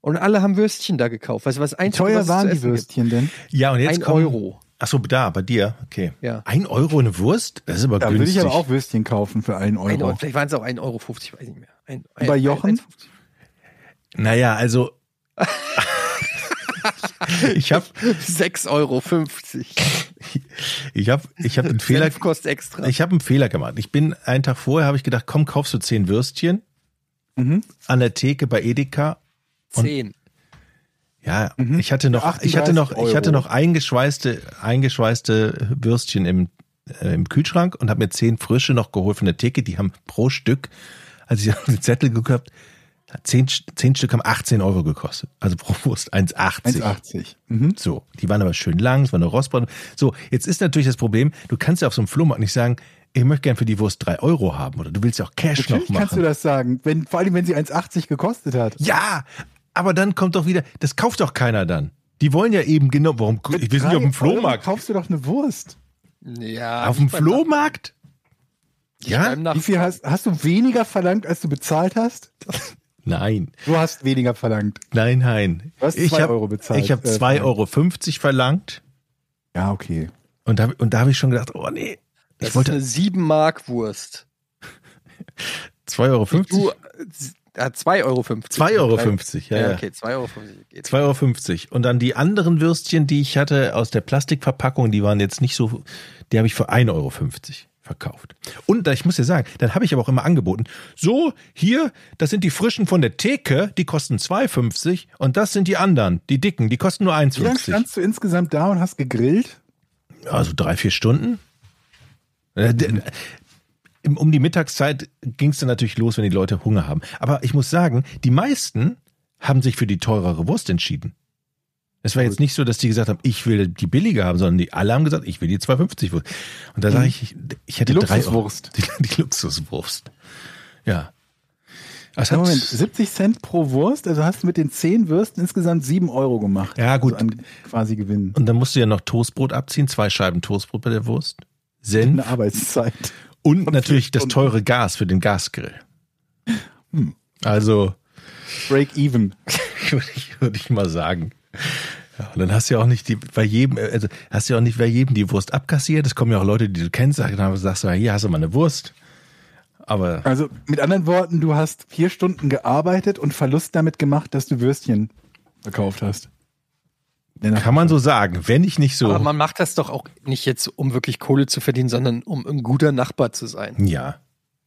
[SPEAKER 5] und alle haben Würstchen da gekauft. Weißt du, was ein
[SPEAKER 6] Teuer waren die Würstchen denn?
[SPEAKER 4] Ja, und jetzt
[SPEAKER 5] Ein
[SPEAKER 4] kommen-
[SPEAKER 5] Euro.
[SPEAKER 4] Ach so, da, bei dir. Okay.
[SPEAKER 5] Ja.
[SPEAKER 4] Ein Euro eine Wurst? Das ist aber
[SPEAKER 6] Da würde
[SPEAKER 4] günstig.
[SPEAKER 6] ich aber auch Würstchen kaufen für einen
[SPEAKER 5] Ein Euro.
[SPEAKER 6] Euro.
[SPEAKER 5] Vielleicht waren es auch 1,50 Euro, weiß ich nicht mehr. Ein,
[SPEAKER 6] Und bei
[SPEAKER 5] ein-
[SPEAKER 6] Jochen?
[SPEAKER 5] 1,50.
[SPEAKER 4] Naja, also. ich habe
[SPEAKER 5] 6,50 Euro.
[SPEAKER 4] ich hab, ich hab einen Fehler
[SPEAKER 5] Senf kostet extra.
[SPEAKER 4] Ich habe einen Fehler gemacht. Ich bin einen Tag vorher, habe ich gedacht, komm, kaufst du zehn Würstchen
[SPEAKER 6] Mhm.
[SPEAKER 4] an der Theke bei Edeka.
[SPEAKER 5] 10.
[SPEAKER 4] Ja,
[SPEAKER 6] Mhm.
[SPEAKER 4] ich hatte noch, ich hatte noch, ich hatte noch eingeschweißte, eingeschweißte Würstchen im, äh, im Kühlschrank und habe mir zehn frische noch geholt von der Theke. Die haben pro Stück, als ich auf den Zettel geguckt habe, zehn, zehn Stück haben 18 Euro gekostet. Also pro Wurst 1,80.
[SPEAKER 6] 1,80. Mhm.
[SPEAKER 4] So, die waren aber schön lang, es war eine Rostbraten. So, jetzt ist natürlich das Problem, du kannst ja auf so einem Flohmarkt nicht sagen, ich möchte gern für die Wurst drei Euro haben oder du willst ja auch Cash
[SPEAKER 6] Natürlich
[SPEAKER 4] noch
[SPEAKER 6] kannst du
[SPEAKER 4] machen.
[SPEAKER 6] das sagen, wenn, vor allem wenn sie 1,80 gekostet hat.
[SPEAKER 4] Ja, aber dann kommt doch wieder, das kauft doch keiner dann. Die wollen ja eben genau, warum, ich weiß nicht, auf dem
[SPEAKER 6] Drei Euro
[SPEAKER 4] Flohmarkt.
[SPEAKER 6] kaufst du doch eine Wurst.
[SPEAKER 5] Ja.
[SPEAKER 4] Auf dem Flohmarkt? Ja?
[SPEAKER 5] Beim Nach-
[SPEAKER 6] Wie viel hast, hast du weniger verlangt, als du bezahlt hast?
[SPEAKER 4] Nein,
[SPEAKER 6] Du hast weniger verlangt.
[SPEAKER 4] nein, nein.
[SPEAKER 6] Du hast
[SPEAKER 4] ich
[SPEAKER 6] zwei
[SPEAKER 4] hab-
[SPEAKER 6] Euro bezahlt,
[SPEAKER 4] Ich habe
[SPEAKER 6] äh,
[SPEAKER 4] 2,50 Euro verlangt
[SPEAKER 6] Ja, okay.
[SPEAKER 4] und da, und da habe ich schon gedacht, oh nee,
[SPEAKER 5] Das
[SPEAKER 4] ich wollte
[SPEAKER 5] ist eine 7-Mark-Wurst.
[SPEAKER 4] 2,50 Euro.
[SPEAKER 5] Du, äh, ah, 2,50 Euro.
[SPEAKER 4] 2,50 Euro, ja, ja.
[SPEAKER 5] Ja, okay, 2,50 Euro. Geht.
[SPEAKER 4] 2,50 Euro. Und dann die anderen Würstchen, die ich hatte aus der Plastikverpackung, die waren jetzt nicht so, die habe ich für 1,50 Euro verkauft. Und da- ich muss dir sagen, dann habe ich aber auch immer angeboten, so, hier, das sind die frischen von der Theke, die kosten 2,50 und das sind die anderen, die dicken, die kosten nur
[SPEAKER 6] Wie lange
[SPEAKER 4] 1,50.
[SPEAKER 6] standst du insgesamt da und hast gegrillt?
[SPEAKER 4] Also drei, vier Stunden. Äh, d- im- Um die Mittagszeit ging es dann natürlich los, wenn die Leute Hunger haben. Aber ich muss sagen, die meisten haben sich für die teurere Wurst entschieden. Es war jetzt nicht so, dass die gesagt haben, ich will die billige haben, sondern die alle haben gesagt, ich will die 2,50 Wurst. Und da sage ich, ich hätte
[SPEAKER 6] Hm. Die
[SPEAKER 4] drei Euro.
[SPEAKER 6] Luxuswurst.
[SPEAKER 4] Die, die Luxuswurst. Ja. Das
[SPEAKER 6] Ja,
[SPEAKER 4] hat,
[SPEAKER 6] Moment, 70 Cent pro Wurst, also hast du mit den 10 Würsten insgesamt 7 Euro gemacht.
[SPEAKER 4] Ja, gut.
[SPEAKER 6] Also an quasi Gewinn.
[SPEAKER 4] und dann musst du ja noch Toastbrot abziehen, zwei Scheiben Toastbrot bei der Wurst. Senf.
[SPEAKER 6] Eine Arbeitszeit.
[SPEAKER 4] Und natürlich das teure Gas für den Gasgrill. Also,
[SPEAKER 6] Break even.
[SPEAKER 4] würde ich, würde ich mal sagen. Ja, und dann hast du ja auch nicht die, bei jedem, äh, also hast du ja auch nicht bei jedem die Wurst abkassiert. Es kommen ja auch Leute, die du kennst, sagen- dann sagst du, ja, hier hast du mal eine Wurst. Aber
[SPEAKER 6] Also mit anderen Worten, du hast vier Stunden gearbeitet und Verlust damit gemacht, dass du Würstchen verkauft hast.
[SPEAKER 4] kann man so sagen, wenn ich nicht
[SPEAKER 5] Aber
[SPEAKER 4] so.
[SPEAKER 5] man macht das doch auch nicht jetzt, um wirklich Kohle zu verdienen, sondern um ein guter Nachbar zu sein,
[SPEAKER 4] Ja,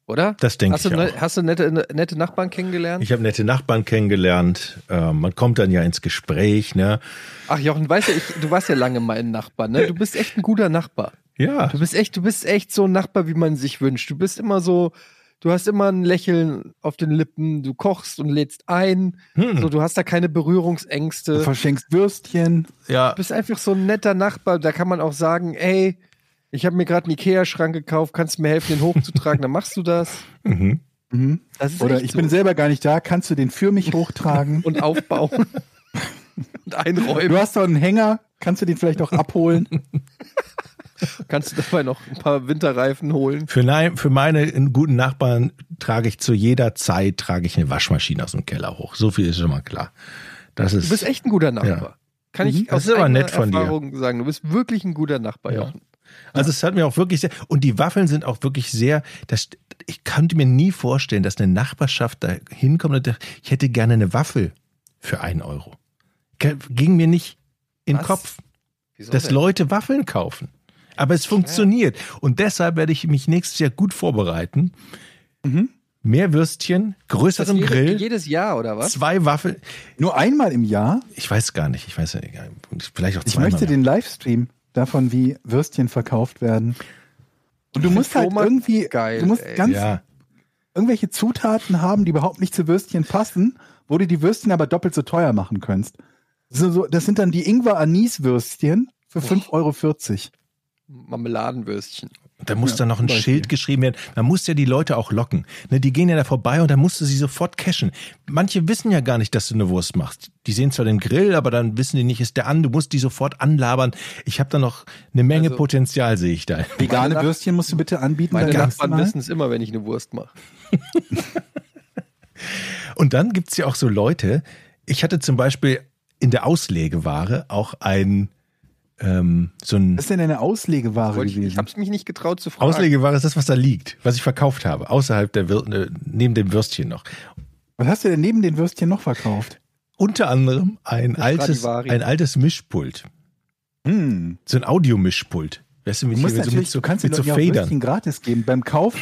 [SPEAKER 5] oder?
[SPEAKER 4] das denke
[SPEAKER 5] Hast
[SPEAKER 4] ich
[SPEAKER 5] du,
[SPEAKER 4] auch.
[SPEAKER 5] ne, hast du nette, nette Nachbarn kennengelernt?
[SPEAKER 4] Ich habe nette Nachbarn kennengelernt. Äh, man kommt dann ja ins Gespräch, ne?
[SPEAKER 5] Ach Jochen, weißt du, ich, du warst ja lange mein Nachbar, ne? Du bist echt ein guter Nachbar.
[SPEAKER 4] Ja.
[SPEAKER 5] Du bist echt, du bist echt so ein Nachbar, wie man sich wünscht. Du bist immer so, du hast immer ein Lächeln auf den Lippen, du kochst und lädst ein, so,
[SPEAKER 4] Hm.
[SPEAKER 5] du hast da keine
[SPEAKER 6] Du
[SPEAKER 5] Berührungsängste. Du
[SPEAKER 6] verschenkst Würstchen.
[SPEAKER 4] Ja.
[SPEAKER 5] bist einfach so ein netter Nachbar, da kann man auch sagen, ey, ich habe mir gerade einen Ikea-Schrank gekauft, kannst du mir helfen, den hochzutragen, dann machst du das.
[SPEAKER 4] Mhm.
[SPEAKER 6] Mhm.
[SPEAKER 5] das ist
[SPEAKER 6] Oder
[SPEAKER 5] echt
[SPEAKER 6] ich
[SPEAKER 5] so.
[SPEAKER 6] bin selber gar nicht da, kannst du den für mich hochtragen?
[SPEAKER 5] Und aufbauen. und
[SPEAKER 6] Du
[SPEAKER 5] einräumen.
[SPEAKER 6] hast doch einen Hänger, kannst du den vielleicht auch abholen?
[SPEAKER 5] Kannst du dabei noch ein paar Winterreifen holen.
[SPEAKER 4] Für, nein, für meine guten Nachbarn trage ich zu jeder Zeit trage ich eine Waschmaschine aus dem Keller hoch. So viel ist schon mal klar. Das ist
[SPEAKER 5] Du bist echt ein guter Nachbar.
[SPEAKER 4] Ja.
[SPEAKER 5] Kann ich
[SPEAKER 4] Mhm. Das
[SPEAKER 5] aus
[SPEAKER 4] ist aber
[SPEAKER 5] eigener
[SPEAKER 4] nett von dir.
[SPEAKER 5] Erfahrung sagen. Du bist wirklich ein guter Nachbar,
[SPEAKER 4] Ja.
[SPEAKER 5] Jochen.
[SPEAKER 4] also es hat mir auch wirklich sehr und die Waffeln sind auch wirklich sehr. Das, ich konnte mir nie vorstellen, dass eine Nachbarschaft da hinkommt und sagt, ich hätte gerne eine Waffel für einen Euro. Ge- Ging mir nicht in den
[SPEAKER 5] Was?
[SPEAKER 4] Kopf,
[SPEAKER 5] Wieso
[SPEAKER 4] dass
[SPEAKER 5] denn?
[SPEAKER 4] Leute Waffeln kaufen. Aber es funktioniert und deshalb werde ich mich nächstes Jahr gut vorbereiten.
[SPEAKER 6] Mhm.
[SPEAKER 4] Mehr Würstchen,
[SPEAKER 5] Das
[SPEAKER 4] größeren
[SPEAKER 5] jede,
[SPEAKER 4] Grill.
[SPEAKER 5] Jedes Jahr oder was?
[SPEAKER 4] Zwei Waffeln.
[SPEAKER 6] Nur einmal im Jahr?
[SPEAKER 4] Ich weiß gar nicht. Ich weiß ja, egal. vielleicht auch
[SPEAKER 6] Ich
[SPEAKER 4] zweimal.
[SPEAKER 6] möchte den Livestream davon, wie Würstchen verkauft werden. Und du musst halt
[SPEAKER 5] Flohmarkt
[SPEAKER 6] irgendwie,
[SPEAKER 5] geil,
[SPEAKER 6] du musst
[SPEAKER 5] ey.
[SPEAKER 6] ganz
[SPEAKER 4] ja.
[SPEAKER 6] irgendwelche Zutaten haben, die überhaupt nicht zu Würstchen passen, wo du die Würstchen aber doppelt so teuer machen könntest. So, so, das sind dann die Ingwer-Anis-Würstchen für 5,40 Euro.
[SPEAKER 5] Marmeladenwürstchen.
[SPEAKER 4] Da muss dann noch ein Schild geschrieben werden. Man muss ja die Leute auch locken. Ne, die gehen ja da vorbei und dann musst du sie sofort cashen. Manche wissen ja gar nicht, dass du eine Wurst machst. Die sehen zwar den Grill, aber dann wissen die nicht, ist der an. Du musst die sofort anlabern. Ich habe da noch eine Menge
[SPEAKER 5] Also-
[SPEAKER 4] Potenzial, sehe ich da.
[SPEAKER 6] Vegane
[SPEAKER 5] Nach-
[SPEAKER 6] Würstchen musst du bitte anbieten.
[SPEAKER 5] Meine
[SPEAKER 6] dann sagst du
[SPEAKER 5] Nachbarn
[SPEAKER 6] mal-
[SPEAKER 5] wissen es immer, wenn ich eine Wurst mache.
[SPEAKER 4] Und dann gibt's ja auch so Leute. Ich hatte zum Beispiel in der Auslegeware auch ein, ähm, so ein
[SPEAKER 6] Was ist denn eine Auslegeware
[SPEAKER 5] Wollte Ich, ich
[SPEAKER 6] gewesen?
[SPEAKER 5] habe es mich nicht getraut zu fragen.
[SPEAKER 4] Auslegeware ist das, was da liegt, was ich verkauft habe, außerhalb der Wür äh, neben dem Würstchen noch.
[SPEAKER 6] Was hast du denn neben den Würstchen noch verkauft?
[SPEAKER 4] Unter anderem ein altes,
[SPEAKER 5] Stradivari.
[SPEAKER 4] ein altes Mischpult.
[SPEAKER 6] Hm.
[SPEAKER 4] So ein Audiomischpult. Weißt du, mit,
[SPEAKER 6] Du, musst
[SPEAKER 4] hier, mit so, mit
[SPEAKER 6] natürlich,
[SPEAKER 4] so,
[SPEAKER 6] du kannst den
[SPEAKER 4] mit so
[SPEAKER 6] Leuten ja auch Würstchen
[SPEAKER 4] Federn.
[SPEAKER 6] gratis geben. Beim Kauf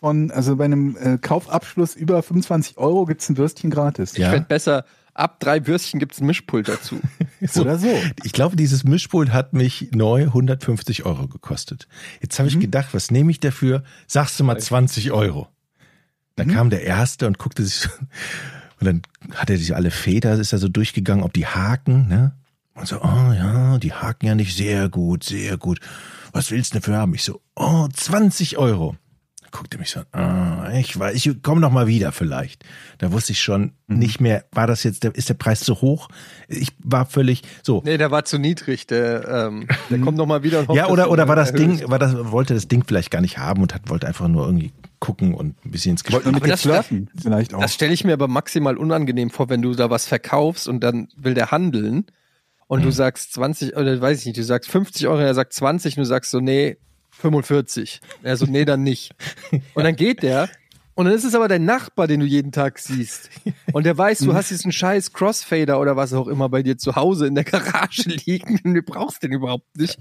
[SPEAKER 6] von, also bei einem äh, Kaufabschluss über 25 Euro gibt's ein Würstchen gratis.
[SPEAKER 4] Ja.
[SPEAKER 5] Ich fände besser, ab drei Würstchen gibt es ein Mischpult dazu.
[SPEAKER 4] So.
[SPEAKER 6] Oder so.
[SPEAKER 4] Ich glaube, dieses Mischpult hat mich neu 150 Euro gekostet. Jetzt habe ich gedacht, was nehme ich dafür? Sagst du mal 20 Euro. Da kam der Erste und guckte sich so, und dann hat er sich alle Feder, ist er so durchgegangen, ob die Haken, ne? Und so, oh ja, die Haken ja nicht, sehr gut, sehr gut. Was willst du denn dafür haben? Ich so, oh, 20 Euro. Dann guckte er mich so, an, ah, ich weiß, ich komme noch mal wieder vielleicht. Da wusste ich schon nicht mehr, war das jetzt, der, ist der Preis zu hoch? Ich war völlig so.
[SPEAKER 5] nee, der war zu niedrig. Der, ähm, der kommt noch mal wieder und hofft,
[SPEAKER 4] Mhm. Ja,
[SPEAKER 5] dass
[SPEAKER 4] oder,
[SPEAKER 5] du
[SPEAKER 4] oder war das
[SPEAKER 5] erhöhst.
[SPEAKER 4] Ding, war das, wollte das Ding vielleicht gar nicht haben und hat, wollte einfach nur irgendwie gucken und ein bisschen ins Gespräch.
[SPEAKER 6] Wollten mit
[SPEAKER 5] Aber
[SPEAKER 6] dir
[SPEAKER 5] das-
[SPEAKER 6] flirten vielleicht auch.
[SPEAKER 5] Das stelle ich mir aber maximal unangenehm vor, wenn du da was verkaufst und dann will der handeln und
[SPEAKER 6] Mhm.
[SPEAKER 5] du sagst 20 oder weiß ich nicht, du sagst 50 Euro und er sagt 20 und du sagst so, nee, 45. Er so, nee, dann nicht. Und dann geht der und dann ist es aber dein Nachbar, den du jeden Tag siehst. Und der weiß,
[SPEAKER 6] Mhm.
[SPEAKER 5] du hast jetzt einen scheiß Crossfader oder was auch immer bei dir zu Hause in der Garage liegen und du brauchst den überhaupt nicht.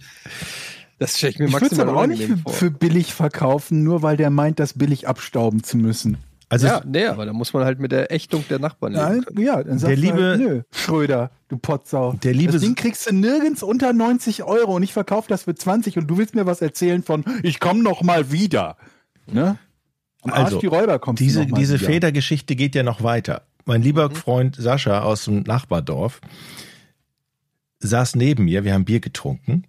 [SPEAKER 5] Das stelle ich mir
[SPEAKER 6] ich würde es
[SPEAKER 5] maximal
[SPEAKER 6] aber auch nicht
[SPEAKER 5] unangenehm
[SPEAKER 6] für,
[SPEAKER 5] vor.
[SPEAKER 6] für billig verkaufen, nur weil der meint, das billig abstauben zu müssen.
[SPEAKER 4] Also
[SPEAKER 5] ja, nee, aber da muss man halt mit der Ächtung der Nachbarn leben
[SPEAKER 6] Nein,
[SPEAKER 5] können.
[SPEAKER 6] ja, dann
[SPEAKER 4] Der
[SPEAKER 6] sagst du
[SPEAKER 4] liebe-
[SPEAKER 6] halt, nö, Schröder, du Potsau.
[SPEAKER 4] Der liebe-
[SPEAKER 6] das Ding kriegst du nirgends unter 90 Euro und ich verkaufe das für 20 und du willst mir was erzählen von, ich komme noch mal wieder. Ne? Am
[SPEAKER 4] Also,
[SPEAKER 6] Arsch die Räuber kommst
[SPEAKER 4] diese,
[SPEAKER 6] du noch mal
[SPEAKER 4] diese
[SPEAKER 6] wieder.
[SPEAKER 4] Federgeschichte geht ja noch weiter. Mein lieber Freund Sascha aus dem Nachbardorf saß neben mir, wir haben Bier getrunken.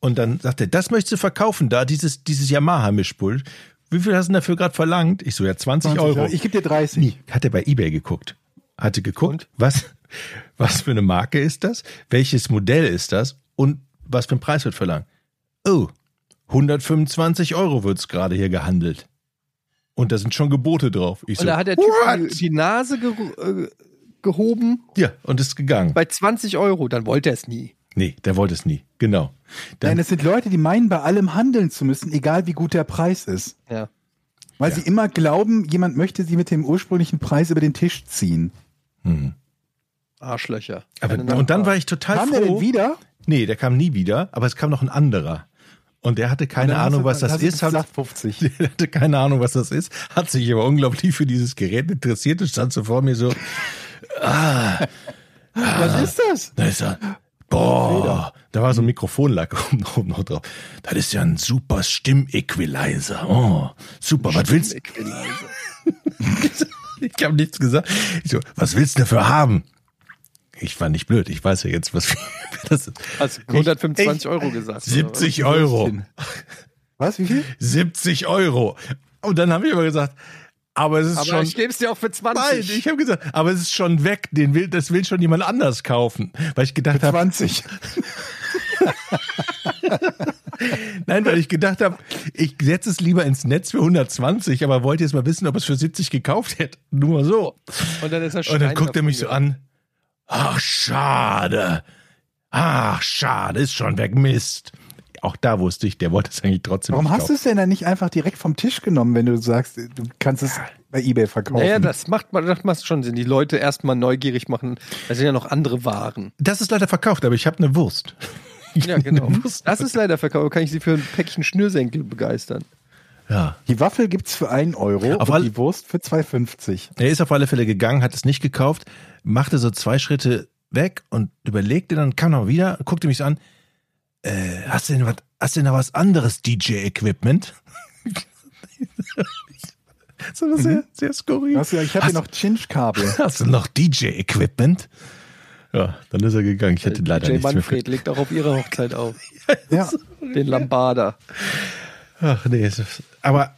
[SPEAKER 4] Und dann sagte er, das möchtest du verkaufen da, dieses, dieses Yamaha-Mischpult. Wie viel hast du denn dafür gerade verlangt? Ich so, ja, 20,
[SPEAKER 6] 20
[SPEAKER 4] Euro.
[SPEAKER 6] Ich gebe dir 30.
[SPEAKER 4] Nie. Hat er bei eBay geguckt. Hatte geguckt, was, was für eine Marke ist das? Welches Modell ist das? Und was für ein Preis wird verlangt? Oh, 125 Euro wird's gerade hier gehandelt. Und da sind schon Gebote drauf. Ich
[SPEAKER 5] Und
[SPEAKER 4] so,
[SPEAKER 5] da hat der Typ die, die Nase geru- äh, gehoben
[SPEAKER 4] ja, und ist gegangen.
[SPEAKER 5] bei 20 Euro, dann wollte er es nie.
[SPEAKER 4] Nee, der wollte es nie. Genau. Dann,
[SPEAKER 6] Nein, es sind Leute, die meinen, bei allem handeln zu müssen, egal wie gut der Preis ist.
[SPEAKER 5] Ja.
[SPEAKER 6] Weil
[SPEAKER 4] Ja.
[SPEAKER 6] sie immer glauben, jemand möchte sie mit dem ursprünglichen Preis über den Tisch ziehen.
[SPEAKER 4] hm.
[SPEAKER 5] Arschlöcher.
[SPEAKER 4] aber,
[SPEAKER 5] Keine
[SPEAKER 4] und dann
[SPEAKER 5] Nachfrage.
[SPEAKER 4] war ich total
[SPEAKER 6] Kam
[SPEAKER 4] Halt froh.
[SPEAKER 6] der denn wieder?
[SPEAKER 4] Nee, der kam nie wieder, aber es kam noch ein anderer. Und der hatte keine
[SPEAKER 6] Dann hast
[SPEAKER 4] Ahnung,
[SPEAKER 6] du-
[SPEAKER 4] was
[SPEAKER 6] dann
[SPEAKER 4] das
[SPEAKER 6] hast du
[SPEAKER 4] ist. Hat,
[SPEAKER 6] gesagt 50.
[SPEAKER 4] Der hatte keine Ahnung, was das ist, hat sich aber unglaublich für dieses Gerät interessiert und stand so vor mir so,
[SPEAKER 6] Was ist das?
[SPEAKER 4] da ist er, boah, da war so ein Mikrofonlack oben, oben noch drauf. Das ist ja ein super Stimmequalizer. Oh, super, was willst du?
[SPEAKER 5] also.
[SPEAKER 4] Ich habe nichts gesagt. Ich so, was willst du dafür haben? Ich war nicht blöd, ich weiß ja jetzt, was das ist.
[SPEAKER 5] Hast du
[SPEAKER 4] Ich-
[SPEAKER 5] 125
[SPEAKER 4] ich-
[SPEAKER 5] Also Euro gesagt. oder
[SPEAKER 4] 70 Euro.
[SPEAKER 6] Was? Wie viel?
[SPEAKER 4] 70 Euro. Und dann habe ich aber gesagt, aber es ist
[SPEAKER 5] was? Aber
[SPEAKER 4] schon.
[SPEAKER 5] ich gebe es dir auch für 20.
[SPEAKER 4] Bald. Ich habe gesagt, aber es ist schon weg. Den will, das will schon jemand anders kaufen. Weil ich gedacht habe,
[SPEAKER 6] 20.
[SPEAKER 4] nein, weil ich gedacht habe, ich setze es lieber ins Netz für 120, aber wollte jetzt mal wissen, ob es für 70 gekauft hätte. Nur mal so.
[SPEAKER 5] Und dann ist er
[SPEAKER 4] Und dann guckt er mich so
[SPEAKER 5] davon
[SPEAKER 4] an. Ach, schade. Ach, schade, ist schon weg. Mist. Auch da wusste ich, der wollte es eigentlich trotzdem
[SPEAKER 6] Warum
[SPEAKER 4] nicht
[SPEAKER 6] hast du
[SPEAKER 4] kaufen.
[SPEAKER 6] es denn dann nicht einfach direkt vom Tisch genommen, wenn du sagst, du kannst es bei Ebay verkaufen?
[SPEAKER 5] Naja, das macht, man- das macht schon Sinn. Die Leute erstmal neugierig machen. Da sind ja noch andere Waren.
[SPEAKER 4] Das ist leider verkauft, aber ich habe eine Wurst. Ich
[SPEAKER 5] Ja,
[SPEAKER 4] hab eine
[SPEAKER 5] genau.
[SPEAKER 4] Wurst.
[SPEAKER 5] Das ist leider verkauft. Kann ich sie für ein Päckchen Schnürsenkel begeistern?
[SPEAKER 4] Ja.
[SPEAKER 6] die Waffel gibt's für 1 Euro
[SPEAKER 4] Auf
[SPEAKER 6] und
[SPEAKER 4] all-
[SPEAKER 6] die Wurst für 2,50.
[SPEAKER 4] Er ist auf alle Fälle gegangen, hat es nicht gekauft, machte so zwei Schritte weg und überlegte dann, kam noch wieder, guckte mich so an. Äh, hast du denn was, hast du denn noch was anderes DJ-Equipment? ist aber sehr, sehr skurril.
[SPEAKER 6] Weißt Mhm. du, ich habe hier noch Chinch-Kabel.
[SPEAKER 4] Hast du noch DJ-Equipment? Ja, dann ist er gegangen. Ich
[SPEAKER 6] Äh,
[SPEAKER 4] hätte leider
[SPEAKER 5] DJ
[SPEAKER 4] nichts mehr.
[SPEAKER 5] Manfred legt auch auf ihrer Hochzeit auf.
[SPEAKER 6] Ja.
[SPEAKER 5] Den Lambada.
[SPEAKER 4] Ach nee, es ist- aber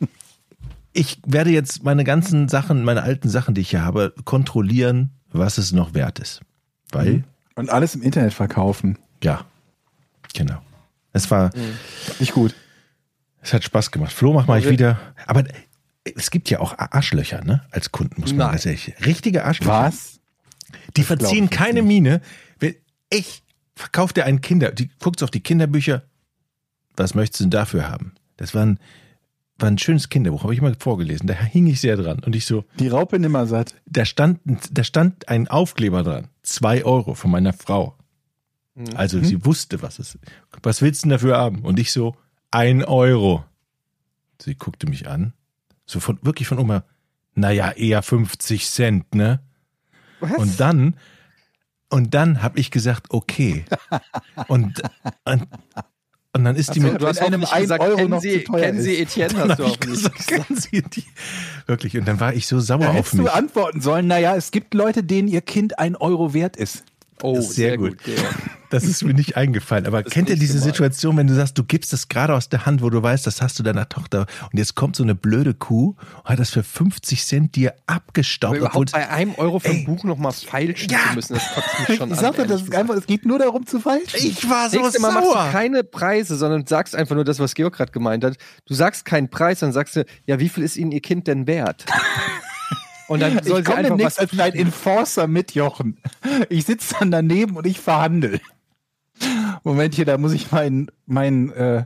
[SPEAKER 4] ich werde jetzt meine ganzen Sachen, meine alten Sachen, die ich hier habe, kontrollieren, was es noch wert ist. Weil,
[SPEAKER 6] Und alles im Internet verkaufen.
[SPEAKER 4] ja, genau. Es war,
[SPEAKER 6] Nicht gut.
[SPEAKER 4] es hat Spaß gemacht. Flo, mach mal ich
[SPEAKER 5] wir-
[SPEAKER 4] wieder. Aber äh, es gibt ja auch Arschlöcher, ne? Als Kunden muss man
[SPEAKER 5] Nein.
[SPEAKER 4] ganz ehrlich. Richtige Arschlöcher.
[SPEAKER 6] Was?
[SPEAKER 4] Die
[SPEAKER 6] glaub
[SPEAKER 4] verziehen
[SPEAKER 6] ich jetzt
[SPEAKER 4] keine
[SPEAKER 6] nicht.
[SPEAKER 4] Miene. Wenn ich verkauft dir einen Kinder, die guckt auf die Kinderbücher. Was möchtest du denn dafür haben? Das war ein, war ein schönes Kinderbuch, habe ich mal vorgelesen. Da hing ich sehr dran. Und ich so,
[SPEAKER 6] Die Raupe nimmer satt.
[SPEAKER 4] da stand, da stand ein Aufkleber dran. Zwei Euro von meiner Frau.
[SPEAKER 5] Mhm.
[SPEAKER 4] Also
[SPEAKER 6] Mhm.
[SPEAKER 4] sie wusste, was es ist. Was willst du denn dafür haben? Und ich so, ein Euro. Sie guckte mich an. So von, wirklich von Oma. Naja, eher 50 Cent, ne?
[SPEAKER 5] Was?
[SPEAKER 4] Und dann, und dann habe ich gesagt, okay. Und, und, und dann ist die mit,
[SPEAKER 5] du hast
[SPEAKER 6] Wenn einem
[SPEAKER 5] einem
[SPEAKER 6] ein
[SPEAKER 5] gesagt,
[SPEAKER 6] Euro
[SPEAKER 5] kennen,
[SPEAKER 6] noch
[SPEAKER 5] Sie,
[SPEAKER 6] zu teuer
[SPEAKER 5] kennen Sie Etienne, hast du
[SPEAKER 4] hab
[SPEAKER 5] auch
[SPEAKER 4] ich gesagt, kennen Sie die? Wirklich, und dann war ich so sauer
[SPEAKER 6] Da
[SPEAKER 4] auf
[SPEAKER 6] hättest
[SPEAKER 4] mich.
[SPEAKER 6] du antworten sollen, naja, es gibt Leute, denen ihr Kind ein Euro wert ist.
[SPEAKER 5] Oh,
[SPEAKER 4] Das ist sehr gut.
[SPEAKER 5] Georg.
[SPEAKER 4] Das ist mir nicht eingefallen. Aber kennt ihr
[SPEAKER 5] nicht
[SPEAKER 4] diese
[SPEAKER 5] gemein.
[SPEAKER 4] Situation, wenn du sagst, du gibst das gerade aus der Hand, wo du weißt, das hast du deiner Tochter und jetzt kommt so eine blöde Kuh und hat das für 50 Cent dir
[SPEAKER 5] Aber
[SPEAKER 4] abgestaubt. obwohl-
[SPEAKER 5] überhaupt bei einem Euro für
[SPEAKER 4] Ey.
[SPEAKER 5] ein Buch nochmal feilschen zu müssen, das kotzt mich schon
[SPEAKER 6] Ich
[SPEAKER 5] an.
[SPEAKER 6] sag doch,
[SPEAKER 5] ehrlich
[SPEAKER 6] das ist
[SPEAKER 5] gesagt.
[SPEAKER 6] einfach, es geht nur darum zu falsch.
[SPEAKER 4] ich war so
[SPEAKER 5] Nächstes Mal machst du
[SPEAKER 4] sauer.
[SPEAKER 5] keine Preise, sondern sagst einfach nur das, was Georg gerade gemeint hat. Du sagst keinen Preis, dann sagst du, ja, wie viel ist Ihnen Ihr Kind denn wert? Und dann soll
[SPEAKER 6] Ich
[SPEAKER 5] sie
[SPEAKER 6] komme
[SPEAKER 5] einfach
[SPEAKER 6] demnächst
[SPEAKER 5] was
[SPEAKER 6] als dein Enforcer mit, Jochen. Ich sitze dann daneben und ich verhandel. Moment hier, da muss ich meinen, meinen, äh,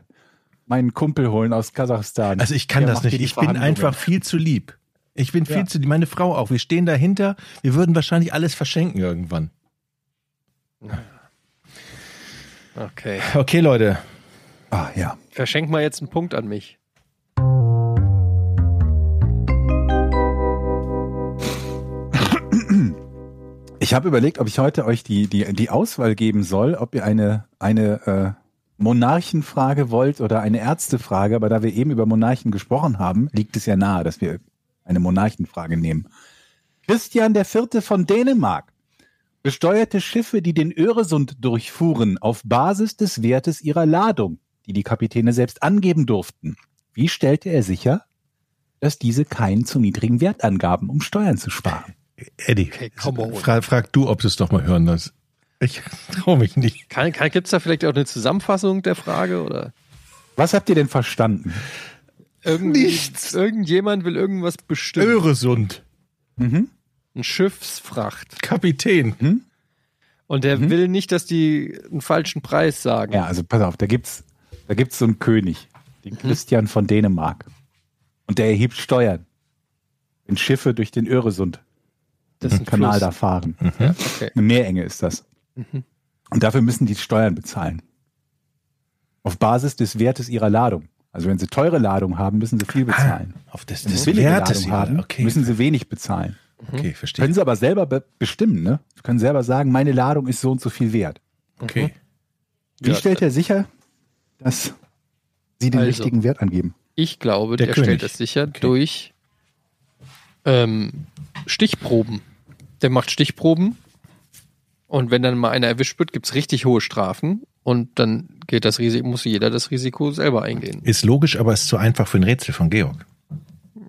[SPEAKER 6] meinen Kumpel holen aus Kasachstan.
[SPEAKER 4] Also ich kann
[SPEAKER 6] Der
[SPEAKER 4] das
[SPEAKER 6] macht
[SPEAKER 4] nicht.
[SPEAKER 6] hier die
[SPEAKER 4] Ich bin
[SPEAKER 6] Verhandlungen.
[SPEAKER 4] einfach viel zu lieb. Ich bin viel zu lieb. Meine Frau auch. Wir stehen dahinter. Wir würden wahrscheinlich alles verschenken irgendwann.
[SPEAKER 5] Okay.
[SPEAKER 4] Okay, Leute.
[SPEAKER 6] Ah, ja.
[SPEAKER 5] Verschenk mal jetzt einen Punkt an mich.
[SPEAKER 6] Ich habe überlegt, ob ich heute euch die, die, die Auswahl geben soll, ob ihr eine, eine äh, Monarchenfrage wollt oder eine Ärztefrage. Aber da wir eben über Monarchen gesprochen haben, liegt es ja nahe, dass wir eine Monarchenfrage nehmen. Christian der Vierte von Dänemark besteuerte Schiffe, die den Öresund durchfuhren, auf Basis des Wertes ihrer Ladung, die die Kapitäne selbst angeben durften. Wie stellte er sicher, dass diese keinen zu niedrigen Wert angaben, um Steuern zu sparen?
[SPEAKER 4] Eddie,
[SPEAKER 5] Okay, come on.
[SPEAKER 4] fra frag du, ob du es doch mal hören lässt. Ich traue mich nicht.
[SPEAKER 5] Kann, kann, Gibt es da vielleicht auch eine Zusammenfassung der Frage? Oder
[SPEAKER 6] Was habt ihr denn verstanden?
[SPEAKER 5] irgendwie, Nichts. irgendjemand will irgendwas bestimmen?
[SPEAKER 4] Öresund.
[SPEAKER 6] Mhm.
[SPEAKER 5] Ein Schiffsfracht.
[SPEAKER 4] Kapitän.
[SPEAKER 5] Und der will nicht, dass die einen falschen Preis sagen.
[SPEAKER 6] Mhm. Ja, also pass auf, da gibt's, da gibt's so einen König, den
[SPEAKER 5] Mhm.
[SPEAKER 6] Christian von Dänemark. Und der erhebt Steuern, wenn Schiffe durch den Öresund,
[SPEAKER 5] das ist ein
[SPEAKER 6] Kanal
[SPEAKER 5] Fluss.
[SPEAKER 6] da fahren.
[SPEAKER 5] Ja, okay.
[SPEAKER 6] Eine Meerenge ist das.
[SPEAKER 5] Mhm.
[SPEAKER 6] Und dafür müssen die Steuern bezahlen. Auf Basis des Wertes ihrer Ladung. Also wenn sie teure Ladung haben, müssen
[SPEAKER 5] Ah,
[SPEAKER 6] sie viel bezahlen.
[SPEAKER 4] Auf des,
[SPEAKER 6] Wenn sie
[SPEAKER 4] des
[SPEAKER 6] billige
[SPEAKER 4] Wertes.
[SPEAKER 6] Ladung haben,
[SPEAKER 4] Okay,
[SPEAKER 6] müssen sie wenig bezahlen.
[SPEAKER 4] okay, verstehe.
[SPEAKER 6] Können sie aber selber be bestimmen, ne? Sie können selber sagen, meine Ladung ist so und so viel wert.
[SPEAKER 4] Okay.
[SPEAKER 6] Wie
[SPEAKER 5] Ja, äh,
[SPEAKER 6] stellt er sicher, dass sie den
[SPEAKER 5] Also.
[SPEAKER 6] richtigen Wert angeben?
[SPEAKER 5] Ich glaube,
[SPEAKER 4] Der
[SPEAKER 5] der,
[SPEAKER 4] König.
[SPEAKER 5] stellt das sicher durch ähm, Stichproben. Der macht Stichproben und wenn dann mal einer erwischt wird, gibt es richtig hohe Strafen und dann geht das Risiko, muss jeder das Risiko selber eingehen.
[SPEAKER 4] Ist logisch, aber ist zu einfach für ein Rätsel von Georg.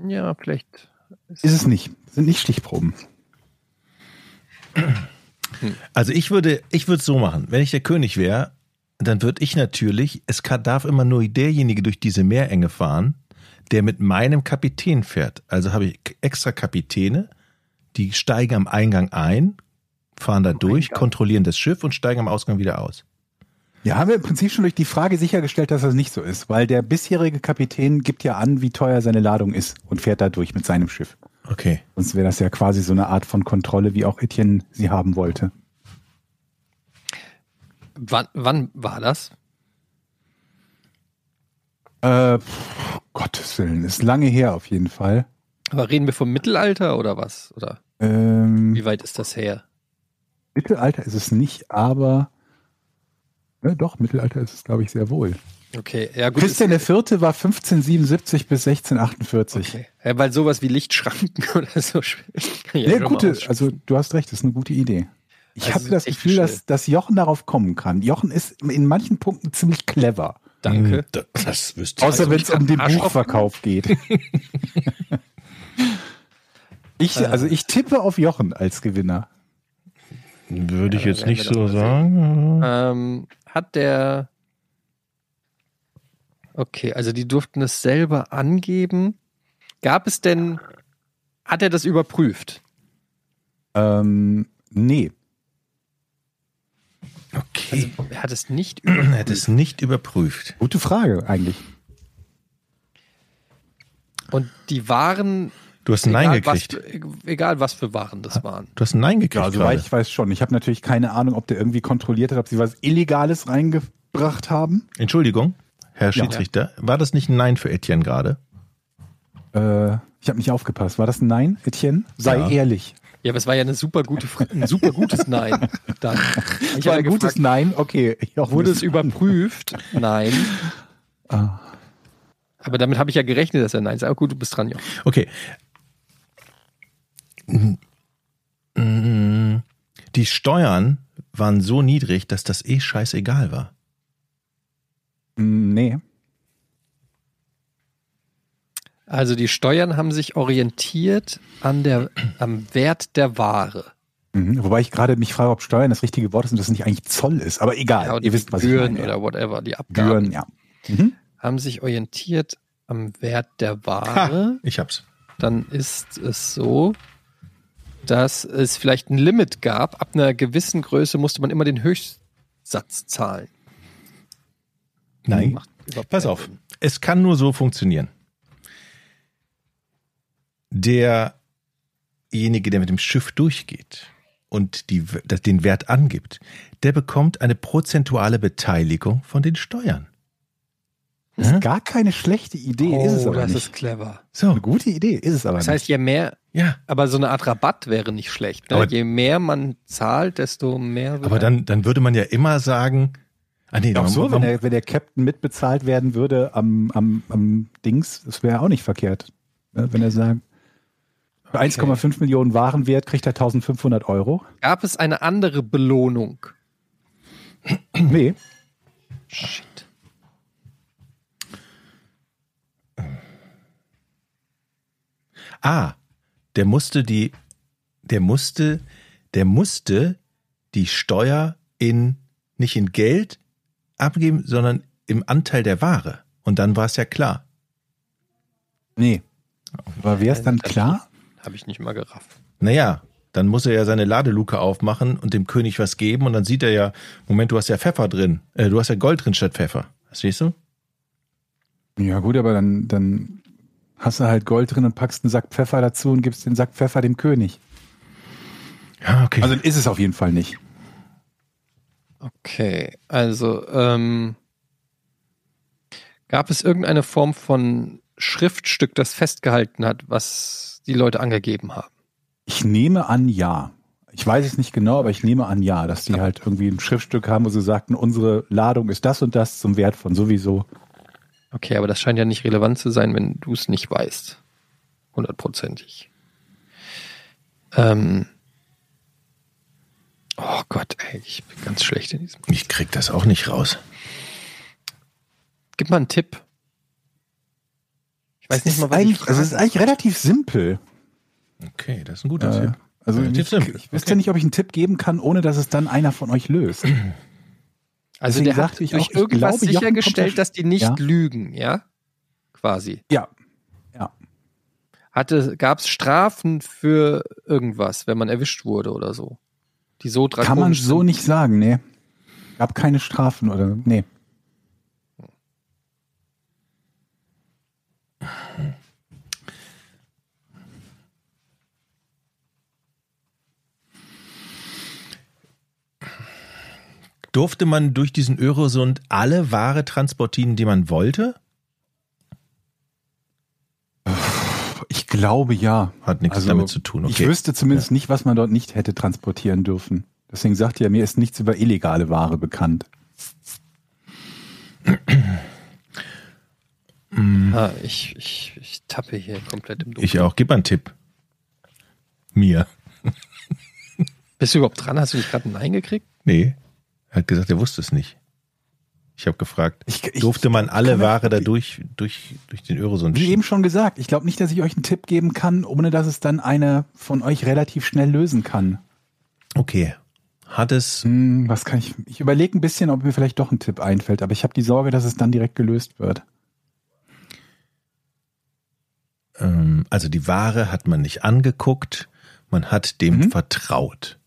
[SPEAKER 5] Ja, vielleicht.
[SPEAKER 6] Ist es nicht. Das sind nicht Stichproben.
[SPEAKER 4] Also ich würde, ich würde es so machen. Wenn ich der König wäre, dann würde ich natürlich, es kann, darf immer nur derjenige durch diese Meerenge fahren, der mit meinem Kapitän fährt. Also habe ich extra Kapitäne, die steigen am Eingang ein, fahren da durch, kontrollieren das Schiff und steigen am Ausgang wieder aus.
[SPEAKER 6] Ja, haben wir im Prinzip schon durch die Frage sichergestellt, dass das nicht so ist, weil der bisherige Kapitän gibt ja an, wie teuer seine Ladung ist und fährt dadurch mit seinem Schiff.
[SPEAKER 4] Okay.
[SPEAKER 6] Sonst wäre das ja quasi so eine Art von Kontrolle, wie auch Etienne sie haben wollte.
[SPEAKER 5] Wann, wann war das?
[SPEAKER 6] Äh, pff, Gottes Willen, ist lange her auf jeden Fall.
[SPEAKER 5] Aber reden wir vom Mittelalter oder was? Oder
[SPEAKER 6] Ähm,
[SPEAKER 5] wie weit ist das her?
[SPEAKER 6] Mittelalter ist es nicht, aber ne, doch, Mittelalter ist es, glaube ich, sehr wohl.
[SPEAKER 5] Okay, ja gut.
[SPEAKER 6] Christian der Vierte war 1577 bis 1648.
[SPEAKER 5] okay. ja, weil sowas wie Lichtschranken oder so.
[SPEAKER 6] Ja, gute, also du hast recht, das ist eine gute Idee. Ich
[SPEAKER 5] Also
[SPEAKER 6] habe das
[SPEAKER 5] echt
[SPEAKER 6] Gefühl,
[SPEAKER 5] schön.
[SPEAKER 6] dass, dass Jochen darauf kommen kann. Jochen ist in manchen Punkten ziemlich clever.
[SPEAKER 4] Hm,
[SPEAKER 5] Danke.
[SPEAKER 3] Das, das wüsste ich.
[SPEAKER 6] Außer wenn es um den Buchverkauf geht. ich, also ich tippe auf Jochen als Gewinner.
[SPEAKER 4] Würde ich
[SPEAKER 5] Ja,
[SPEAKER 4] jetzt
[SPEAKER 5] werden
[SPEAKER 4] nicht
[SPEAKER 5] wir
[SPEAKER 4] so
[SPEAKER 5] doch mal
[SPEAKER 4] sagen.
[SPEAKER 5] Ähm, hat der. Okay, also die durften es selber angeben. Gab es denn. Hat er das überprüft?
[SPEAKER 6] Ähm, nee.
[SPEAKER 3] Okay.
[SPEAKER 5] Er hat es nicht
[SPEAKER 4] Er
[SPEAKER 5] überprüft.
[SPEAKER 4] hat es nicht überprüft.
[SPEAKER 6] Gute Frage eigentlich.
[SPEAKER 5] Und die waren.
[SPEAKER 4] Du hast ein Nein
[SPEAKER 5] egal was,
[SPEAKER 4] gekriegt.
[SPEAKER 5] für- e-, egal was für Waren das waren.
[SPEAKER 4] Du hast ein Nein gekriegt.
[SPEAKER 6] Ja, soweit
[SPEAKER 4] gerade.
[SPEAKER 6] Also, ich weiß schon. Ich habe natürlich keine Ahnung, ob der irgendwie kontrolliert hat, ob sie was Illegales reingebracht haben.
[SPEAKER 4] Entschuldigung, Herr Schiedsrichter, war das nicht ein Nein für Etienne gerade?
[SPEAKER 6] Äh, ich habe nicht aufgepasst. War das ein Nein, Etienne? Sei
[SPEAKER 4] Ja.
[SPEAKER 6] ehrlich.
[SPEAKER 5] Ja, aber es war ja eine super gute, Fra- ein super gutes Nein. Dann. Ich
[SPEAKER 6] war
[SPEAKER 5] habe
[SPEAKER 6] ein
[SPEAKER 5] gefragt,
[SPEAKER 6] gutes Nein. Okay. Jochen
[SPEAKER 5] Wurde
[SPEAKER 6] ist-
[SPEAKER 5] es überprüft? Nein.
[SPEAKER 6] Ah.
[SPEAKER 5] Aber damit habe ich ja gerechnet, dass er nein sagt. Aber gut, du bist dran, Jochen.
[SPEAKER 4] Okay. Mm, Die Steuern waren so niedrig, dass das eh scheißegal war.
[SPEAKER 6] Mm, Nee.
[SPEAKER 5] Also die Steuern haben sich orientiert an der, am Wert der Ware.
[SPEAKER 6] Mhm. Wobei ich gerade mich frage, ob Steuern das richtige Wort ist und das nicht eigentlich Zoll ist. Aber egal.
[SPEAKER 5] Ja, und
[SPEAKER 6] Ah, Ihr wisst, was ich
[SPEAKER 5] Gebühren
[SPEAKER 6] meine.
[SPEAKER 5] oder whatever, die Abgaben
[SPEAKER 6] Gebühren, ja. Mhm.
[SPEAKER 5] haben sich orientiert am Wert der Ware.
[SPEAKER 4] Ich hab's.
[SPEAKER 5] Dann ist es so, dass es vielleicht ein Limit gab. Ab einer gewissen Größe musste man immer den Höchstsatz zahlen.
[SPEAKER 4] Nein.
[SPEAKER 6] Mhm.
[SPEAKER 5] Macht überhaupt
[SPEAKER 4] Pass
[SPEAKER 5] keinen
[SPEAKER 4] auf,
[SPEAKER 5] Sinn.
[SPEAKER 4] es kann nur so funktionieren. Derjenige, der mit dem Schiff durchgeht und die, das- den Wert angibt, der bekommt eine prozentuale Beteiligung von den Steuern.
[SPEAKER 6] Das ist gar keine schlechte Idee,
[SPEAKER 5] Oh,
[SPEAKER 6] ist es aber
[SPEAKER 5] das
[SPEAKER 6] nicht.
[SPEAKER 5] ist clever.
[SPEAKER 4] So,
[SPEAKER 6] eine gute Idee, ist es aber
[SPEAKER 5] Das heißt, je mehr,
[SPEAKER 4] ja.
[SPEAKER 5] aber so eine Art Rabatt wäre nicht schlecht. Ne?
[SPEAKER 4] Aber-
[SPEAKER 5] Je mehr man zahlt, desto mehr. wird-
[SPEAKER 4] Aber dann, dann würde man ja immer sagen, ah nee,
[SPEAKER 6] nicht. Auch
[SPEAKER 4] man-
[SPEAKER 6] so,
[SPEAKER 4] man-
[SPEAKER 6] Genau. wenn der, wenn der Captain mitbezahlt werden würde am, am, am Dings, das wäre auch nicht verkehrt. Ne, wenn er sagt, für 1,5 Millionen Warenwert kriegt er 1500 Euro.
[SPEAKER 5] gab es eine andere Belohnung.
[SPEAKER 6] Nee,
[SPEAKER 5] Shit.
[SPEAKER 4] ah, der musste die, der musste, der musste die Steuer in, nicht in Geld abgeben, sondern im Anteil der Ware. Und dann war es ja klar.
[SPEAKER 6] nee. Aber wäre es dann
[SPEAKER 5] Das-
[SPEAKER 6] klar?
[SPEAKER 5] Habe ich nicht mal gerafft.
[SPEAKER 4] Naja, dann muss er ja seine Ladeluke aufmachen und dem König was geben und dann sieht er ja, Moment, du hast ja Pfeffer drin, äh, du hast ja Gold drin statt Pfeffer. Siehst du?
[SPEAKER 6] Ja gut, aber dann, dann hast du halt Gold drin und packst einen Sack Pfeffer dazu und gibst den Sack Pfeffer dem König.
[SPEAKER 4] Ja, okay.
[SPEAKER 6] Also ist es auf jeden Fall nicht.
[SPEAKER 5] Okay, also ähm, gab es irgendeine Form von Schriftstück, das festgehalten hat, was die Leute angegeben haben?
[SPEAKER 6] Ich nehme an, ja. Ich weiß es nicht genau, aber ich nehme an, ja, dass die halt irgendwie ein Schriftstück haben, wo sie sagten, unsere Ladung ist das und das zum Wert von sowieso.
[SPEAKER 5] Okay, aber das scheint ja nicht relevant zu sein, wenn du es nicht weißt. Hundertprozentig. Ähm. Oh Gott, ey, ich bin ganz schlecht in diesem.
[SPEAKER 4] ich krieg das auch nicht raus.
[SPEAKER 5] Gib mal einen Tipp. Ich weiß nicht mal, was ich
[SPEAKER 6] eigentlich, also es ist
[SPEAKER 5] frage.
[SPEAKER 6] eigentlich relativ simpel.
[SPEAKER 4] Okay, das ist ein guter
[SPEAKER 6] Äh,
[SPEAKER 4] Tipp.
[SPEAKER 6] also
[SPEAKER 4] Relativ
[SPEAKER 6] ich,
[SPEAKER 4] simpel.
[SPEAKER 6] ich wüsste nicht, ob ich einen Tipp geben kann, ohne dass es dann einer von euch löst.
[SPEAKER 5] Also
[SPEAKER 6] Deswegen
[SPEAKER 5] der hat
[SPEAKER 6] sagte ich
[SPEAKER 5] durch
[SPEAKER 6] auch, ich
[SPEAKER 5] irgendwas
[SPEAKER 6] glaube, Jochen kommt
[SPEAKER 5] sichergestellt,
[SPEAKER 6] da-
[SPEAKER 5] dass die nicht
[SPEAKER 6] Ja.
[SPEAKER 5] lügen, ja? Quasi.
[SPEAKER 6] Ja.
[SPEAKER 5] Hatte, gab es Strafen für irgendwas, wenn man erwischt wurde oder so? Die so dran
[SPEAKER 6] Kann man so nicht sagen, nee. Gab keine Strafen oder nee.
[SPEAKER 4] Durfte man durch diesen Öresund alle Ware transportieren, die man wollte?
[SPEAKER 6] Ich glaube ja.
[SPEAKER 4] Hat nichts
[SPEAKER 6] Also,
[SPEAKER 4] damit zu tun.
[SPEAKER 6] Ich wüsste zumindest nicht, was man dort nicht hätte transportieren dürfen. Deswegen sagt ihr, mir ist nichts über illegale Ware bekannt.
[SPEAKER 5] Ah, ich, ich, ich tappe hier komplett im Dunkeln.
[SPEAKER 4] Ich auch. Gib mal einen Tipp. Mir.
[SPEAKER 5] Bist du überhaupt dran? Hast du nicht gerade ein Nein gekriegt?
[SPEAKER 4] Nee. Er hat gesagt, er wusste es nicht. Ich habe gefragt,
[SPEAKER 6] Ich, ich,
[SPEAKER 4] durfte man alle
[SPEAKER 6] kann-
[SPEAKER 4] Ware da durch, durch, durch den Öresund
[SPEAKER 6] wie
[SPEAKER 4] schieben?
[SPEAKER 6] eben schon gesagt, ich glaube nicht, dass ich euch einen Tipp geben kann, ohne dass es dann einer von euch relativ schnell lösen kann.
[SPEAKER 4] Okay. Hat es,
[SPEAKER 6] Hm, was kann ich? Ich überlege ein bisschen, ob mir vielleicht doch ein Tipp einfällt, aber ich habe die Sorge, dass es dann direkt gelöst wird.
[SPEAKER 4] ähm, also die Ware hat man nicht angeguckt, man hat dem
[SPEAKER 6] Mhm.
[SPEAKER 4] vertraut.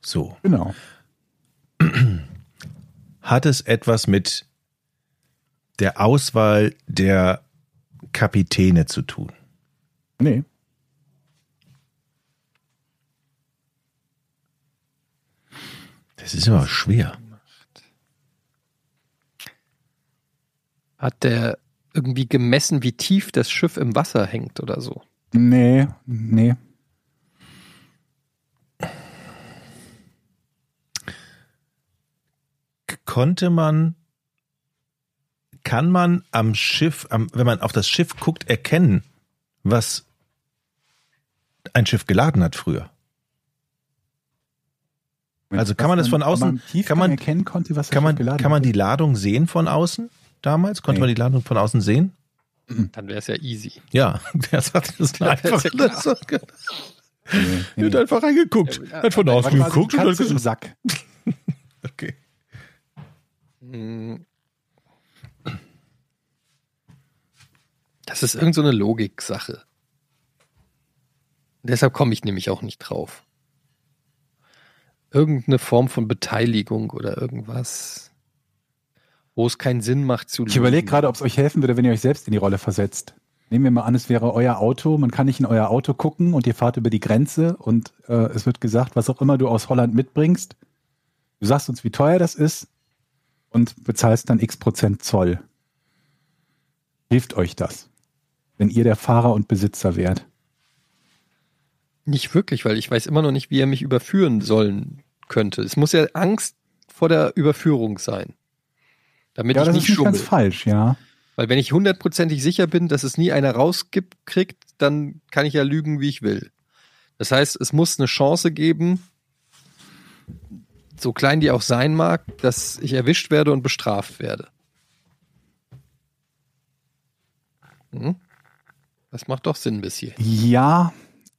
[SPEAKER 4] So.
[SPEAKER 6] Genau.
[SPEAKER 4] Hat es etwas mit der Auswahl der Kapitäne zu tun?
[SPEAKER 6] Nee.
[SPEAKER 4] Das ist immer schwer.
[SPEAKER 5] Hat der irgendwie gemessen, wie tief das Schiff im Wasser hängt oder so?
[SPEAKER 6] Nee, nee.
[SPEAKER 4] konnte man, kann man am Schiff, am, wenn man auf das Schiff guckt, erkennen, was ein Schiff geladen hat früher? Also kann man das von außen-
[SPEAKER 6] kann
[SPEAKER 4] kann
[SPEAKER 6] man
[SPEAKER 4] man-
[SPEAKER 6] erkennen konnte, was das
[SPEAKER 4] Kann man,
[SPEAKER 6] Schiff geladen
[SPEAKER 4] kann man
[SPEAKER 6] hatte?
[SPEAKER 4] die Ladung sehen von außen damals? Konnte
[SPEAKER 6] Nee.
[SPEAKER 4] man die Ladung von außen sehen?
[SPEAKER 6] Hm.
[SPEAKER 5] Dann wäre es ja easy.
[SPEAKER 4] Ja, wer sagt das
[SPEAKER 5] Ja, das
[SPEAKER 4] einfach?
[SPEAKER 5] ist ja klar.
[SPEAKER 4] Das ist-
[SPEAKER 6] Nee, nee,
[SPEAKER 4] Der hat einfach reingeguckt.
[SPEAKER 5] Ja,
[SPEAKER 4] hat von
[SPEAKER 5] aber
[SPEAKER 4] außen
[SPEAKER 6] War quasi
[SPEAKER 4] geguckt
[SPEAKER 6] die
[SPEAKER 4] und hat
[SPEAKER 6] Katze im
[SPEAKER 4] gesagt,
[SPEAKER 6] Sack.
[SPEAKER 4] okay.
[SPEAKER 5] Hm. Das ist irgendeine so eine Logik-Sache. Deshalb komme ich nämlich auch nicht drauf. Irgendeine Form von Beteiligung oder irgendwas, wo es keinen Sinn macht zu
[SPEAKER 6] Ich überlege
[SPEAKER 5] lügen.
[SPEAKER 6] gerade, ob es euch helfen würde, wenn ihr euch selbst in die Rolle versetzt. Nehmen wir mal an, es wäre euer Auto, man kann nicht in euer Auto gucken und ihr fahrt über die Grenze und äh, es wird gesagt, was auch immer du aus Holland mitbringst, du sagst uns, wie teuer das ist und bezahlst dann x Prozent Zoll. Hilft euch das, wenn ihr der Fahrer und Besitzer wärt?
[SPEAKER 5] Nicht wirklich, weil ich weiß immer noch nicht, wie er mich überführen sollen könnte. Es muss ja Angst vor der Überführung sein. Damit
[SPEAKER 6] ja,
[SPEAKER 5] ich
[SPEAKER 6] das
[SPEAKER 5] nicht
[SPEAKER 6] ist nicht
[SPEAKER 5] schummel.
[SPEAKER 6] ganz falsch, ja.
[SPEAKER 5] Weil wenn ich hundertprozentig sicher bin, dass es nie einer rauskriegt, dann kann ich ja lügen, wie ich will. Das heißt, es muss eine Chance geben, so klein die auch sein mag, dass ich erwischt werde und bestraft werde. Hm? Das macht doch Sinn bis hier.
[SPEAKER 6] Ja,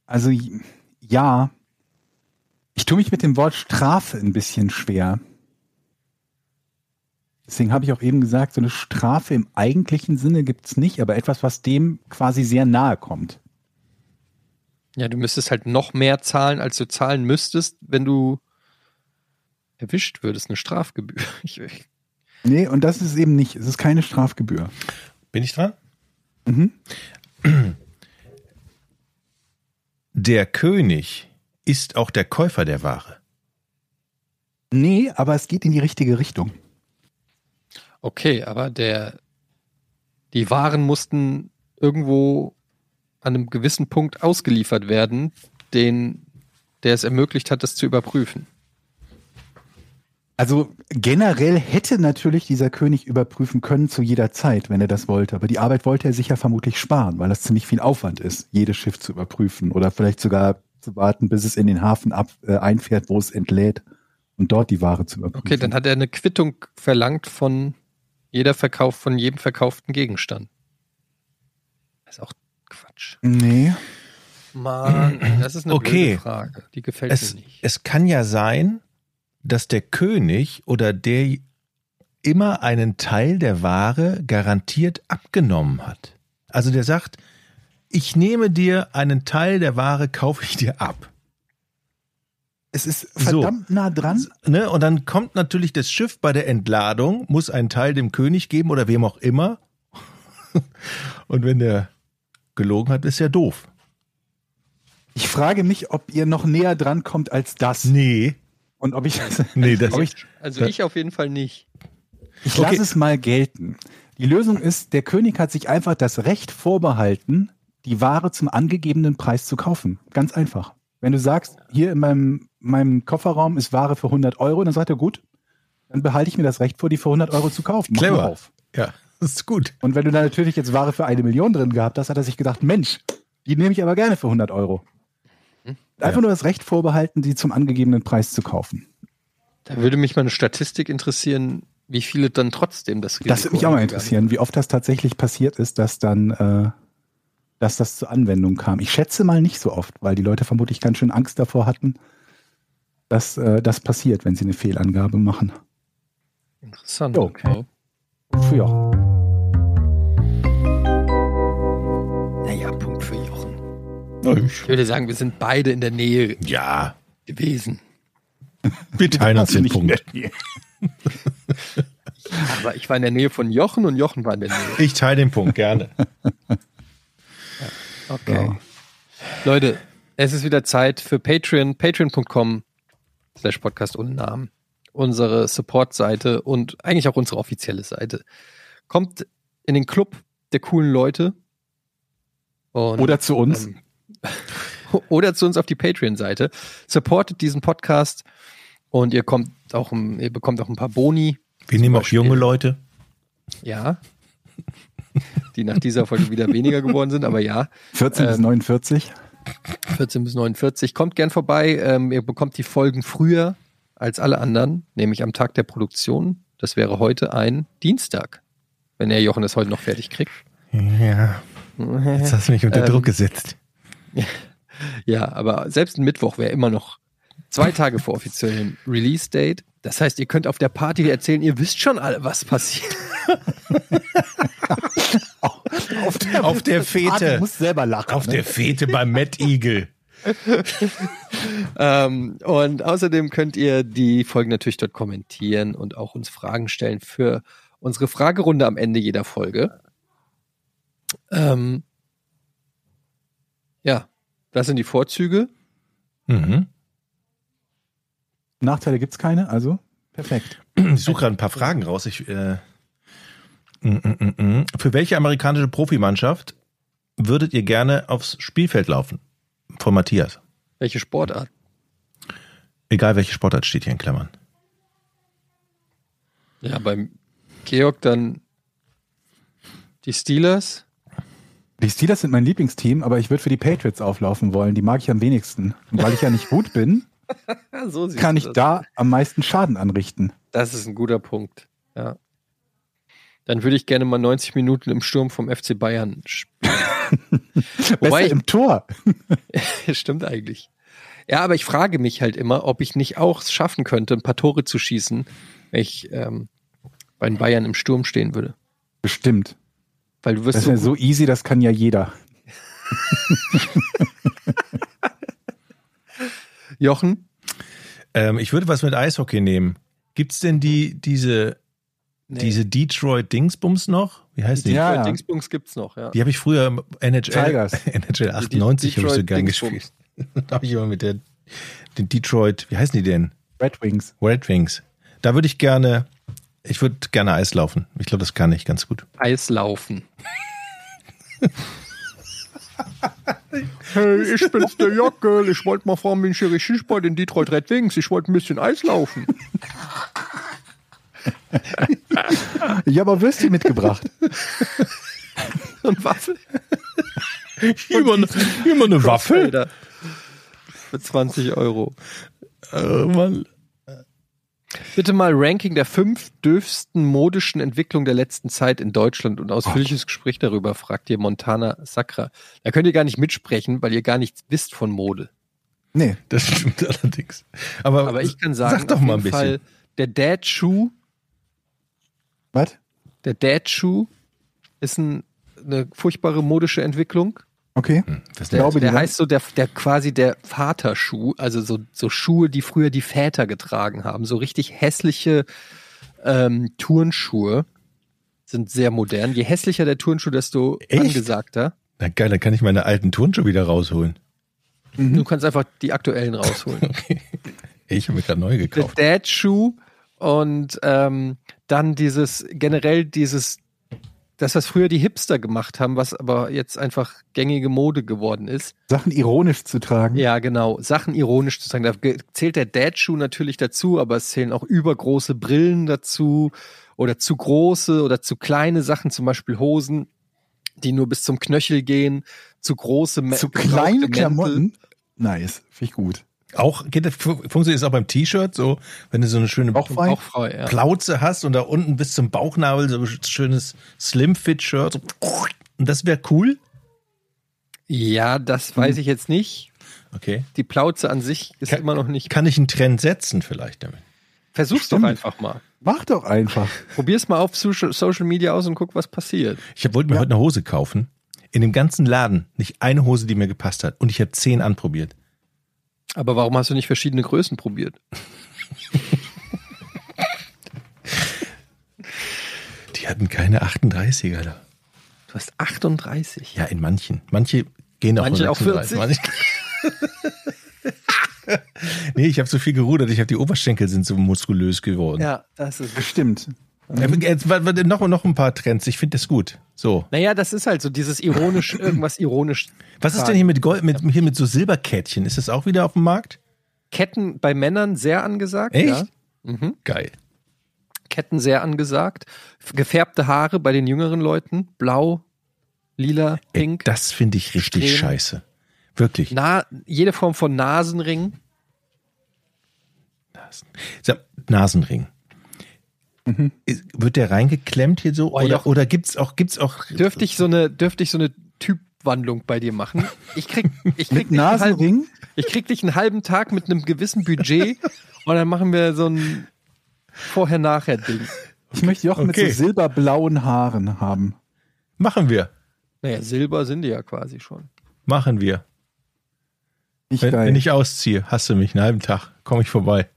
[SPEAKER 6] also j- ja. Ich tue mich mit dem Wort Strafe ein bisschen schwer. Deswegen habe ich auch eben gesagt, so eine Strafe im eigentlichen Sinne gibt's nicht, aber etwas, was dem quasi sehr nahe kommt.
[SPEAKER 5] Ja, du müsstest halt noch mehr zahlen, als du zahlen müsstest, wenn du erwischt würdest, eine Strafgebühr. Ich, ich,
[SPEAKER 6] Nee, und das ist eben nicht. Es ist keine Strafgebühr.
[SPEAKER 4] Bin ich dran?
[SPEAKER 6] Mhm.
[SPEAKER 4] Der König ist auch der Käufer der Ware.
[SPEAKER 6] Nee, aber es geht in die richtige Richtung.
[SPEAKER 5] okay, aber der, die Waren mussten irgendwo an einem gewissen Punkt ausgeliefert werden, den, der es ermöglicht hat, das zu überprüfen.
[SPEAKER 6] Also generell hätte natürlich dieser König überprüfen können zu jeder Zeit, wenn er das wollte. Aber die Arbeit wollte er sich ja vermutlich sparen, weil das ziemlich viel Aufwand ist, jedes Schiff zu überprüfen oder vielleicht sogar zu warten, bis es in den Hafen ab, äh, einfährt, wo es entlädt und dort die Ware zu überprüfen.
[SPEAKER 5] Okay, dann hat er eine Quittung verlangt von jeder Verkauf, von jedem verkauften Gegenstand. Das ist auch Quatsch.
[SPEAKER 6] Nee.
[SPEAKER 5] Mann, das ist eine
[SPEAKER 4] Okay.
[SPEAKER 5] blöde Frage. Die gefällt
[SPEAKER 4] Es,
[SPEAKER 5] mir nicht.
[SPEAKER 4] es kann ja sein, dass der König oder der immer einen Teil der Ware garantiert abgenommen hat. Also der sagt, ich nehme dir einen Teil der Ware, kaufe ich dir ab.
[SPEAKER 6] Es ist
[SPEAKER 4] So.
[SPEAKER 6] verdammt nah dran.
[SPEAKER 4] Ne? Und dann kommt natürlich das Schiff bei der Entladung, muss einen Teil dem König geben oder wem auch immer. Und wenn der gelogen hat, ist ja doof.
[SPEAKER 6] Ich frage mich, ob ihr noch näher dran kommt als das.
[SPEAKER 4] Nee,
[SPEAKER 6] Und ob ich das.
[SPEAKER 4] nee, das
[SPEAKER 6] Ob ich
[SPEAKER 5] Also ich auf jeden Fall nicht.
[SPEAKER 6] Ich
[SPEAKER 4] Okay.
[SPEAKER 6] lasse es mal gelten. Die Lösung ist, der König hat sich einfach das Recht vorbehalten, die Ware zum angegebenen Preis zu kaufen. Ganz einfach. Wenn du sagst, hier in meinem, meinem Kofferraum ist Ware für 100 Euro, dann sagt er, gut, dann behalte ich mir das Recht vor, die für 100 Euro zu kaufen. Mach mal
[SPEAKER 4] Clever.
[SPEAKER 6] Auf.
[SPEAKER 4] ja. Das ist gut.
[SPEAKER 6] Und wenn du da natürlich jetzt Ware für eine Million drin gehabt hast, hat er sich gedacht, Mensch, die nehme ich aber gerne für 100 Euro.
[SPEAKER 4] Hm?
[SPEAKER 6] Einfach nur das Recht vorbehalten, die zum angegebenen Preis zu kaufen.
[SPEAKER 5] Da würde mich mal eine Statistik interessieren, wie viele dann trotzdem das
[SPEAKER 6] Das würde
[SPEAKER 5] Risiko
[SPEAKER 6] mich auch mal
[SPEAKER 5] eingegangen
[SPEAKER 6] interessieren, wie oft das tatsächlich passiert ist, dass dann, äh, dass das zur Anwendung kam. Ich schätze mal nicht so oft, weil die Leute vermutlich ganz schön Angst davor hatten, dass äh, das passiert, wenn sie eine Fehlangabe machen.
[SPEAKER 5] sind. Interessant.
[SPEAKER 6] Jo.
[SPEAKER 5] Okay.
[SPEAKER 6] Ja.
[SPEAKER 5] Naja, Punkt für Jochen. Ich
[SPEAKER 4] Ja,
[SPEAKER 5] würde sagen, wir sind beide in der Nähe
[SPEAKER 4] Ja,
[SPEAKER 5] gewesen.
[SPEAKER 4] wir teilen uns den Punkt.
[SPEAKER 5] Aber ich war in der Nähe von Jochen und Jochen war in der Nähe.
[SPEAKER 4] Ich teile den Punkt gerne.
[SPEAKER 5] Okay. Leute, es ist wieder Zeit für Patreon, patreon.com slash podcast ohne Namen. Unsere Support-Seite und eigentlich auch unsere offizielle Seite. Kommt in den Club der coolen Leute. Und
[SPEAKER 6] Oder zu uns.
[SPEAKER 5] Ähm, oder zu uns auf die Patreon-Seite. Supportet diesen Podcast und ihr kommt auch, ein- ihr bekommt auch ein paar Boni,
[SPEAKER 4] Wir nehmen auch junge Leute.
[SPEAKER 5] ja, die nach dieser Folge wieder weniger geworden sind, aber ja,
[SPEAKER 6] 14 bis
[SPEAKER 5] ähm,
[SPEAKER 6] 49.
[SPEAKER 5] 14 bis 49. Kommt gern vorbei. Ähm, ihr bekommt die Folgen früher als alle anderen, nämlich am Tag der Produktion. Das wäre heute ein Dienstag, wenn er Jochen es heute noch fertig kriegt.
[SPEAKER 4] Ja, jetzt hast du mich unter
[SPEAKER 5] Ähm,
[SPEAKER 4] Druck gesetzt.
[SPEAKER 5] Ja, aber selbst ein Mittwoch wäre immer noch zwei Tage vor offiziellem Release-Date. Das heißt, ihr könnt auf der Party erzählen, ihr wisst schon alle, was passiert.
[SPEAKER 6] Auf der, Ah,
[SPEAKER 4] Auf der Fete.
[SPEAKER 6] Du musst selber lachen.
[SPEAKER 4] Auf
[SPEAKER 6] ne?
[SPEAKER 4] der Fete beim Mad Eagle.
[SPEAKER 5] Ähm, und außerdem könnt ihr die Folgen natürlich dort kommentieren und auch uns Fragen stellen für unsere Fragerunde am Ende jeder Folge. Ähm, ja, das sind die Vorzüge.
[SPEAKER 4] Mhm.
[SPEAKER 6] Nachteile gibt's keine, also perfekt.
[SPEAKER 4] Ich suche gerade ein paar Fragen raus. Ich, äh, mm, mm, mm, mm. Für welche amerikanische Profimannschaft würdet ihr gerne aufs Spielfeld laufen? Von Matthias.
[SPEAKER 5] Welche Sportart?
[SPEAKER 4] Egal welche Sportart steht hier in Klammern.
[SPEAKER 5] Ja, beim Georg dann die Steelers.
[SPEAKER 6] Die Steelers sind mein Lieblingsteam, aber ich würde für die Patriots auflaufen wollen. Die mag ich am wenigsten. Und weil ich ja nicht gut bin,
[SPEAKER 5] Ja, so siehst
[SPEAKER 6] kann
[SPEAKER 5] du
[SPEAKER 6] ich
[SPEAKER 5] das.
[SPEAKER 6] da am meisten Schaden anrichten.
[SPEAKER 5] Das ist ein guter Punkt. Ja. Dann würde ich gerne mal 90 Minuten im Sturm vom FC Bayern spielen. Wobei
[SPEAKER 6] Besser
[SPEAKER 5] ich-
[SPEAKER 6] im Tor.
[SPEAKER 5] Stimmt eigentlich. Ja, aber ich frage mich halt immer, ob ich nicht auch es schaffen könnte, ein paar Tore zu schießen, wenn ich ähm, bei den Bayern im Sturm stehen würde.
[SPEAKER 6] Bestimmt.
[SPEAKER 5] Weil du wirst
[SPEAKER 6] Das
[SPEAKER 5] so,
[SPEAKER 6] wäre so easy, das kann ja jeder.
[SPEAKER 5] Jochen,
[SPEAKER 4] Ähm, ich würde was mit Eishockey nehmen. Gibt's denn die, diese,
[SPEAKER 5] Nee.
[SPEAKER 4] diese Detroit Dingsbums noch? Wie heißt die?
[SPEAKER 6] Ja.
[SPEAKER 5] Detroit Dingsbums gibt's noch, ja.
[SPEAKER 4] Die habe ich früher im NHL,
[SPEAKER 6] Tigers.
[SPEAKER 4] NHL 98 habe ich so
[SPEAKER 5] Detroit
[SPEAKER 4] gern
[SPEAKER 5] Dingsbums.
[SPEAKER 4] gespielt. Da habe ich immer mit der den Detroit, wie heißen die denn?
[SPEAKER 6] Red Wings.
[SPEAKER 4] Red Wings. Da würde ich gerne, ich würde gerne Eis laufen. Ich glaube, das kann ich ganz gut.
[SPEAKER 5] Eislaufen.
[SPEAKER 2] Hey, ich bin's der Jockel. Ich wollte mal fragen, bin ich hier richtig bei den Detroit Red Wings? Ich wollte ein bisschen Eis laufen.
[SPEAKER 6] Ich habe auch Würstchen mitgebracht.
[SPEAKER 5] Und Waffel.
[SPEAKER 4] Immer, eine- immer eine Waffe.
[SPEAKER 5] Alter. Für 20 Euro.
[SPEAKER 4] Äh, Mann.
[SPEAKER 5] Bitte mal Ranking der fünf dürfsten modischen Entwicklung der letzten Zeit in Deutschland und ausführliches Gespräch darüber, fragt ihr Montana Sacra. Da könnt ihr gar nicht mitsprechen, weil ihr gar nichts wisst von Mode.
[SPEAKER 6] Nee,
[SPEAKER 4] Das stimmt allerdings. Aber,
[SPEAKER 5] Aber ich kann sagen,
[SPEAKER 4] sag doch
[SPEAKER 5] auf
[SPEAKER 4] mal ein
[SPEAKER 5] jeden
[SPEAKER 4] bisschen.
[SPEAKER 5] Fall, der Dad-Schuh,
[SPEAKER 6] was?
[SPEAKER 5] der Dad-Schuh ist ein, eine furchtbare modische Entwicklung.
[SPEAKER 6] Okay.
[SPEAKER 4] Was denn?
[SPEAKER 5] Der,
[SPEAKER 6] glaube, die
[SPEAKER 5] Hm. der
[SPEAKER 6] werden-
[SPEAKER 5] heißt so der, der quasi der Vaterschuh, also so, so Schuhe, die früher die Väter getragen haben. So richtig hässliche ähm, Turnschuhe sind sehr modern. Je hässlicher der Turnschuh, desto
[SPEAKER 4] Echt?
[SPEAKER 5] angesagter.
[SPEAKER 4] Na geil, dann kann ich meine alten Turnschuhe wieder rausholen.
[SPEAKER 5] Du kannst einfach die aktuellen rausholen.
[SPEAKER 4] Ich habe mir gerade neu
[SPEAKER 5] der
[SPEAKER 4] gekauft.
[SPEAKER 5] Dad-Schuh und ähm, dann dieses generell dieses, das, was früher die Hipster gemacht haben, was aber jetzt einfach gängige Mode geworden ist.
[SPEAKER 6] Sachen ironisch zu tragen.
[SPEAKER 5] Ja, genau. Sachen ironisch zu sagen. Da ge- zählt der Dad-Schuh natürlich dazu, aber es zählen auch übergroße Brillen dazu oder zu große oder zu kleine Sachen, zum Beispiel Hosen, die nur bis zum Knöchel gehen, zu große Me-
[SPEAKER 6] Zu
[SPEAKER 5] gebrauchte
[SPEAKER 6] kleine
[SPEAKER 5] Mäntel.
[SPEAKER 6] Klamotten. Nice, finde ich gut.
[SPEAKER 4] Auch, geht das, fu- funktioniert es auch beim T-Shirt so, wenn du so eine schöne
[SPEAKER 6] Auch frei.
[SPEAKER 5] Auch frei, ja.
[SPEAKER 4] Plauze hast und da unten bis zum Bauchnabel so ein schönes Slim-Fit-Shirt. So, und das wäre cool.
[SPEAKER 5] Ja,
[SPEAKER 6] Hm.
[SPEAKER 5] das weiß ich jetzt nicht.
[SPEAKER 4] Okay.
[SPEAKER 5] Die Plauze an sich ist
[SPEAKER 4] Kann-
[SPEAKER 5] immer noch nicht.
[SPEAKER 4] Kann ich einen Trend setzen vielleicht damit?
[SPEAKER 5] Versuch's doch
[SPEAKER 6] Stimmt.
[SPEAKER 5] einfach mal.
[SPEAKER 6] Mach doch einfach.
[SPEAKER 5] Probier's mal auf Social, Social Media aus und guck, was passiert.
[SPEAKER 4] Ich hab- wollte mir heute eine Hose kaufen. In dem ganzen Laden nicht eine Hose, die mir gepasst hat. Und ich habe zehn anprobiert.
[SPEAKER 5] Aber warum hast du nicht verschiedene Größen probiert?
[SPEAKER 4] Die hatten keine 38er da.
[SPEAKER 5] Du hast 38.
[SPEAKER 4] Ja, in manchen. Manche gehen auch
[SPEAKER 5] Manche
[SPEAKER 4] nur
[SPEAKER 5] auch 40.
[SPEAKER 4] Manche nee, ich habe so viel gerudert. Ich habe die Oberschenkel sind so muskulös geworden. Ja.
[SPEAKER 5] Ja, das ist.
[SPEAKER 6] Stimmt.
[SPEAKER 4] Jetzt, warte, warte, noch, noch ein paar Trends. Ich finde das gut. So.
[SPEAKER 5] Naja, das ist halt so dieses ironisch, irgendwas ironisch.
[SPEAKER 4] Was ist denn hier mit Gold, mit, hier mit so Silberkettchen? Ist das auch wieder auf dem Markt?
[SPEAKER 5] Ketten bei Männern sehr angesagt.
[SPEAKER 4] Echt?
[SPEAKER 5] Ja. Mhm.
[SPEAKER 4] Geil.
[SPEAKER 5] Ketten sehr angesagt. F- Gefärbte Haare bei den jüngeren Leuten. Blau, lila,
[SPEAKER 4] Ey,
[SPEAKER 5] pink.
[SPEAKER 4] das finde ich richtig
[SPEAKER 5] Strähnen.
[SPEAKER 4] scheiße. Wirklich.
[SPEAKER 5] Na, jede Form von Nasenring.
[SPEAKER 4] Sag, Nasenring. Ist- Wird der reingeklemmt hier so?
[SPEAKER 5] Mhm. Oh,
[SPEAKER 4] oder
[SPEAKER 5] ja.
[SPEAKER 4] oder gibt es auch, gibt's auch.
[SPEAKER 5] Dürfte ich so eine, dürfte ich so eine Typwandlung bei dir machen? Ich krieg, ich krieg,
[SPEAKER 6] Mit
[SPEAKER 5] dich, einen halben,
[SPEAKER 6] Nasenring?
[SPEAKER 5] ich krieg dich einen halben Tag mit einem gewissen Budget und dann machen wir so ein Vorher-Nachher-Ding.
[SPEAKER 6] Ich möchte Jochen mit so
[SPEAKER 4] Okay.
[SPEAKER 6] silberblauen Haaren haben.
[SPEAKER 4] Machen wir.
[SPEAKER 5] Naja, Silber sind die ja quasi schon.
[SPEAKER 4] Machen wir.
[SPEAKER 6] Nicht
[SPEAKER 4] Wenn,
[SPEAKER 6] geil.
[SPEAKER 4] wenn ich ausziehe, hast du mich einen halben Tag. Komme ich vorbei.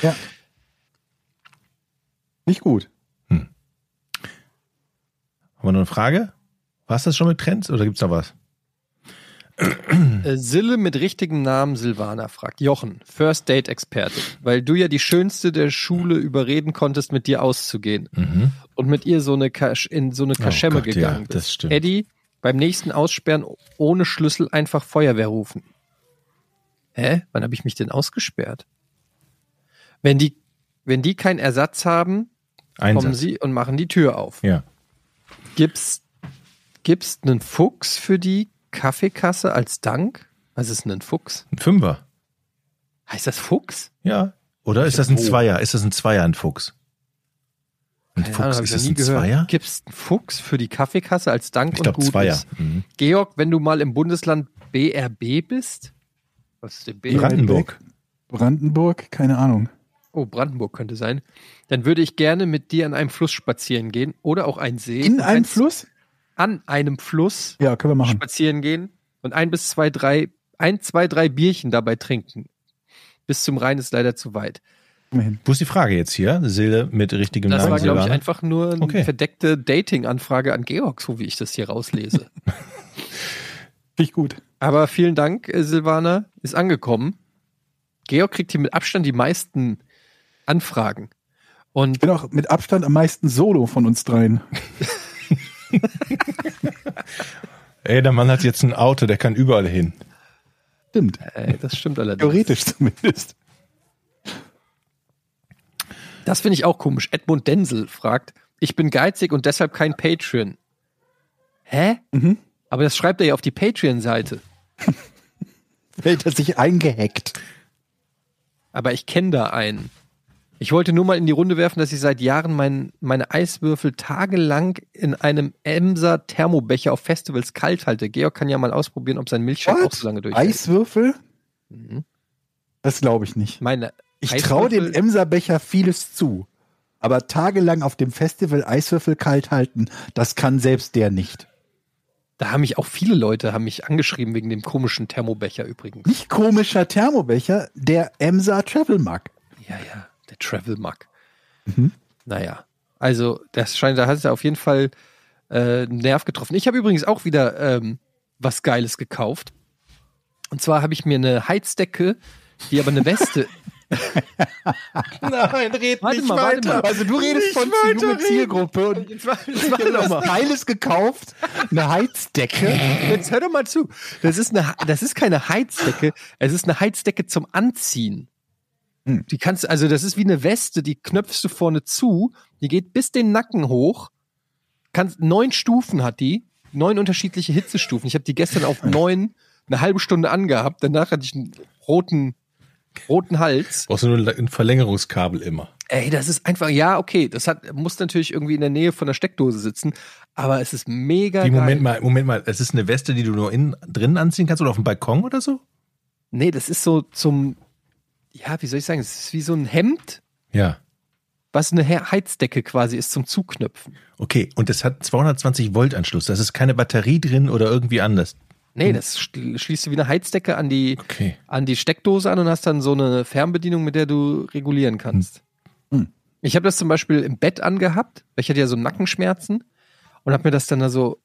[SPEAKER 6] ja. Nicht gut.
[SPEAKER 4] Haben wir noch eine Frage? War es das schon mit Trends oder gibt es noch was?
[SPEAKER 5] Äh, Sille mit richtigem Namen Silvana fragt. Jochen, First Date Experte, weil du ja die schönste der Schule überreden konntest, mit dir auszugehen
[SPEAKER 4] Mhm. Oh
[SPEAKER 5] und mit ihr so eine Kasch, in so eine Kaschemme
[SPEAKER 4] Gott, ja,
[SPEAKER 5] gegangen bist.
[SPEAKER 4] das stimmt.
[SPEAKER 5] Eddie, beim nächsten Aussperren ohne Schlüssel einfach Feuerwehr rufen. Hä? Wann habe ich mich denn ausgesperrt? Wenn die, wenn die keinen Ersatz haben, kommen
[SPEAKER 4] Einsatz.
[SPEAKER 5] sie und machen die Tür auf.
[SPEAKER 4] Ja.
[SPEAKER 5] Gibt's, gibt's einen Fuchs für die Kaffeekasse als Dank? Was ist denn ein Fuchs?
[SPEAKER 4] Ein Fünfer.
[SPEAKER 5] Heißt das Fuchs?
[SPEAKER 4] Ja. Oder ist das ein Zweier? Ist das ein Zweier, ein Fuchs? Ein
[SPEAKER 5] Keine
[SPEAKER 4] Fuchs,
[SPEAKER 5] Ahnung, hab ich
[SPEAKER 4] ist
[SPEAKER 5] noch
[SPEAKER 4] das
[SPEAKER 5] nie
[SPEAKER 4] ein
[SPEAKER 5] gehört.
[SPEAKER 4] Zweier?
[SPEAKER 5] Gibt's einen Fuchs für die Kaffeekasse als Dank
[SPEAKER 4] Ich glaube,
[SPEAKER 5] und
[SPEAKER 4] Zweier.
[SPEAKER 5] Gutes?
[SPEAKER 4] Mhm.
[SPEAKER 5] Georg, wenn du mal im Bundesland BRB bist? Was ist denn BRB?
[SPEAKER 4] Brandenburg.
[SPEAKER 6] Brandenburg? Keine Ahnung.
[SPEAKER 5] Oh, Brandenburg könnte sein. Dann würde ich gerne mit dir an einem Fluss spazieren gehen oder auch einen See.
[SPEAKER 6] In
[SPEAKER 5] Und
[SPEAKER 6] einem
[SPEAKER 5] eins-
[SPEAKER 6] Fluss?
[SPEAKER 5] An einem Fluss
[SPEAKER 6] Ja, können wir machen.
[SPEAKER 5] spazieren gehen und ein bis zwei, drei, ein, zwei, drei Bierchen dabei trinken. Bis zum Rhein ist leider zu weit.
[SPEAKER 6] Komm hin.
[SPEAKER 4] Wo ist die Frage jetzt hier? Seele mit richtigem
[SPEAKER 5] Das
[SPEAKER 4] Namen.
[SPEAKER 5] war, glaube ich,
[SPEAKER 4] Silvana?
[SPEAKER 5] einfach nur eine
[SPEAKER 4] Okay.
[SPEAKER 5] verdeckte Dating-Anfrage an Georg, so wie ich das hier rauslese.
[SPEAKER 6] Finde ich gut.
[SPEAKER 5] Aber vielen Dank, äh, Silvana, ist angekommen. Georg kriegt hier mit Abstand die meisten Anfragen. Und
[SPEAKER 6] Ich bin auch mit Abstand am meisten Solo von uns dreien.
[SPEAKER 4] Ey, der Mann hat jetzt ein Auto, der kann überall hin.
[SPEAKER 6] Stimmt.
[SPEAKER 5] äh, das stimmt allerdings.
[SPEAKER 6] Theoretisch zumindest.
[SPEAKER 5] Das finde ich auch komisch. Edmund Denzel fragt, ich bin geizig und deshalb kein Patreon. Hä?
[SPEAKER 6] Mhm.
[SPEAKER 5] Aber das schreibt er ja auf die Patreon-Seite.
[SPEAKER 6] Hält er sich eingehackt.
[SPEAKER 5] Aber ich kenne da einen. Ich wollte nur mal in die Runde werfen, dass ich seit Jahren mein, meine Eiswürfel tagelang in einem Emser Thermobecher auf Festivals kalt halte. Georg kann ja mal ausprobieren, ob sein Milchshake auch so lange durchhält.
[SPEAKER 6] Eiswürfel?
[SPEAKER 5] Mhm.
[SPEAKER 6] Das glaube ich nicht.
[SPEAKER 5] Meine
[SPEAKER 6] Ich traue dem
[SPEAKER 5] Eiswürfel-
[SPEAKER 6] Emserbecher vieles zu. Aber tagelang auf dem Festival Eiswürfel kalt halten, das kann selbst der nicht.
[SPEAKER 5] Da haben mich auch viele Leute haben mich angeschrieben wegen dem komischen Thermobecher übrigens.
[SPEAKER 6] Nicht komischer Thermobecher, der Emser Travel Mug.
[SPEAKER 5] Ja, ja, der Travel Mug.
[SPEAKER 6] Hm. Mhm.
[SPEAKER 5] Naja, also das scheint, da hat es ja auf jeden Fall äh, einen Nerv getroffen. Ich habe übrigens auch wieder ähm, was Geiles gekauft. Und zwar habe ich mir eine Heizdecke, die aber eine Weste.
[SPEAKER 4] Nein, red
[SPEAKER 5] Warte mal, warte mal.
[SPEAKER 6] Also du redest von Ziel Zielgruppe und
[SPEAKER 5] Jetzt, war, jetzt, war
[SPEAKER 6] du
[SPEAKER 5] doch
[SPEAKER 6] hast
[SPEAKER 5] mal.
[SPEAKER 6] Geiles gekauft, eine Heizdecke.
[SPEAKER 5] jetzt hör doch mal zu. Das ist, eine, das ist keine Heizdecke, es ist eine Heizdecke zum Anziehen. Hm. Die kannst, also das ist wie eine Weste, die knöpfst du vorne zu, die geht bis den Nacken hoch. Kannst, neun Stufen hat die, neun unterschiedliche Hitzestufen. Ich habe die gestern auf neun eine halbe Stunde angehabt, danach hatte ich einen roten, roten Hals.
[SPEAKER 4] Brauchst du nur ein Verlängerungskabel immer.
[SPEAKER 5] Ey, das ist einfach, ja, okay, das hat, muss natürlich irgendwie in der Nähe von der Steckdose sitzen, aber es ist mega
[SPEAKER 4] Die, Moment
[SPEAKER 5] geil.
[SPEAKER 4] mal, Moment mal, es ist eine Weste, die du nur innen drinnen anziehen kannst oder auf dem Balkon oder so?
[SPEAKER 5] Nee, das ist so zum, ja, wie soll ich sagen, es ist wie so ein Hemd,
[SPEAKER 4] Ja.
[SPEAKER 5] was eine He- Heizdecke quasi ist zum Zuknöpfen.
[SPEAKER 4] Okay, und es hat 220 Volt Anschluss. Das ist keine Batterie drin oder irgendwie anders.
[SPEAKER 5] Nee, das schli- schließt du wie eine Heizdecke an die,
[SPEAKER 4] Okay.
[SPEAKER 5] an die Steckdose an und hast dann so eine Fernbedienung, mit der du regulieren kannst.
[SPEAKER 6] Hm.
[SPEAKER 5] Ich habe das zum Beispiel im Bett angehabt, weil ich hatte ja so Nackenschmerzen und habe mir das dann da so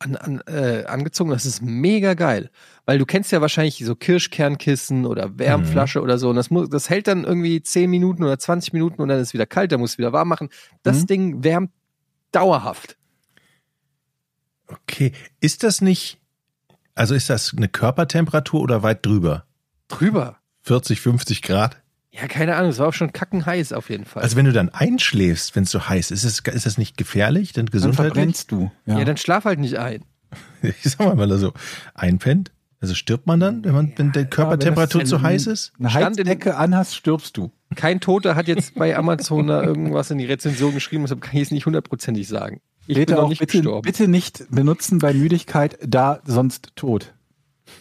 [SPEAKER 5] an, an, äh, angezogen. Das ist mega geil, weil du kennst ja wahrscheinlich so Kirschkernkissen oder Wärmflasche oder so und das, muss, das hält dann irgendwie 10 Minuten oder 20 Minuten und dann ist wieder kalt, dann musst du wieder warm machen. Das Ding wärmt dauerhaft.
[SPEAKER 4] Okay. Ist das nicht, also ist das eine Körpertemperatur oder weit drüber?
[SPEAKER 5] Drüber.
[SPEAKER 4] 40, 50 Grad?
[SPEAKER 5] Ja, keine Ahnung, es war auch schon kackenheiß auf jeden Fall.
[SPEAKER 4] Also wenn du dann einschläfst, wenn es so heiß ist, ist, es, ist das nicht gefährlich, denn
[SPEAKER 6] Dann
[SPEAKER 4] gesundheitlich?
[SPEAKER 6] verbrennst du.
[SPEAKER 5] ja. ja, dann schlaf halt nicht ein.
[SPEAKER 4] Ich sag mal, wenn er so einpennt, also stirbt man dann, wenn, man, wenn der Körpertemperatur
[SPEAKER 6] wenn
[SPEAKER 4] zu
[SPEAKER 6] du-
[SPEAKER 4] heiß ist?
[SPEAKER 6] Eine
[SPEAKER 5] Stand in-
[SPEAKER 6] Heizdecke anhast, stirbst du.
[SPEAKER 5] Kein Toter hat jetzt bei Amazon da irgendwas in die Rezension geschrieben, deshalb kann ich es nicht hundertprozentig sagen. Ich
[SPEAKER 6] Peter,
[SPEAKER 5] bin noch
[SPEAKER 6] auch
[SPEAKER 5] nicht
[SPEAKER 6] bitte,
[SPEAKER 5] gestorben.
[SPEAKER 6] bitte nicht benutzen bei Müdigkeit, da sonst tot.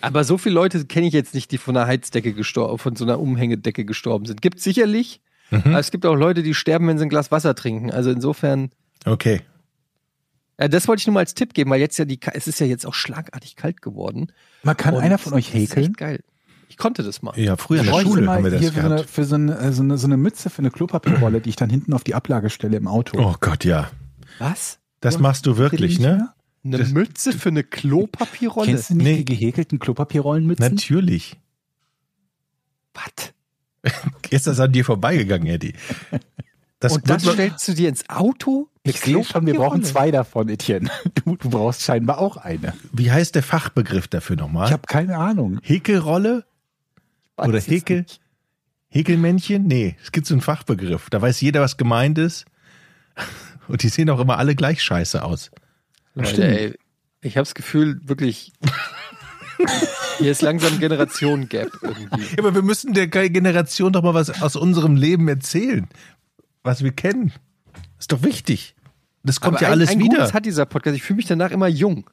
[SPEAKER 5] Aber so viele Leute kenne ich jetzt nicht, die von einer Heizdecke gestorben, von so einer Umhängedecke gestorben sind. Gibt sicherlich,
[SPEAKER 6] Mhm.
[SPEAKER 5] aber es gibt auch Leute, die sterben, wenn sie ein Glas Wasser trinken. Also insofern,
[SPEAKER 4] Okay.
[SPEAKER 5] ja, das wollte ich nur mal als Tipp geben, weil jetzt ja die, Ka- es ist ja jetzt auch schlagartig kalt geworden.
[SPEAKER 6] Man kann
[SPEAKER 5] Und
[SPEAKER 6] einer von
[SPEAKER 5] das ist
[SPEAKER 6] euch
[SPEAKER 5] echt
[SPEAKER 6] häkeln. Äh,
[SPEAKER 5] Geil. Ich konnte das mal.
[SPEAKER 4] Ja, früher in der
[SPEAKER 6] Bräuchte
[SPEAKER 4] Schule
[SPEAKER 6] mal
[SPEAKER 4] haben wir das
[SPEAKER 6] hier für, so eine,
[SPEAKER 4] gehabt.
[SPEAKER 6] für so, eine, so, eine, so eine Mütze für eine Klopapierrolle, die ich dann hinten auf die Ablage stelle im Auto.
[SPEAKER 4] oh Gott, ja.
[SPEAKER 5] Was?
[SPEAKER 4] Das
[SPEAKER 6] Ja,
[SPEAKER 4] machst du wirklich,
[SPEAKER 6] Kennt ihr die nicht
[SPEAKER 4] ne?
[SPEAKER 6] mehr?
[SPEAKER 5] Eine
[SPEAKER 4] Das-
[SPEAKER 5] Mütze für eine Klopapierrolle?
[SPEAKER 6] Kennst du nicht
[SPEAKER 4] Nee.
[SPEAKER 6] die gehäkelten Klopapierrollenmützen?
[SPEAKER 4] Natürlich.
[SPEAKER 5] Was?
[SPEAKER 4] Ist das an dir vorbeigegangen, Eddie? Das
[SPEAKER 5] Und
[SPEAKER 4] wird
[SPEAKER 5] das
[SPEAKER 4] man-
[SPEAKER 5] stellst du dir ins Auto? Eine
[SPEAKER 6] Ich sehe schon, wir
[SPEAKER 5] Klopapierrolle?
[SPEAKER 6] brauchen zwei davon, Etienne. Du, du brauchst scheinbar auch eine.
[SPEAKER 4] wie heißt der Fachbegriff dafür
[SPEAKER 6] Ich
[SPEAKER 4] nochmal?
[SPEAKER 6] habe keine Ahnung.
[SPEAKER 4] Häkelrolle?
[SPEAKER 5] Weiß
[SPEAKER 4] Oder
[SPEAKER 5] es
[SPEAKER 4] Häkel?
[SPEAKER 5] nicht.
[SPEAKER 4] Häkelmännchen? Nee, es gibt so einen Fachbegriff. Da weiß jeder, was gemeint ist. Und die sehen auch immer alle gleich scheiße aus.
[SPEAKER 5] Leute, ey, ich habe das Gefühl, wirklich, hier ist langsam Generationen-Gap irgendwie.
[SPEAKER 4] Ja, aber wir müssen der Generation doch mal was aus unserem Leben erzählen. Was wir kennen. Ist doch wichtig. Das kommt
[SPEAKER 5] Aber
[SPEAKER 4] ja
[SPEAKER 5] ein,
[SPEAKER 4] alles
[SPEAKER 5] ein
[SPEAKER 4] wieder.
[SPEAKER 5] Gutes hat dieser Podcast. Ich fühle mich danach immer jung.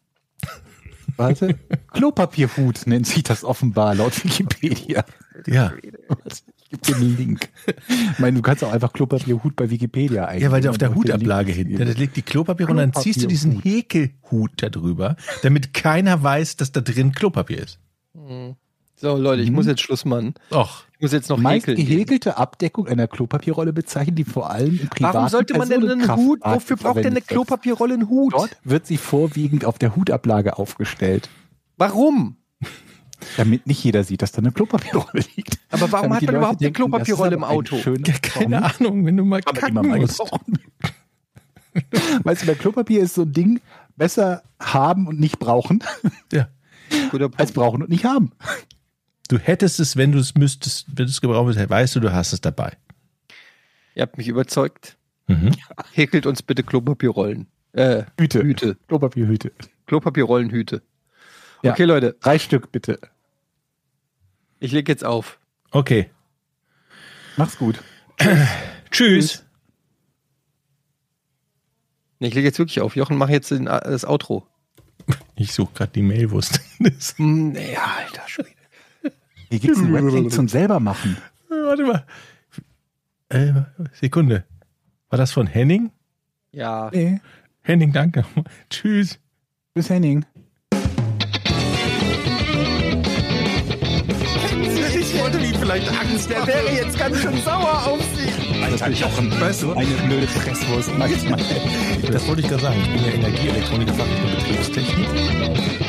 [SPEAKER 6] Warte. Klopapierhut nennt sich das offenbar laut Wikipedia.
[SPEAKER 4] ja.
[SPEAKER 6] Warte, Ich gebe dir einen Link. Ich meine, du kannst auch einfach Klopapierhut bei Wikipedia eingeben.
[SPEAKER 4] Ja, weil der auf der
[SPEAKER 6] Und den
[SPEAKER 4] Hutablage
[SPEAKER 6] Link
[SPEAKER 4] hinten, da liegt die Klopapier und dann ziehst du diesen Häkelhut da drüber, damit keiner weiß, dass da drin Klopapier ist.
[SPEAKER 5] So, Leute,
[SPEAKER 6] Mhm.
[SPEAKER 5] ich muss jetzt Schluss machen.
[SPEAKER 4] Och.
[SPEAKER 5] Ich muss jetzt noch
[SPEAKER 6] Meist
[SPEAKER 5] häkeln. gehen.
[SPEAKER 6] gehäkelte Abdeckung einer Klopapierrolle bezeichnet, die vor allem im privaten
[SPEAKER 5] Warum sollte man denn einen Hut?
[SPEAKER 6] Personenkraftmarkt
[SPEAKER 5] Wofür braucht denn eine
[SPEAKER 6] verwendet wird.
[SPEAKER 5] Klopapierrolle einen Hut?
[SPEAKER 6] Dort wird sie vorwiegend auf der Hutablage aufgestellt,
[SPEAKER 5] Warum?
[SPEAKER 6] damit nicht jeder sieht, dass da eine Klopapierrolle liegt.
[SPEAKER 5] Aber warum
[SPEAKER 6] Damit
[SPEAKER 5] hat
[SPEAKER 6] die
[SPEAKER 5] man
[SPEAKER 6] Leute
[SPEAKER 5] überhaupt eine
[SPEAKER 6] denken, das ist
[SPEAKER 5] Klopapierrolle
[SPEAKER 6] aber
[SPEAKER 5] im
[SPEAKER 6] ein
[SPEAKER 5] Auto?
[SPEAKER 6] schöner
[SPEAKER 4] Keine
[SPEAKER 6] Raum.
[SPEAKER 4] Ahnung, wenn du mal
[SPEAKER 6] Kann man
[SPEAKER 4] kacken
[SPEAKER 6] immer mal
[SPEAKER 4] musst.
[SPEAKER 6] gebrauchen. Weißt du, bei Klopapier ist so ein Ding, besser haben und nicht brauchen,
[SPEAKER 4] Ja.
[SPEAKER 5] Guter
[SPEAKER 6] als
[SPEAKER 5] Punkt.
[SPEAKER 6] brauchen und nicht haben.
[SPEAKER 4] Du hättest es, wenn du es müsstest, wenn du es gebraucht hättest, weißt du, du hast es dabei.
[SPEAKER 5] Ihr habt mich überzeugt.
[SPEAKER 4] Mhm.
[SPEAKER 5] Häkelt uns bitte Klopapierrollen. Äh,
[SPEAKER 6] Hüte.
[SPEAKER 5] Hüte.
[SPEAKER 6] Klopapierhüte.
[SPEAKER 5] Klopapierrollenhüte.
[SPEAKER 6] Ja.
[SPEAKER 5] Okay, Leute,
[SPEAKER 6] Drei Stück bitte.
[SPEAKER 5] ich leg jetzt auf.
[SPEAKER 4] Okay.
[SPEAKER 6] Mach's gut.
[SPEAKER 4] Tschüss.
[SPEAKER 5] Nee, Ich leg jetzt wirklich auf. Jochen, mach jetzt den, äh, das Outro.
[SPEAKER 4] Ich suche gerade die Mail, wo es drin ist.
[SPEAKER 5] Mm, Ja, alter Schwede.
[SPEAKER 6] Hier gibt's einen Webcam zum selber machen.
[SPEAKER 4] Warte mal. Äh, Sekunde. War das von Henning?
[SPEAKER 5] Ja.
[SPEAKER 6] Nee.
[SPEAKER 4] Henning, danke. Tschüss.
[SPEAKER 6] Bis Henning.
[SPEAKER 7] Ich wollte ihm vielleicht Angst machen.
[SPEAKER 5] wäre jetzt ganz schön sauer auf Sie.
[SPEAKER 7] Das habe ich auch am besten.
[SPEAKER 6] Eine blöde Presswurst manchmal.
[SPEAKER 4] Das wollte ich gerade sagen. Ich bin ja Energieelektroniker, Fach- und Betriebstechnik.